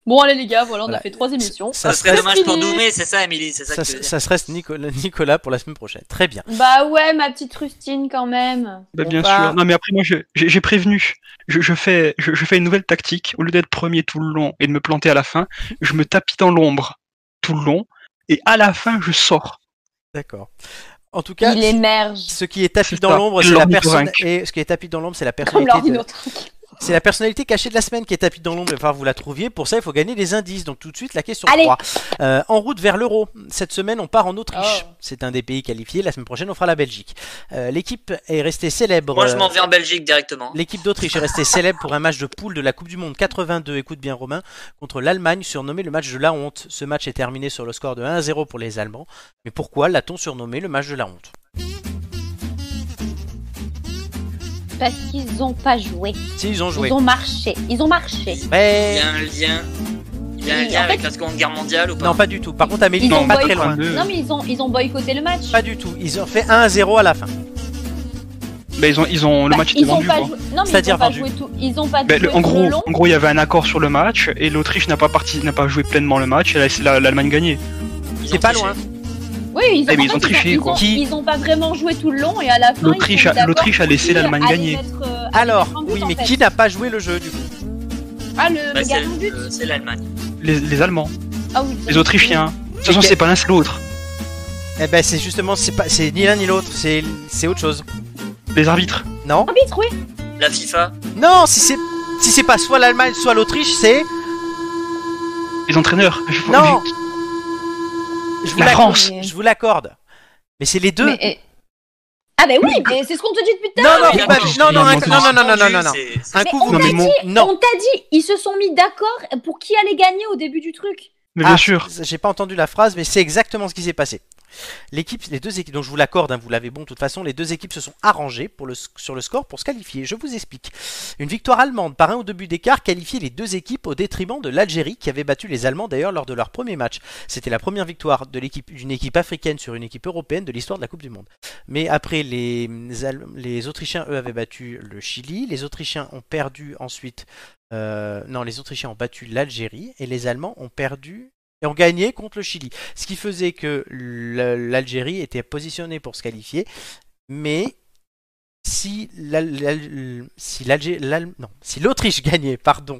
C: Bon, allez les gars, voilà, on
A: Voilà.
C: a fait trois émissions.
A: Ça
D: Ça
A: serait
D: serait dommage pour
C: fini.
D: Doumé, c'est ça, Émilie, c'est ça,
A: ça,
D: que tu veux dire.
A: ça se reste Nicolas, Nicolas pour la semaine prochaine. Très bien.
C: Bah ouais, ma petite rustine quand même.
B: Bah,
C: Faut
B: bien
C: pas-
B: sûr. Non, mais après, moi, je- j'ai j'ai prévenu. Je, je fais, je, je fais une nouvelle tactique. Au lieu d'être premier tout le long et de me planter à la fin, je me tapis dans l'ombre tout le long et à la fin, je sors.
A: D'accord. En tout cas,
C: Il émerge
A: ce qui est tapis
B: C'est
A: dans
B: ça.
A: l'ombre, c'est la personne
B: L'ornithorynque.
A: et ce qui est tapis dans l'ombre, c'est la
C: comme
A: personnalité. de-
C: l'ornithorynque.
A: C'est la personnalité cachée de la semaine qui est tapis dans l'ombre. Enfin, vous la trouviez. Pour ça, il faut gagner des indices. Donc tout de suite, la question
C: Allez.
A: 3. Euh, en route vers l'euro. Cette semaine, on part en Autriche.
C: Oh.
A: C'est un des pays qualifiés. La semaine prochaine, on fera la Belgique. Euh, L'équipe est restée célèbre.
D: Moi, je
A: euh,
D: m'en vais en Belgique directement.
A: L'équipe d'Autriche est restée célèbre pour un match de poule de la Coupe du Monde 82, écoute bien Romain, contre l'Allemagne, surnommé le match de la honte. Ce match est terminé sur le score de 1-0 pour les Allemands. Mais pourquoi l'a-t-on surnommé le match de la honte
H: Parce qu'ils ont pas joué.
A: Si, ils ont joué.
H: Ils ont marché. Ils ont marché.
D: Il y
A: Mais...
D: a un lien, il y a un
H: Oui,
D: lien
H: en
D: avec la Seconde Guerre mondiale ou pas
A: Non, pas du tout. Par contre, Amélie,
H: Ils
A: non,
H: ont
A: pas
H: boycotté.
A: très loin.
B: Euh,
H: Non, mais ils ont, ils ont boycotté le match.
A: Pas du tout. Ils ont fait 1-0 à la fin.
B: Bah, ils ont, ils ont le
H: Bah,
B: match était
H: ils ont
B: vendu.
H: pas
B: quoi.
H: joué. Non, mais ils
A: C'est-à-dire
H: ont pas
A: vendu.
H: joué tout. Ils ont pas
B: Bah,
H: joué
B: le- en
H: tout
B: gros,
H: le long.
B: en gros, il y avait un accord sur le match et l'Autriche n'a pas parti, n'a pas joué pleinement le match. et la- la- L'Allemagne gagnait.
D: Ils ont
A: C'est pas
D: triché.
A: loin.
H: Oui, ils
B: Eh,
H: ont,
B: mais
H: en
B: ils
H: fait,
B: ont triché,
H: ils ont,
B: quoi.
A: Qui-
H: ils ont pas vraiment joué tout le long et à la fin.
B: L'Autriche a- l'Autriche a laissé l'Allemagne gagner.
H: Euh,
A: Alors, oui, mais qui n'a pas joué le jeu du coup
C: Ah, le,
D: Bah,
C: le
D: c'est
C: gardien de but
D: euh, c'est l'Allemagne.
B: Les, les Allemands,
C: Ah oui,
B: les Autrichiens. De toute façon, c'est pas l'un, c'est l'autre.
A: Eh ben, c'est justement, c'est pas, c'est ni l'un ni l'autre. C'est, c'est autre chose.
B: Les arbitres.
A: Non
H: Arbitre, Ah oui.
D: La FIFA,
A: Non, si c'est, si c'est pas soit l'Allemagne, soit l'Autriche, c'est.
B: Les entraîneurs. Je-
A: Non. Je vous
B: La
A: l'accorde-
B: France.
A: Je vous l'accorde. Mais c'est les deux.
C: Mais, eh, Ah bah oui, mais c'est ce qu'on te dit depuis tout à
A: Non, non,
D: mais
A: non,
D: attends,
A: bah, non, non, un-
B: j'ai
A: non, non, non, non, non, non, non.
D: c'est-
A: Un
H: Mais
A: coup,
H: on
A: vous
B: Non,
A: me
B: mais
A: dites-
B: mon-
A: non.
H: On t'a dit, ils se sont mis d'accord pour qui allait gagner au début du truc.
B: Mais bien
A: Ah,
B: sûr.
A: J'ai pas entendu la phrase, mais c'est exactement ce qui s'est passé. L'équipe, les deux équipes, donc je vous l'accorde, hein, vous l'avez bon de toute façon, les deux équipes se sont arrangées pour le, sc- sur le score pour se qualifier. Je vous explique. Une victoire allemande par un ou deux buts d'écart qualifiait les deux équipes au détriment de l'Algérie qui avait battu les Allemands d'ailleurs lors de leur premier match. C'était la première victoire de l'équipe, d'une équipe africaine sur une équipe européenne de l'histoire de la Coupe du Monde. Mais après, les, Al- les Autrichiens, eux, avaient battu le Chili. Les Autrichiens ont perdu ensuite. euh, non, les Autrichiens ont battu l'Algérie et les Allemands ont perdu et ont gagné contre le Chili. Ce qui faisait que l- l'Algérie était positionnée pour se qualifier, mais si l'Al- l'Al- si l'Algé- l'Al- non, si l'Autriche gagnait, pardon,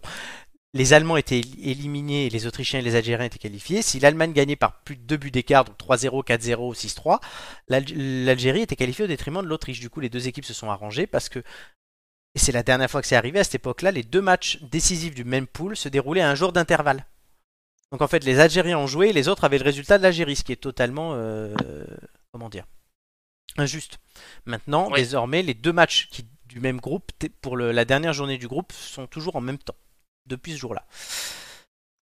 A: les Allemands étaient éli- éliminés, et les Autrichiens et les Algériens étaient qualifiés. Si l'Allemagne gagnait par plus de deux buts d'écart, donc 3-0, 4-0, 6-3, l'Al- l'Algérie était qualifiée au détriment de l'Autriche. Du coup, les deux équipes se sont arrangées parce que et c'est la dernière fois que c'est arrivé à cette époque-là, les deux matchs décisifs du même pool se déroulaient à un jour d'intervalle. Donc en fait, les Algériens ont joué et les autres avaient le résultat de l'Algérie, ce qui est totalement, euh, comment dire, injuste. Maintenant,
D: Oui.
A: désormais, les deux matchs qui, du même groupe, t- pour le- la dernière journée du groupe, sont toujours en même temps, depuis ce jour-là.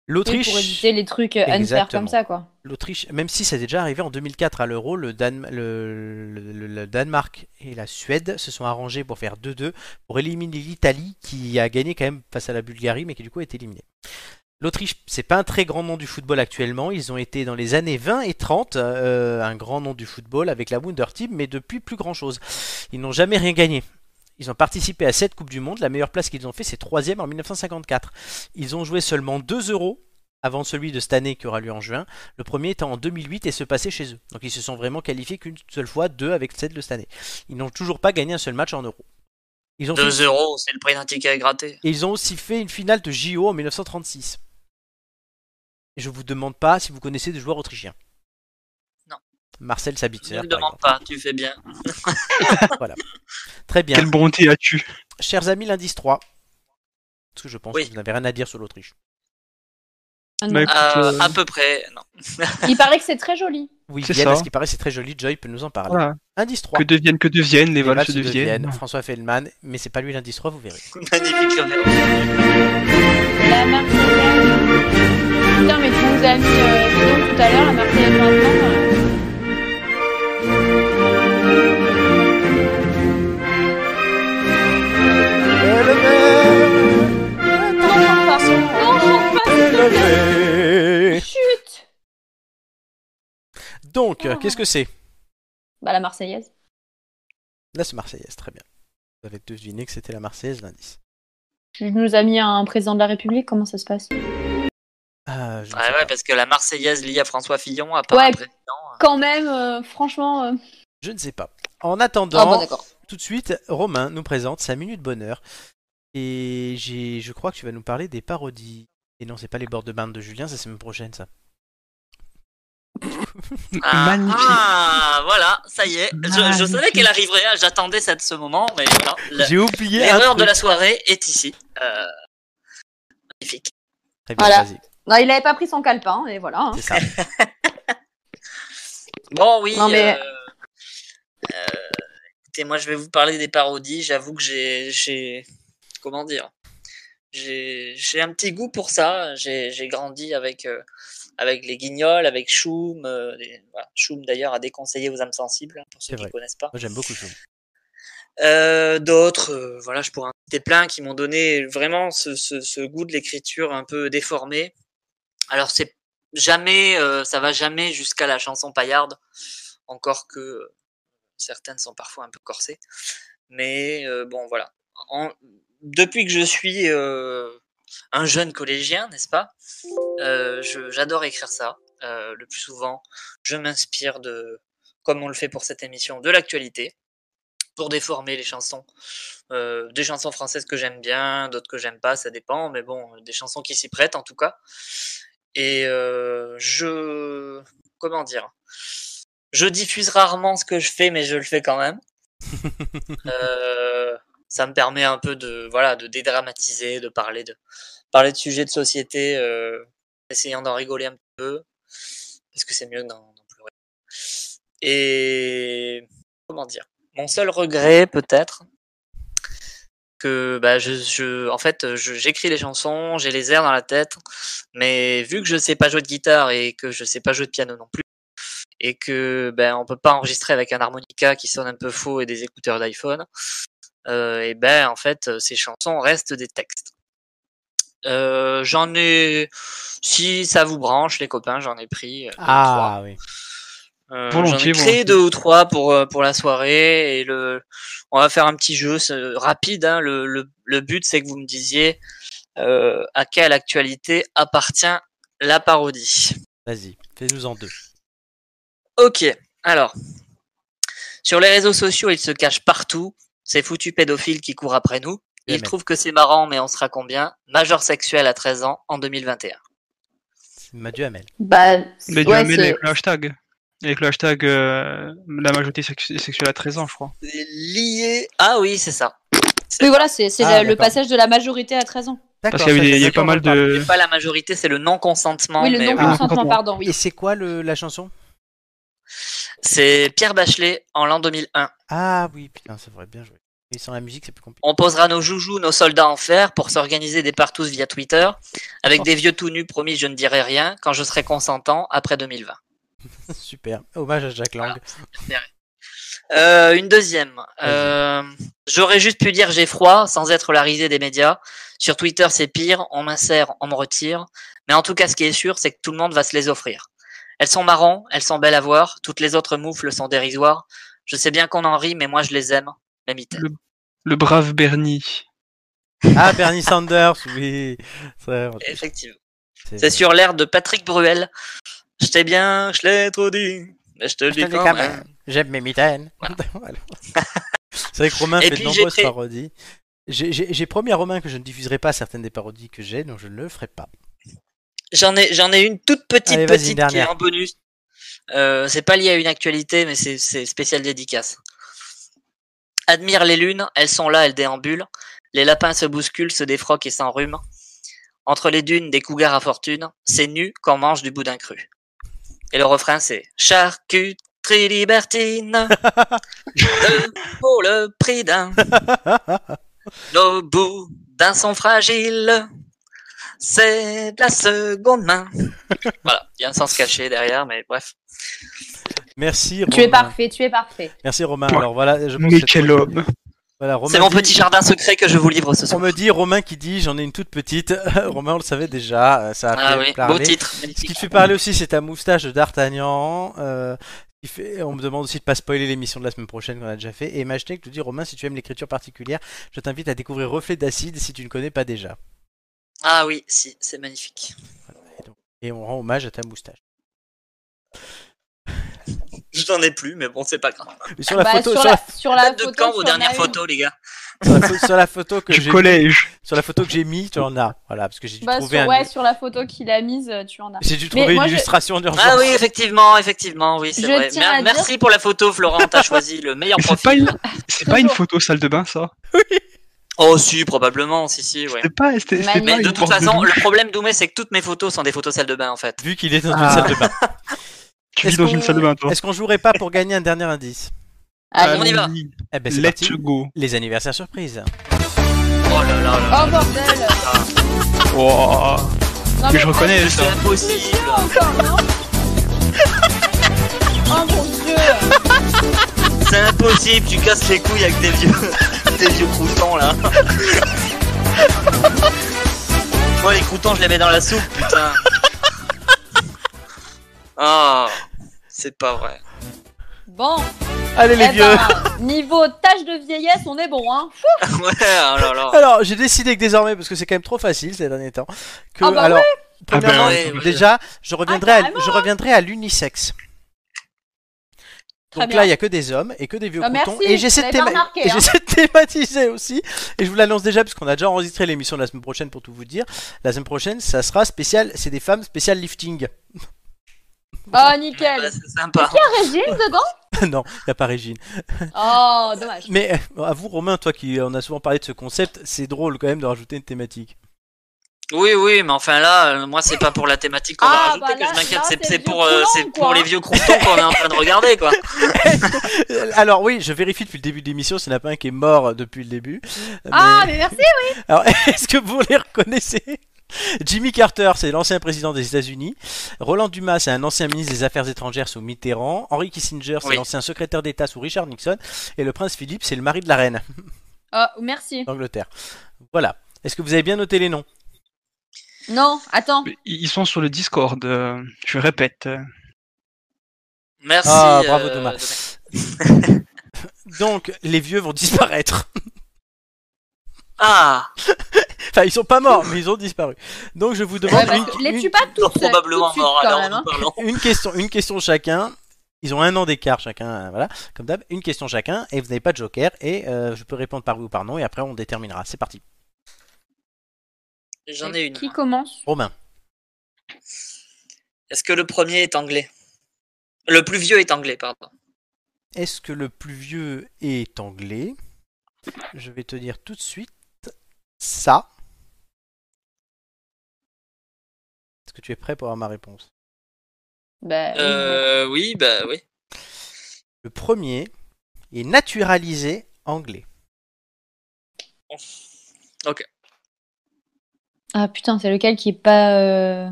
A: L'Autriche,
C: Pour éviter les trucs euh, unfair
A: Exactement.
C: comme ça, quoi.
A: l'Autriche, même si ça est déjà arrivé en 2004 à l'Euro, le, Dan- le- le- le- le Danemark et la Suède se sont arrangés pour faire 2-2 pour éliminer l'Italie qui a gagné quand même face à la Bulgarie mais qui du coup est éliminée. L'Autriche, c'est pas un très grand nom du football actuellement. Ils ont été dans les années 20 et 30 euh, un grand nom du football avec la Wunder Team, mais depuis plus grand chose. Ils n'ont jamais rien gagné. Ils ont participé à 7 Coupes du Monde. La meilleure place qu'ils ont fait, c'est 3 en 1954. Ils ont joué seulement 2 euros avant celui de cette année qui aura lieu en juin. Le premier étant en 2008 et se passait chez eux. Donc ils se sont vraiment qualifiés qu'une seule fois, deux avec celle de cette année. Ils n'ont toujours pas gagné un seul match en euro. Ils ont, fait-
D: 2 euros, c'est le prix d'un ticket à gratter.
A: et ils ont aussi fait une finale de JO en 1936. Et je vous demande pas si vous connaissez des joueurs autrichiens.
D: Non.
A: Marcel
D: Ne
A: Sabitzer.
D: me
A: par
D: demande
A: exemple.
D: pas, tu fais bien.
A: Très bien.
B: Quelle bonté as-tu
A: Chers amis, l'indice 3. Parce que je pense
D: Oui.
A: que vous n'avez rien à dire sur l'Autriche.
C: Ah non.
B: Bah, écoute,
D: Euh,
B: euh,
D: à peu près, non.
C: Il paraît que c'est très joli.
A: Oui,
B: C'est
A: Vienne,
B: ça.
A: à ce qui paraît, c'est très joli. Joy peut nous en parler.
B: voilà.
A: Indice 3.
B: Que deviennent, que deviennent, les
A: Valses
B: valses
A: de Vienne,
B: deviennent.
A: François Feldman, mais c'est pas lui l'indice 3, vous verrez.
D: Magnifique. quand même.
C: La Marseillaise. Putain, mais tu nous as mis euh, Fillon tout à l'heure, la Marseillaise maintenant. euh.
H: Non, chante pas. Non, chante pas, s'il te plaît. Chut.
A: Donc, euh,
H: Ah.
A: qu'est-ce que c'est
C: Bah, la Marseillaise.
A: Là, c'est Marseillaise, très bien. Vous avez deviné que c'était la Marseillaise l'indice.
C: Tu nous as mis un président de la République, comment ça se passe
A: Ah, je ne sais
D: Ouais, ouais,
A: pas.
D: parce que la Marseillaise liée à François Fillon, à part
C: Ouais.
D: un président, euh,
C: Quand même, euh, franchement. euh,
A: Je ne sais pas. En
C: Ah,
A: attendant,
C: bon, d'accord.
A: tout de suite, Romain nous présente sa minute bonheur. Et j'ai, je crois que tu vas nous parler des parodies. Et non, c'est pas les bords de bain de Julien, c'est la semaine prochaine, ça.
D: ah,
B: Magnifique.
D: ah, voilà, ça y est. Je, je savais
B: Magnifique.
D: qu'elle arriverait, hein, j'attendais ça de ce moment, mais voilà, la-
A: J'ai oublié un
D: l'erreur de
A: truc.
D: la soirée est ici. Euh, Magnifique.
A: Très bien,
C: Voilà.
A: vas-y.
C: Non, il avait pas pris son calepin, et voilà. hein.
A: C'est ça.
D: Bon, oui.
C: Non, mais-
D: euh, euh, écoutez, moi, je vais vous parler des parodies. J'avoue que j'ai, j'ai- Comment dire j'ai, j'ai un petit goût pour ça. J'ai, j'ai grandi avec, euh, avec les guignols, avec Choum. euh, les- voilà. Choum, d'ailleurs, a déconseillé aux âmes sensibles, hein, pour
A: C'est
D: ceux qui
A: vrai.
D: ne connaissent pas.
A: Moi, j'aime beaucoup Choum.
D: Euh, D'autres, euh, voilà, je pourrais en citer plein qui m'ont donné vraiment ce, ce- ce goût de l'écriture un peu déformé. Alors c'est jamais, euh, ça va jamais jusqu'à la chanson paillarde, encore que euh, certaines sont parfois un peu corsées. Mais euh, bon, voilà. En- depuis que je suis euh, un jeune collégien, n'est-ce pas euh, je- J'adore écrire ça. Euh, le plus souvent, je m'inspire de, comme on le fait pour cette émission, de l'actualité pour déformer les chansons. Euh, des chansons françaises que j'aime bien, d'autres que j'aime pas, ça dépend, mais bon, des chansons qui s'y prêtent en tout cas. Et euh, je. Comment dire Je diffuse rarement ce que je fais, mais je le fais quand même. Euh, ça me permet un peu de, voilà, de dédramatiser, de parler de, parler de sujets de société, euh, essayant d'en rigoler un petit peu, parce que c'est mieux que d'en d'en pleurer. Et. Comment dire mon seul regret, peut-être, que bah, je, je- en fait, je- j'écris les chansons, j'ai les airs dans la tête, mais vu que je sais pas jouer de guitare et que je sais pas jouer de piano non plus, et que ben on peut pas enregistrer avec un harmonica qui sonne un peu faux et des écouteurs d'iPhone, euh, et ben en fait, ces chansons restent des textes. Euh, j'en ai, si ça vous branche, les copains, j'en ai pris euh, deux, trois.
A: Ah oui.
D: Euh, J'en
B: Volontiers,
D: ai créé
B: volontiers.
D: deux ou trois pour, euh, pour la soirée et le, on va faire un petit jeu c'est rapide. hein. le, le, le but, c'est que vous me disiez euh, à quelle actualité appartient la parodie.
A: Vas-y, fais-nous en deux.
D: Ok, alors. Sur les réseaux sociaux, ils se cachent partout. Ces foutus pédophiles qui courent après nous. Ils
A: Jamais.
D: trouvent que c'est marrant, mais on sera combien Major sexuel à 13 ans en 2021.
A: C'est Madieu Hamel.
C: Bah,
B: Mais
C: ouais,
B: du
C: c'est-
B: avec le hashtag. Avec le hashtag euh, la majorité sex- sexuelle à 13 ans, je crois.
D: C'est Lié. Ah oui, c'est ça.
C: Oui, voilà, c'est c'est
A: Ah,
C: le- le
A: d'accord.
C: passage de la majorité à 13 ans.
A: D'accord.
B: Parce qu'il y a eu
A: ça,
B: des- il y
A: ça,
B: a eu pas
A: d'accord,
B: mal
A: on le parle.
B: de.
D: C'est pas la majorité, c'est le non-consentement.
C: oui, le
D: mais
B: Ah,
C: non-consentement,
B: complètement.
C: pardon,
A: Et
C: oui.
A: c'est quoi le, la chanson
D: C'est Pierre Bachelet en l'an 2001.
A: Ah oui, putain, c'est vrai, bien joué. Et sans la musique, c'est plus compliqué.
D: On posera nos joujoux, nos soldats en fer pour s'organiser des partous via Twitter avec des vieux tout nus promis je ne dirai rien quand je serai consentant après 2020.
A: Super. Hommage à Jacques Lang.
D: Euh, une deuxième. Euh, J'aurais juste pu dire j'ai froid sans être la risée des médias. Sur Twitter, c'est pire. On m'insère, on me retire. Mais en tout cas, ce qui est sûr, c'est que tout le monde va se les offrir. Elles sont marrants, elles sont belles à voir. Toutes les autres moufles sont dérisoires. Je sais bien qu'on en rit, mais moi, je les aime. Même item.
B: Le brave Bernie.
A: Ah, Bernie Sanders, oui. Ça, on-
D: Effectivement.
A: c'est-
D: C'est sur l'air de Patrick Bruel. Je t'ai bien, je l'ai trop dit, mais je hein. te le
A: Je te
D: dis
A: le dis
D: quand
A: quand
D: même.
A: J'aime mes mitaines. Voilà. c'est vrai que Romain
D: Et
A: fait de
D: puis, j'ai
A: nombreuses
D: pris-
A: parodies. J'ai- J'ai j'ai promis à Romain que je ne diffuserai pas certaines des parodies que j'ai, donc je ne le ferai pas.
D: J'en ai, j'en ai une toute petite
A: Allez, vas-y,
D: petite qui est
A: dernière.
D: en bonus. Euh, c'est pas lié à une actualité, mais c'est- c'est spécial dédicace. Admire les lunes, elles sont là, elles déambulent. Les lapins se bousculent, se défroquent et s'enrhument. Entre les dunes, des cougars à fortune, c'est nu qu'on mange du boudin cru. Et le refrain, c'est charcuterie libertine, deux pour le prix d'un. Nos boudins sont fragiles, c'est de la seconde main. Voilà, il y a un sens caché derrière, mais bref.
A: Merci
C: Tu es
A: Romain.
C: parfait, tu es parfait.
A: Merci Romain. Alors voilà, je pense
B: Mais
A: que-
B: quel homme
A: Voilà, Romain
D: C'est mon
A: dit-
D: petit jardin secret que je vous livre ce soir.
A: On me dit Romain qui dit j'en ai une toute petite. Romain, on le savait déjà, euh, ça a
D: Ah
A: fait
D: oui, beau
A: parler.
D: titre.
A: Ce qui
D: magnifique.
A: te fait parler aussi, c'est ta moustache de d'Artagnan. euh, qui fait- On me demande aussi de pas spoiler l'émission de la semaine prochaine qu'on a déjà fait. Et Machetek te dit Romain, si tu aimes l'écriture particulière, je t'invite à découvrir Reflet d'acide si tu ne connais pas déjà.
D: Ah oui, si, c'est magnifique.
A: Et on rend hommage à ta moustache.
D: Je n'en ai plus, mais bon, c'est pas grave.
A: Mais sur la
C: Bah,
A: photo,
C: sur,
A: sur
C: la,
A: la-
C: sur la
D: Date de
C: photo,
D: quand
C: tu en
D: vos
C: as
D: dernières
C: une.
D: photos, les gars
A: sur la pho- sur la photo que
B: du
A: j'ai mis-
B: collège.
A: sur la photo que j'ai mis, tu en as. Voilà, parce que j'ai dû
C: Bah,
A: trouver
C: sur,
A: un-
C: ouais, sur la photo qu'il a mise, euh, tu en as.
A: j'ai dû
C: Mais
A: trouver une
C: moi, je-
A: illustration d'urgence.
D: Ah oui, effectivement, effectivement, oui, c'est
C: Je
D: vrai.
C: tiens
D: Mer-
C: à dire-
D: Merci pour la photo, Florent. T'as choisi le meilleur
B: Mais C'est pas,
D: profil.
B: une... c'est pas une photo salle de bain, ça.
D: Oh, si, probablement, si, si, ouais.
B: C'est pas, c'était, c'était pas
C: Mais
D: Mais de
B: une
D: toute
B: porte
D: façon,
B: douche.
D: le problème d'Oumé, c'est que toutes mes photos sont des photos salle de bain, en fait.
A: Vu qu'il est dans
B: Ah.
A: une salle de bain.
B: Tu vis
A: Est-ce
B: dans
A: qu'on-
B: une salle de bain, toi.
A: Est-ce qu'on jouerait pas pour gagner un dernier indice
D: on y va.
B: Allons-y.
A: Eh ben c'est
B: Let's
A: parti.
B: go.
A: Les anniversaires surprises.
D: Oh là là là.
C: Oh bordel
A: Oh.
B: Wow.
C: Non,
B: Mais je reconnais
D: Eh, C'est hein.
B: ça.
D: impossible.
C: Oh mon dieu
D: C'est impossible. Tu casses les couilles avec des vieux, des vieux croutons, là. Moi, Oh, les croutons, je les mets dans la soupe, putain. Ah, c'est pas vrai.
C: Bon,
A: Allez les
C: eh
A: vieux.
C: ben, niveau tâche de vieillesse, on est bon, hein
D: Ouais, oh là
C: Ah.
D: là.
A: Alors j'ai décidé que désormais, parce que c'est quand même trop facile ces derniers temps, que
C: Ah bah
A: alors
B: Ah ben,
A: premièrement,
D: ouais, ouais.
A: déjà je reviendrai
C: Ah,
A: à,
C: carrément,
A: je reviendrai à l'unisexe.
C: Très
A: Donc
C: bien.
A: là, il n'y a que des hommes et que des vieux
C: Ah, merci,
A: croutons. Et
C: je
A: j'essaie de,
C: l'avais pas
A: théma-
C: remarqué,
A: et
C: hein.
A: j'essaie de thématiser aussi. Et je vous l'annonce déjà, parce qu'on a déjà enregistré l'émission de la semaine prochaine pour tout vous dire. La semaine prochaine, ça sera spécial. C'est des femmes spécial lifting.
C: Oh nickel
D: Ouais, bah, c'est sympa.
C: Régine dedans
A: non, il n'y a pas Régine.
C: Oh, dommage.
A: Mais euh, à vous, Romain, toi qui en a souvent parlé de ce concept, c'est drôle quand même de rajouter une thématique.
D: Oui, oui, mais enfin là, euh, moi, c'est pas pour la thématique qu'on
C: Ah,
D: va rajouter
C: bah là-
D: que je m'inquiète,
C: là,
D: c'est,
C: c'est
D: c'est
C: le
D: pour, euh,
C: vieux coulant,
D: c'est
C: quoi.
D: pour les vieux croutons qu'on est en train de regarder, quoi.
A: Euh, Alors oui, je vérifie depuis le début de l'émission s'il n'y en a pas un qui est mort depuis le début. Mais-
C: Ah, mais merci
A: Alors est-ce que vous les reconnaissez Jimmy Carter, c'est l'ancien président des États-Unis. Roland Dumas, c'est un ancien ministre des Affaires étrangères sous Mitterrand. Henry Kissinger, c'est
D: Oui.
A: l'ancien secrétaire d'État sous Richard Nixon. Et le prince Philippe, c'est le mari de la reine
C: Oh, merci.
A: d'Angleterre. Voilà. Est-ce que vous avez bien noté les noms
C: Non, attends.
B: Mais Ils sont sur le Discord, euh, je répète.
D: Merci.
A: Ah, bravo,
D: euh,
A: Thomas. Donc, les vieux vont disparaître.
D: Ah,
A: Enfin, ils sont pas morts, mais ils ont disparu. Donc, je vous demande
C: Ouais, parce
A: une-
C: que Euh, les
A: une-
C: tue pas
D: ils sont
C: toutes, tout
D: probablement
C: de suite,
D: morts
C: quand
D: alors
C: même. hein.
D: nous parlons.
A: une question, une question chacun. Ils ont un an d'écart chacun, euh, voilà, comme d'hab. Une question chacun, et vous n'avez pas de joker, et euh, je peux répondre par oui ou par non, et après on déterminera. C'est parti.
D: J'en ai une.
C: Qui commence
A: Romain.
D: Est-ce que le premier est anglais Le plus vieux est anglais, pardon.
A: Est-ce que le plus vieux est anglais Je vais te dire tout de suite ça. Est-ce que tu es prêt pour avoir ma réponse
C: Bah, oui.
D: Euh, oui, bah oui.
A: Le premier est naturalisé anglais.
C: Ah putain, c'est lequel qui est pas... euh,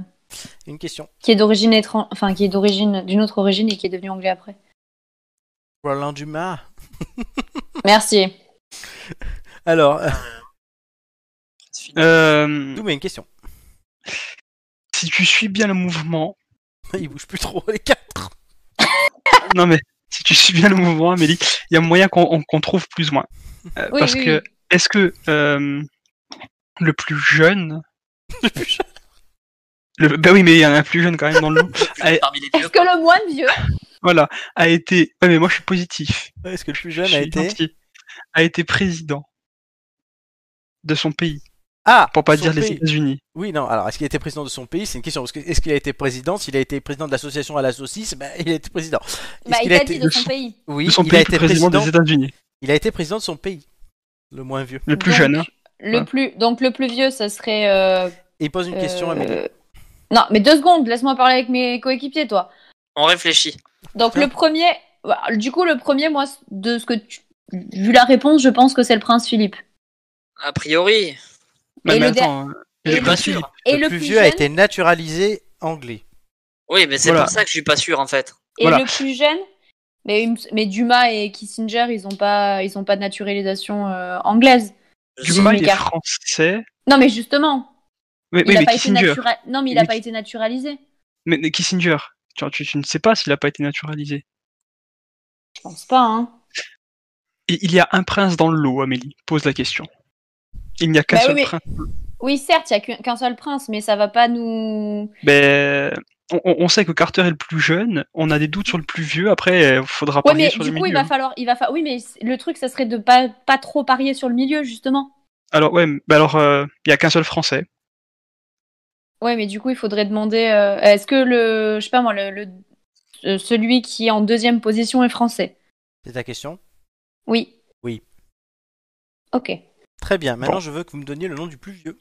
A: Une question.
C: Qui est d'origine étrange, enfin qui est d'origine d'une autre origine et qui est devenu anglais après.
A: Roland Dumas.
C: Merci.
A: Alors, euh,
D: C'est fini.
B: Euh,
A: d'où mais une question.
B: si tu suis bien le mouvement,
A: Il bouge plus trop les quatre.
B: non mais si tu suis bien le mouvement, Amélie, il y a moyen qu'on on- qu'on trouve plus ou moins. Euh,
C: Oui,
B: parce
C: oui,
B: que
C: oui.
B: est-ce que euh, le plus jeune,
A: Le plus jeune.
B: le, bah oui, mais il y en a un plus jeune quand même dans le lot,
A: eh.
B: Ah,
D: Parmi les
C: Est-ce
D: vieux.
C: que le moine vieux
B: voilà, a été. Ouais, mais moi je suis positif.
A: Est-ce que le plus
B: Je
A: jeune
B: suis
A: a été
B: gentil. a été président de son pays.
A: Ah
B: pour pas
A: son
B: dire les
A: pays.
B: États-Unis.
A: Oui, non, alors est-ce qu'il a été président de son pays C'est une question. Parce que, est-ce qu'il a été président S'il a été président de l'association à la saucisse, ben, il a été président. Est-ce
C: Bah, il
A: qu'il a
C: t'a
A: été-
C: dit de son pays.
A: Oui,
B: De son
A: il
B: pays,
A: a été
B: président
A: président,
B: des États-Unis,
A: il a été président de son pays, le moins vieux.
B: le plus
C: Donc,
B: jeune. hein.
C: Le
B: Hein.
C: plus, donc le plus vieux, ça serait. euh,
A: Et il pose une question à
C: euh,
A: Amélie.
C: Non, mais deux secondes, laisse-moi parler avec mes coéquipiers, toi.
D: On réfléchit.
C: Donc
A: Hein
C: le premier, bah, du coup le premier, moi, de ce que tu... vu la réponse, je pense que c'est le prince Philippe.
D: A priori,
B: Non,
C: et
B: mais
C: le
B: attends, euh,
D: je suis
B: le
D: pas
B: petit-
D: sûr.
C: Et
A: le, plus vieux a
C: jeune-
A: été naturalisé anglais.
D: Oui, mais c'est
B: Voilà.
D: pour ça que je suis pas sûr en fait.
C: Et
B: Voilà.
C: le plus jeune, mais, il me- mais Dumas et Kissinger, ils ont pas, ils ont pas de naturalisation euh, anglaise.
D: Je
B: Dumas,
C: Jimmy
B: il est
C: Carter.
B: français.
C: Non, mais justement,
B: Mais,
C: il
B: oui,
C: a
B: mais
C: pas été
B: Kissinger.
C: natura- Non, mais il a
B: Mais
C: pas
B: qui-
C: été naturalisé.
B: Mais, mais Kissinger, tu, tu- tu ne sais pas s'il n'a pas été naturalisé.
C: Je pense pas. Hein.
B: Et il y a un prince dans le lot, Amélie. Pose la question. Il n'y a qu'un
C: Bah oui,
B: seul
C: mais-
B: prince.
C: Oui, certes, il y a qu'un- qu'un seul prince, mais ça va pas nous.
B: Ben, on, on- on sait que Carter est le plus jeune. On a des doutes sur le plus vieux. Après, il faudra
C: Ouais,
B: parier
C: mais
B: sur
C: du
B: le
C: coup, il
B: milieu.
C: va falloir, il va fa- Oui, mais c- le truc, ça serait de pas pas trop parier sur le milieu, justement.
B: Alors, ouais, ben alors, euh, il n'y a qu'un seul français.
C: Ouais, mais du coup, il faudrait demander. euh, Est-ce que le, je sais pas moi, le, le- euh, celui qui est en deuxième position est français
A: C'est ta question
C: Oui.
A: Oui.
C: Ok.
A: Très bien. Maintenant, je veux que vous me donniez le nom du plus vieux.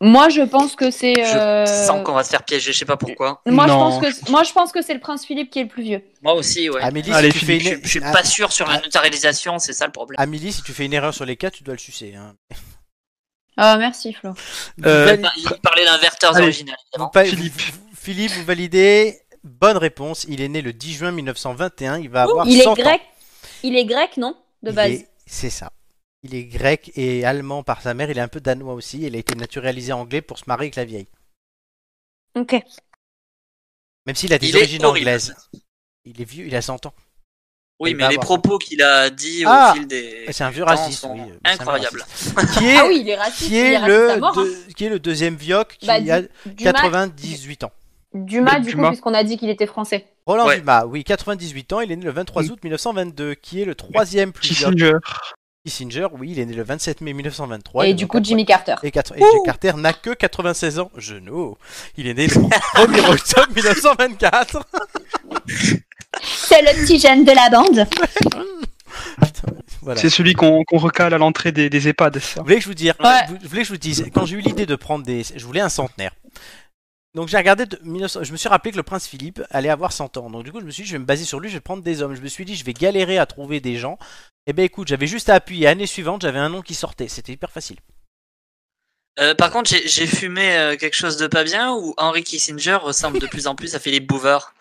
C: Moi, je pense que c'est. euh,
D: Je sens qu'on va se faire piéger, je sais pas pourquoi.
C: Moi, je
B: Non.
C: pense que moi, je pense que c'est le prince Philippe qui est le plus vieux.
D: Moi aussi, ouais.
A: Amélie,
B: Allez,
A: si tu fais
B: Philippe,
A: une...
D: Je suis
A: Ah,
D: pas sûr sur la neutralisation, c'est ça le problème.
A: Amélie, si tu fais une erreur sur les quatre, tu dois le sucer. hein.
C: Ah, merci Flo.
B: Euh,
A: Vous vali-
D: Il parlait d'inverteurs
B: Allez.
D: original,
A: vous
D: évidemment.
A: pa-
B: Philippe.
A: vous- vous- Philippe, vous validez Bonne réponse. Il est né le 10 juin 1921. Il va avoir
C: Il est
A: 100 ans.
C: grec. Il est grec, non De
A: Il
C: base.
A: est- C'est ça. Il est grec et allemand par sa mère. Il est un peu danois aussi. Il a été naturalisé anglais pour se marier avec la vieille.
C: Ok.
A: Même s'il a des
D: Il est
A: origines
D: horrible.
A: anglaises. Il est vieux, il a 100 ans.
D: Oui,
A: Il
D: mais
A: va
D: les
A: avoir-
D: propos qu'il a dit
A: Ah
D: au fil des.
A: C'est un vieux
D: temps
A: raciste.
D: sont
A: oui, euh, c'est un vieux
D: incroyables.
A: raciste. Qui est,
C: Ah oui, il est raciste.
A: qui
C: il
A: est,
C: est raciste
A: le,
C: à mort. hein.
A: deux- qui est le deuxième vioc qui
C: Bah,
A: a
C: du, Dumas,
A: 98 ans.
C: Dumas,
B: Le
C: du coup,
B: Dumas.
C: puisqu'on a dit qu'il était français.
A: Roland
D: Ouais.
A: Dumas, oui, 98 ans. Il est né le 23 août 1922. Qui est le troisième plus vieux
B: Kissinger.
A: Kissinger, oui, il est né le 27 mai 1923.
C: et
A: il a
C: du
A: donc
C: coup,
A: quatre-
C: Jimmy Carter.
A: Et, quatre- et Jimmy Carter n'a que 96 ans. Je know. Il est né le 1er octobre 1924.
C: C'est le petit jeune de la bande.
A: Putain, voilà.
B: C'est celui qu'on qu'on recale à l'entrée des, des EHPAD, c'est ça.
A: Vous voulez que je vous dise,
C: Ouais.
A: vous, vous voulez que je vous dise, quand j'ai eu l'idée de prendre des, je voulais un centenaire. Donc j'ai regardé, de 1900 je me suis rappelé que le prince Philippe allait avoir 100 ans. Donc du coup je me suis dit, je vais me baser sur lui, je vais prendre des hommes. Je me suis dit, je vais galérer à trouver des gens. Et ben écoute, j'avais juste à appuyer. Année suivante, j'avais un nom qui sortait. C'était hyper facile.
D: Euh, par contre, j'ai- j'ai fumé euh, quelque chose de pas bien où Henry Kissinger ressemble de plus en plus à Philippe Bouvard.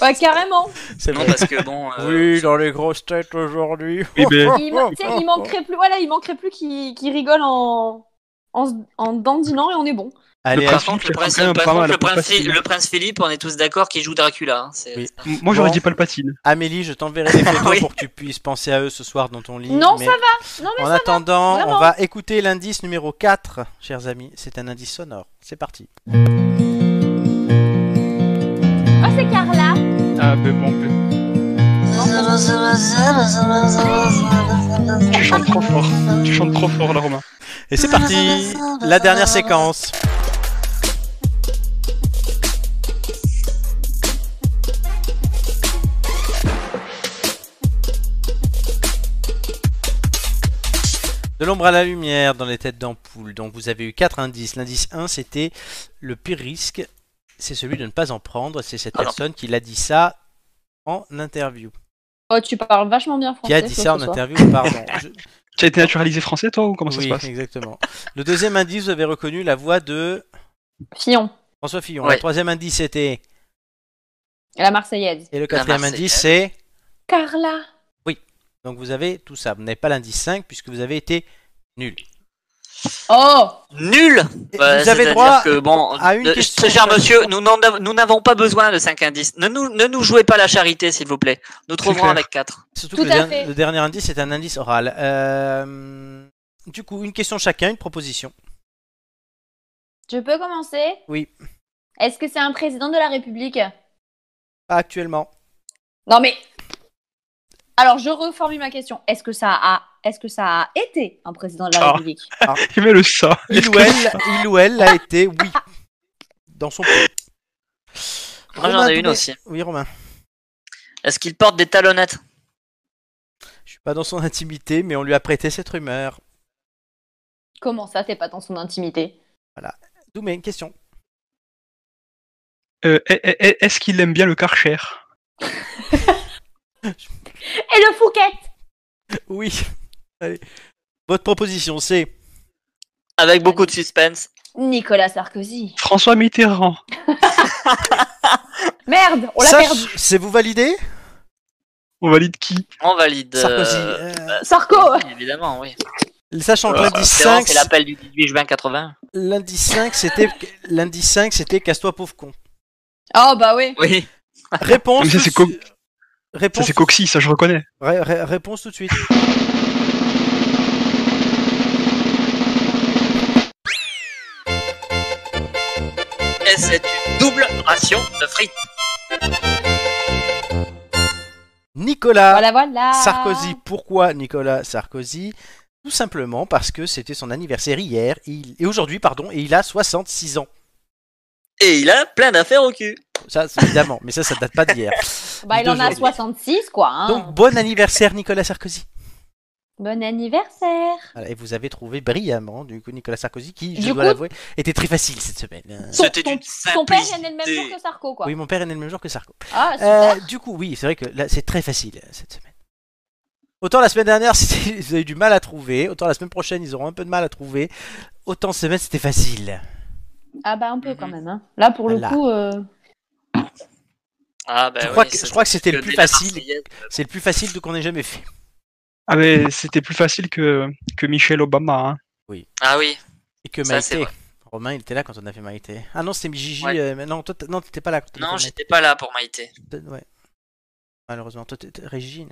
C: Ouais, carrément.
A: C'est
D: Non, parce que bon. euh,
A: Oui, dans les grosses têtes aujourd'hui.
B: Oui, ben,
C: Il, ma- tu sais, il manquerait plus, voilà, il manquerait plus qu'il qu'il rigole en, en, se- en dandinant et on est bon.
A: Allez,
B: Le
D: Par
B: prince-
D: contre,
B: Philippe,
D: le prince,
B: c'est quand même
D: par
B: pas
D: contre,
B: mal,
D: le
B: pas
D: prince-
B: facile.
D: le prince Philippe, on est tous d'accord qu'il joue Dracula. hein, c'est-
A: Oui.
B: m- moi, j'aurais
A: Bon.
B: dit Palpatine.
A: Amélie, je t'enverrai des photos
D: Oui.
A: pour que tu puisses penser à eux ce soir dans ton lit.
C: Non,
A: mais
C: ça va. Non, mais
A: En attendant,
C: vraiment.
A: on va écouter l'indice numéro 4, chers amis. C'est un indice sonore. C'est parti.
C: oh, c'est Carla.
B: Ah, ben bon, ben, tu chantes trop fort. Tu chantes trop fort, là, Romain.
A: Et c'est parti La dernière séquence. De l'ombre à la lumière dans les têtes d'ampoule. Donc vous avez eu quatre indices. L'indice 1, c'était le pire risque, c'est celui de ne pas en prendre. C'est cette
D: Ah non.
A: personne qui l'a dit ça en interview.
C: Oh, tu parles vachement bien français.
A: Qui a dit
C: Flo,
A: ça
C: ce
A: en
C: soir.
A: interview, pardon. Je-
B: Tu as été naturalisé français, toi, ou comment ça
A: oui,
B: se passe
A: exactement. Le deuxième indice, vous avez reconnu la voix de
C: Fillon,
A: François Fillon.
D: Ouais.
A: Le troisième indice, c'était...
C: la Marseillaise.
A: Et le quatrième
D: Marseillaise.
A: indice, c'est...
C: Carla.
A: Donc vous avez tout ça. Vous n'avez pas l'indice 5 puisque vous avez été nul.
C: Oh,
D: Nul.
A: Et
D: Bah,
A: vous avez
D: c'est-à-dire
A: droit
D: que, bon,
A: à une
D: euh,
A: question
D: cher
A: chaque.
D: monsieur, nous n'en av- nous n'avons pas besoin de 5 indices. Ne nous, ne nous jouez pas la charité, s'il vous plaît. Nous trouverons
B: clair.
D: avec 4.
A: Surtout
C: Tout
A: que le,
C: à
A: der-
C: fait.
A: le dernier indice est un indice oral. Euh, Du coup, une question chacun, une proposition.
C: je peux commencer
A: Oui.
C: Est-ce que c'est un président de la République
A: Pas actuellement.
C: Non, mais. Alors, je reformule ma question. Est-ce que ça a est-ce que ça a été un président de la
B: Ah.
C: République
B: Il met le ça.
A: Il ou elle, il ou elle a été, oui. Dans son pays.
D: Moi, Ah, j'en
A: Romain,
D: ai une
A: donnez-
D: aussi.
A: Oui, Romain.
D: Est-ce qu'il porte des talonnettes
A: Je suis pas dans son intimité, mais on lui a prêté cette rumeur.
C: Comment ça, t'es pas dans son intimité
A: Doumé, une question.
B: Euh, est- est- est- Est-ce qu'il aime bien le Karcher
C: Et le Fouquet
A: Oui. Allez. Votre proposition, c'est
D: Avec beaucoup de suspense.
C: Nicolas Sarkozy.
B: François Mitterrand.
C: Merde, on l'a
A: Ça,
C: perdu.
A: C'est vous validez
B: On valide qui
D: On valide. euh,
A: Sarkozy. euh,
D: bah,
C: Sarko
D: Sarkozy, Évidemment, oui.
A: Sachant que
B: Euh,
A: lundi
D: Mitterrand,
A: 5,
D: C'est l'appel du 18 juin 80.
A: lundi 5, c'était lundi 5, c'était casse-toi pauvre con.
C: Oh bah oui.
D: Oui.
A: Réponse.
B: Mais ça,
A: tout
B: c'est
A: de
B: co-
A: suite.
B: Ça
A: Réponse,
B: c'est Coxy, ça je reconnais.
A: ré- ré- réponse tout de suite.
D: Et c'est une double ration de frites.
A: Nicolas
C: Voilà, voilà.
A: Sarkozy. Pourquoi Nicolas Sarkozy Tout simplement parce que c'était son anniversaire hier et, il- et aujourd'hui, pardon, et il a 66 ans.
D: Et il a plein d'affaires au cul.
A: Ça, c'est évidemment, mais ça, ça date pas d'hier.
C: Bah, il en a
A: d'aujourd'hui.
C: 66, quoi. hein.
A: Donc, bon anniversaire, Nicolas Sarkozy.
C: Bon anniversaire.
A: Voilà, et vous avez trouvé brillamment, du coup, Nicolas Sarkozy, qui, je
C: Du
A: dois
C: coup-
A: l'avouer, était très facile cette semaine. Euh,
C: Son,
D: C'était
C: ton-
D: une
C: son père est né le même
D: simplicité.
C: jour que Sarko, quoi.
A: Oui, mon père est né le même jour que Sarko.
C: Ah,
A: Euh,
C: super.
A: du coup, oui, c'est vrai que là, c'est très facile euh, cette semaine. Autant la semaine dernière, c'était- ils avaient du mal à trouver. Autant la semaine prochaine, ils auront un peu de mal à trouver. Autant cette semaine, c'était facile.
C: Ah bah un peu quand
D: Mhm.
C: même. Hein. Là, pour
A: Là.
C: le coup... euh,
D: Ah, bah
A: Je
D: oui,
A: crois que-
D: c'est-
A: je crois que c'était le
D: dès
A: plus
D: la
A: facile.
D: Marseillaise.
A: C'est le plus facile de qu'on ait jamais fait.
B: Ah mais c'était plus facile que, que Michelle Obama. hein.
D: Ah oui.
A: Et que
D: Ça, c'est
A: Maïté. Romain, il était là quand on a fait Maïté. Ah non, c'était Gigi.
D: Ouais.
A: euh, mais non, toi, t- non, t'étais pas là. Quand on a
D: Non,
A: fait
D: j'étais pas là pour Maïté.
A: Maïté. Ouais. Malheureusement, toi, t'étais Régine.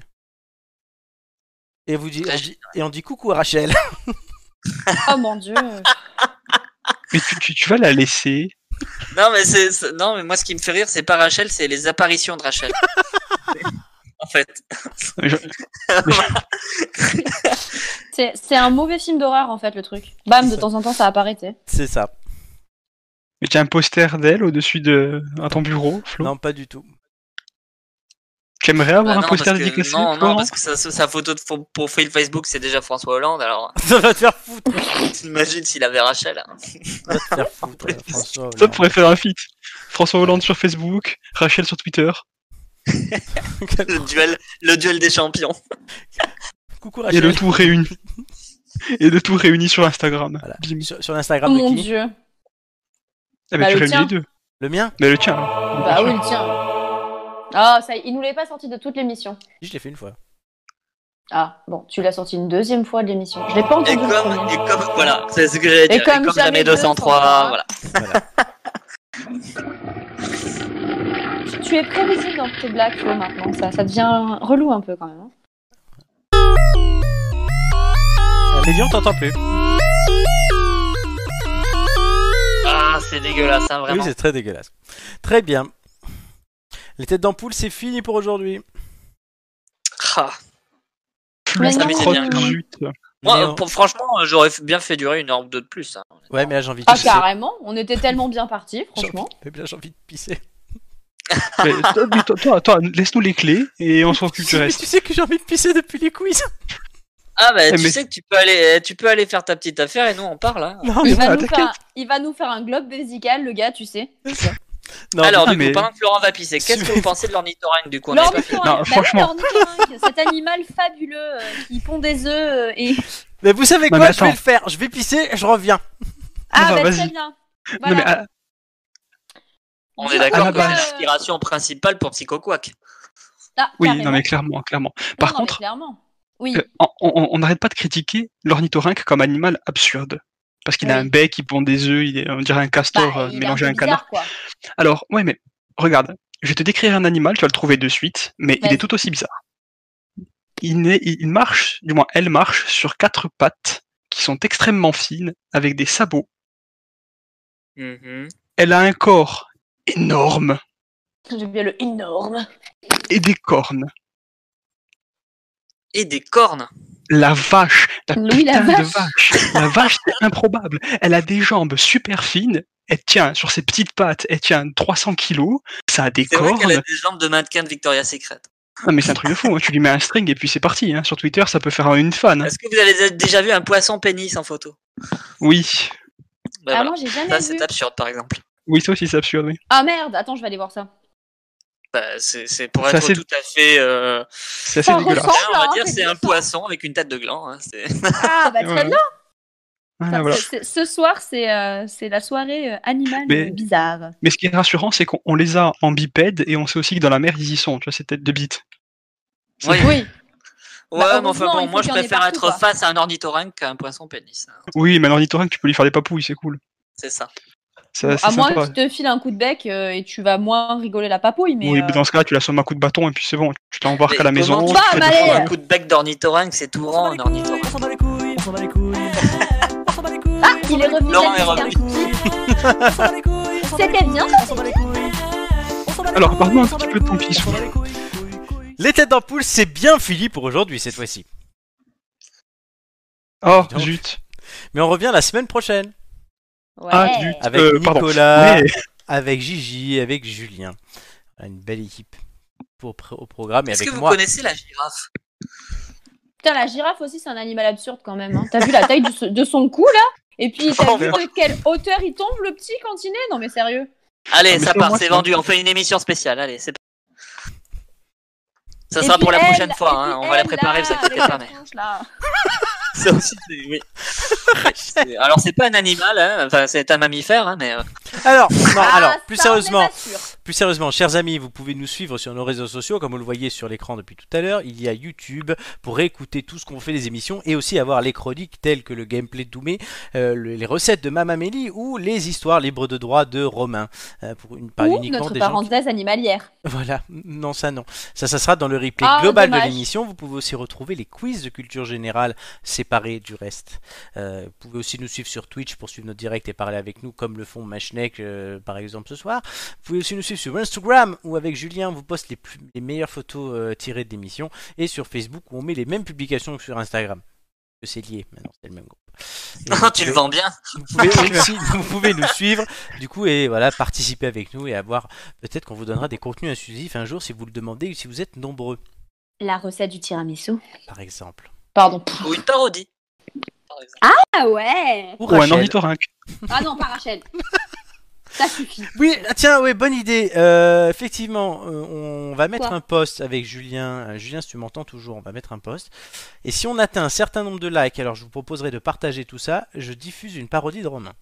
A: Et, vous dit, on
D: Régine,
A: dit- et on dit coucou à Rachel.
C: Oh mon dieu.
B: Mais tu, tu, tu vas la laisser
D: Non, mais c'est c'est- non, mais moi, ce qui me fait rire, c'est pas Rachel, c'est les apparitions de Rachel. en fait.
B: Je-
D: Ah
C: C'est c'est un mauvais film d'horreur, en fait, le truc. Bam, de temps en temps, ça apparaît, tu sais.
A: C'est ça.
B: Mais t'as un poster d'elle au-dessus de à ton bureau, Flo.
A: Non, pas du tout.
B: Tu aimerais
D: Bah
B: avoir un
D: non, parce
B: poster
D: que,
B: dédicacé
D: non, non,
B: Florent
D: parce que sa, sa photo de fo- profil Facebook, c'est déjà François Hollande, alors
A: Ça va te faire foutre.
D: t'imagines s'il avait Rachel. hein.
A: Ça va te faire foutre, euh, François.
B: Ça
A: Hollande.
B: pourrait faire un feat. François Hollande sur Facebook, Rachel sur Twitter.
D: Le duel, le duel des champions.
A: Coucou
B: Et
A: Rachel.
B: le tout réuni. Et le tout réuni sur Instagram.
A: Voilà.
B: Bim.
A: Sur, sur
C: Oh
A: l'Instagram de
C: mon
A: qui
C: dieu.
B: Ah bah,
C: Bah,
B: tu
C: le
B: réunis
C: tien.
B: les deux.
A: Le mien
B: Mais le tien.
C: Bah oui, tiens. Ah, ça, y est, il nous l'avait pas sorti de toute l'émission.
A: Je l'ai fait une fois.
C: Ah, bon, tu l'as sorti une deuxième fois de l'émission. Je l'ai pas entendu.
D: Et
C: le
D: comme,
C: premier.
D: et comme, voilà, c'est ce que j'allais dire.
C: comme jamais
D: 203,
C: 203,
D: voilà.
C: Tu es prévisible dans tes blagues, Flo, maintenant. Ça, ça devient relou un peu, quand même. hein.
A: Euh, Mais dis, on t'entend plus.
D: Ah, c'est dégueulasse, hein,
A: Oui,
D: vraiment.
A: c'est très dégueulasse. Très bien. Les têtes d'ampoule, c'est fini pour aujourd'hui.
D: Ah.
C: Mais
B: Plus
C: non,
D: mais c'est bien
B: crotte
D: quand même.
B: jute.
D: Moi,
A: Mais
D: euh,
A: on-
D: pour- franchement, euh, j'aurais bien fait durer une heure ou deux de plus. hein.
A: Ouais, mais là, j'ai envie de
C: Ah,
A: pisser.
C: carrément. On était tellement bien partis,
A: J'ai envie-
C: franchement.
A: mais là, j'ai envie de pisser.
B: Mais toi, mais toi- toi- toi, laisse-nous les clés et on s'en occupe du
A: Mais
B: reste.
A: tu sais que j'ai envie de pisser depuis les quiz.
D: Ah, bah,
B: Eh,
D: tu
B: mais-
D: sais que tu peux aller, tu peux aller faire ta petite affaire et nous, on parle, hein.
B: Non,
C: Il va,
B: voilà,
C: nous
B: t'inquiète.
C: faire, il va nous faire un globe vésical, le gars, tu sais.
A: Non,
D: Alors,
B: mais-
D: du coup,
B: mais-
D: pendant que Florent va pisser, qu'est-ce que vous pensez de l'ornithorynque, du coup on est pas-
C: L'ornithorynque,
B: Non,
C: bah oui,
B: franchement.
C: l'ornithorynque, cet animal fabuleux euh, qui pond des œufs euh, et
A: mais vous savez
B: Non,
A: quoi
B: mais
A: Je vais
B: attends.
A: le faire. Je vais pisser, je reviens.
C: ah
B: Non,
C: bah,
B: vas-y.
C: très bien.
B: Non,
C: Voilà.
B: mais, ah,
D: On est
B: Ah,
D: d'accord que
B: bah,
D: c'est l'inspiration principale pour Psycho Quack.
C: Ah,
B: oui,
C: carrément.
B: non mais clairement, clairement.
C: Non,
B: Par
C: non, mais
B: contre,
C: clairement. Oui.
B: euh, on- on on n'arrête pas de critiquer l'ornithorynque comme animal absurde. Parce qu'il a
C: Oui.
B: un bec, il pond des œufs, il est, on dirait un castor
C: Bah,
B: euh,
C: il est
B: mélangé
C: un
B: à un
C: peu bizarre,
B: canard.
C: quoi.
B: Alors, ouais, mais regarde, je vais te décrire un animal, tu vas le trouver de suite, mais il
C: Vas-y.
B: est tout aussi bizarre. Il, n'est- il marche, du moins elle marche, sur quatre pattes qui sont extrêmement fines, avec des sabots.
D: Mhm.
B: Elle a un corps énorme
C: J'aime bien le énorme.
B: et des cornes.
D: Et des cornes.
B: la vache, la
C: Louis
B: putain
C: la
B: de
C: vache.
B: vache. La vache, c'est improbable. Elle a des jambes super fines. Elle tient sur ses petites pattes, elle tient 300 kilos. Ça a des
D: C'est vrai
B: cornes.
D: qu'elle a des jambes de mannequin de Victoria's Secret.
B: Non, mais c'est un truc de fou. hein. Tu lui mets un string et puis c'est parti. hein. Sur Twitter, ça peut faire une fan. hein.
D: Est-ce que vous avez déjà vu un poisson pénis en photo
B: Oui.
D: Bah
C: Ah,
D: voilà.
C: moi, j'ai jamais
D: Ça,
C: vu.
D: c'est absurde, par exemple.
B: Oui, ça aussi, c'est absurde. oui.
C: Ah merde, attends, je vais aller voir ça.
D: Bah, c'est c'est pour
B: Ça,
D: être
B: c'est-
D: tout à fait. euh,
B: C'est assez
C: Ça
B: dégueulasse.
C: ressemble.
D: bien, on va
C: hein,
D: dire
C: c'est
D: c'est un
C: dégueulasse.
D: poisson avec une tête de gland. hein, c'est-
C: Ah, bah très
B: Voilà.
C: bien.
B: Voilà, Ah, voilà.
C: C'est- c'est- Ce soir, c'est euh, c'est la soirée euh, animale
B: Mais-
C: euh, bizarre.
B: Mais ce qui est rassurant, c'est qu'on on les a en bipède et on sait aussi que dans la mer, ils y sont. Tu vois, ces têtes de bites.
D: Oui.
C: Oui.
D: Ouais,
C: Bah,
D: mais enfin
C: heureusement,
D: bon,
C: il faut
D: moi
C: qu'il
D: je
C: y en ait
D: préfère
C: partout,
D: être
C: quoi.
D: face à un ornithorynque qu'à un poisson pénis. hein.
B: Oui, mais un ornithorynque, tu peux lui faire des papouilles, c'est cool.
D: C'est ça.
B: Ça, c'est
C: à moins
B: sympa.
C: que je te file un coup de bec euh, et tu vas moins rigoler la papouille, mais.
B: Oui, mais
C: euh,
B: dans ce cas-là, tu la sommes à coup de bâton et puis c'est bon, tu t'embarques à la
D: Mais
B: maison.
D: comment
B: tu
D: tu
C: Bam,
B: fais des
C: bah, allez
B: soirées.
D: Un coup de bec d'ornithorynque, c'est tout rond en ornithorynque.
C: Ah, il est revenu.
D: Laurent
C: la
D: est
C: liste, hein. C'était bien.
B: Alors, parle-nous un petit peu de ton petit souffle.
A: Les têtes d'ampoule, c'est bien fini pour aujourd'hui cette fois-ci.
B: Oh,
A: Donc,
B: zut.
A: Mais on revient la semaine prochaine
B: Ah,
C: Ouais.
B: zut.
A: avec
B: Euh, pardon.
A: Nicolas,
B: Mais-
A: avec Gigi, avec Julien. Une belle équipe au, pro- au programme et
D: Est-ce
A: avec
D: que vous
A: moi.
D: connaissez la girafe
C: Putain, la girafe aussi, c'est un animal absurde quand même. hein. T'as vu la taille du- de son cou là Et puis t'as
D: Oh,
C: vu de
D: merde.
C: quelle hauteur il tombe le petit quand il est Non mais sérieux.
D: Allez,
B: Ah, mais
D: ça
B: c'est moi,
D: part, c'est
B: ça.
D: vendu. On fait une émission spéciale. Allez, c'est parti. Ça
C: Et
D: sera
C: puis
D: pour la
C: elle,
D: prochaine
C: et
D: fois.
C: puis
D: hein, On
C: elle,
D: va la préparer,
C: là,
D: vous inquiétez
C: avec
D: pas.
C: la
D: mais-
C: tronche, là.
D: Ça aussi, c'est- oui. C'est- Alors, c'est pas un animal, hein, enfin, c'est un mammifère, hein, mais. euh,
A: Alors, non,
C: Ah,
A: alors,
C: ça,
A: plus
C: on est
A: sérieusement,
C: pas sûr.
A: plus sérieusement, chers amis, vous pouvez nous suivre sur nos réseaux sociaux, comme vous le voyez sur l'écran depuis tout à l'heure. Il y a YouTube pour écouter tout ce qu'on fait les émissions et aussi avoir les chroniques telles que le gameplay de Doumé, euh, le- les recettes de Mamamélie ou les histoires libres de droit de Romain. euh, pour une, pas
C: Ou
A: uniquement
C: notre
A: des gens qui-
C: parenthèse animalière.
A: Voilà, non ça non. Ça, ça sera dans le replay
C: Ah,
A: global
C: dommage.
A: de l'émission. Vous pouvez aussi retrouver les quiz de culture générale séparés du reste. Euh, vous pouvez aussi nous suivre sur Twitch pour suivre nos directs et parler avec nous, comme le font Machnek euh, par exemple ce soir. Vous pouvez aussi nous suivre sur Instagram où avec Julien on vous poste les, plus- les meilleures photos euh, tirées de l'émission et sur Facebook où on met les mêmes publications que sur Instagram. Parce que C'est lié maintenant, c'est le même groupe. Et vous
D: Ah, tu
A: pouvez-
D: le vends bien.
A: vous pouvez, aussi- vous pouvez nous suivre, du coup, et voilà, participer avec nous et avoir peut-être qu'on vous donnera des contenus incisifs un jour si vous le demandez ou si vous êtes nombreux,
C: La recette du tiramisu.
A: par exemple.
C: Pardon.
D: Ou une parodie. par exemple.
C: Ah ouais
A: Ou
B: Ou un
A: Rachel.
B: ornithorynque.
C: Ah non, pas Rachel. Ça suffit.
A: Oui, ah, tiens, oui, bonne idée. Euh, effectivement, euh, on va mettre
C: Quoi
A: un post avec Julien. Euh, Julien, si tu m'entends toujours, on va mettre un post. Et si on atteint un certain nombre de likes, alors je vous proposerai de partager tout ça. Je diffuse une parodie de Romain.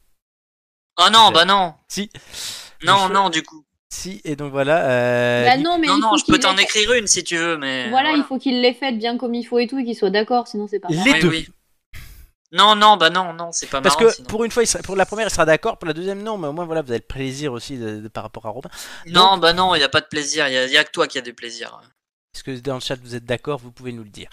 D: Oh non, bah non.
A: Si,
D: Non,
A: Je-
D: non, du coup.
A: si, et donc voilà. euh,
C: bah non, mais
D: Non,
C: il faut
D: non, je
C: qu'il
D: peux t'en
C: l'ait fait-
D: écrire une si tu veux, mais.
C: Voilà, il faut qu'il l'ait faite bien comme il faut et tout et qu'il soit d'accord, sinon c'est pas bon.
A: les
D: Oui,
A: deux.
D: Ah oui. Non, non, bah non, non, c'est pas
A: Parce
D: marrant.
A: que
D: sinon.
A: pour une fois, il sera- pour la première, il sera d'accord. Pour la deuxième, non. Mais au moins, voilà, vous avez le plaisir aussi de- de- par rapport à Romain.
D: Non, bah non, il n'y a pas de plaisir, il n'y a, que toi qui a du plaisir.
A: Est-ce que dans le chat vous êtes d'accord Vous pouvez nous le dire.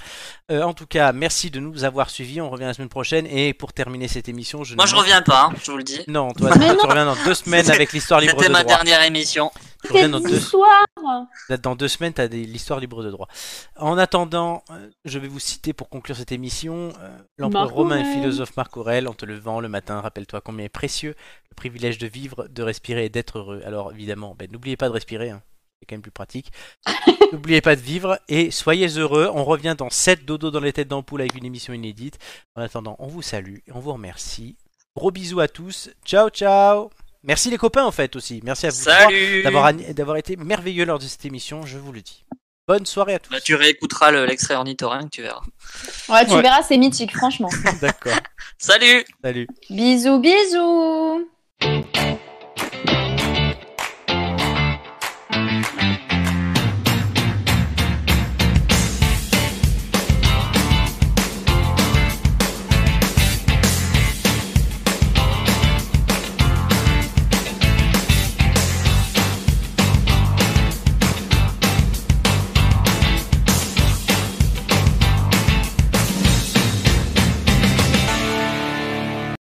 A: Euh, en tout cas, merci de nous avoir suivis. On revient la semaine prochaine. Et pour terminer cette émission, je
D: Moi,
A: ne-
D: je reviens pas, hein, je vous le dis.
A: Non, toi, toi, tu reviens dans deux semaines
D: C'était-
A: avec l'histoire libre
D: C'était
A: de
D: ma
A: droit.
D: dernière émission.
A: Tu reviens dans deux,
C: Histoire
A: dans deux semaines, tu as l'histoire libre de droit. En attendant, euh, je vais vous citer pour conclure cette émission euh, l'empereur
C: Marc
A: romain et
C: Aurèle.
A: philosophe Marc Aurèle. En te levant le matin, rappelle-toi combien est précieux le privilège de vivre, de respirer et d'être heureux. Alors évidemment, ben, n'oubliez pas de respirer, hein. c'est quand même plus pratique. n'oubliez pas de vivre et soyez heureux. On revient dans 7 dodo dans les têtes d'ampoule avec une émission inédite. En attendant, on vous salue et on vous remercie. Gros bisous à tous. Ciao, ciao. Merci les copains en fait aussi. Merci à vous. trois
D: Salut
A: d'avoir, an- d'avoir été merveilleux lors de cette émission, je vous le dis. Bonne soirée à tous.
D: Bah, Tu réécouteras le- l'extrait ornithorynque, tu verras.
C: Ouais, tu
B: Ouais.
C: verras, c'est mythique, franchement.
A: D'accord.
D: Salut
A: Salut.
C: bisous, bisous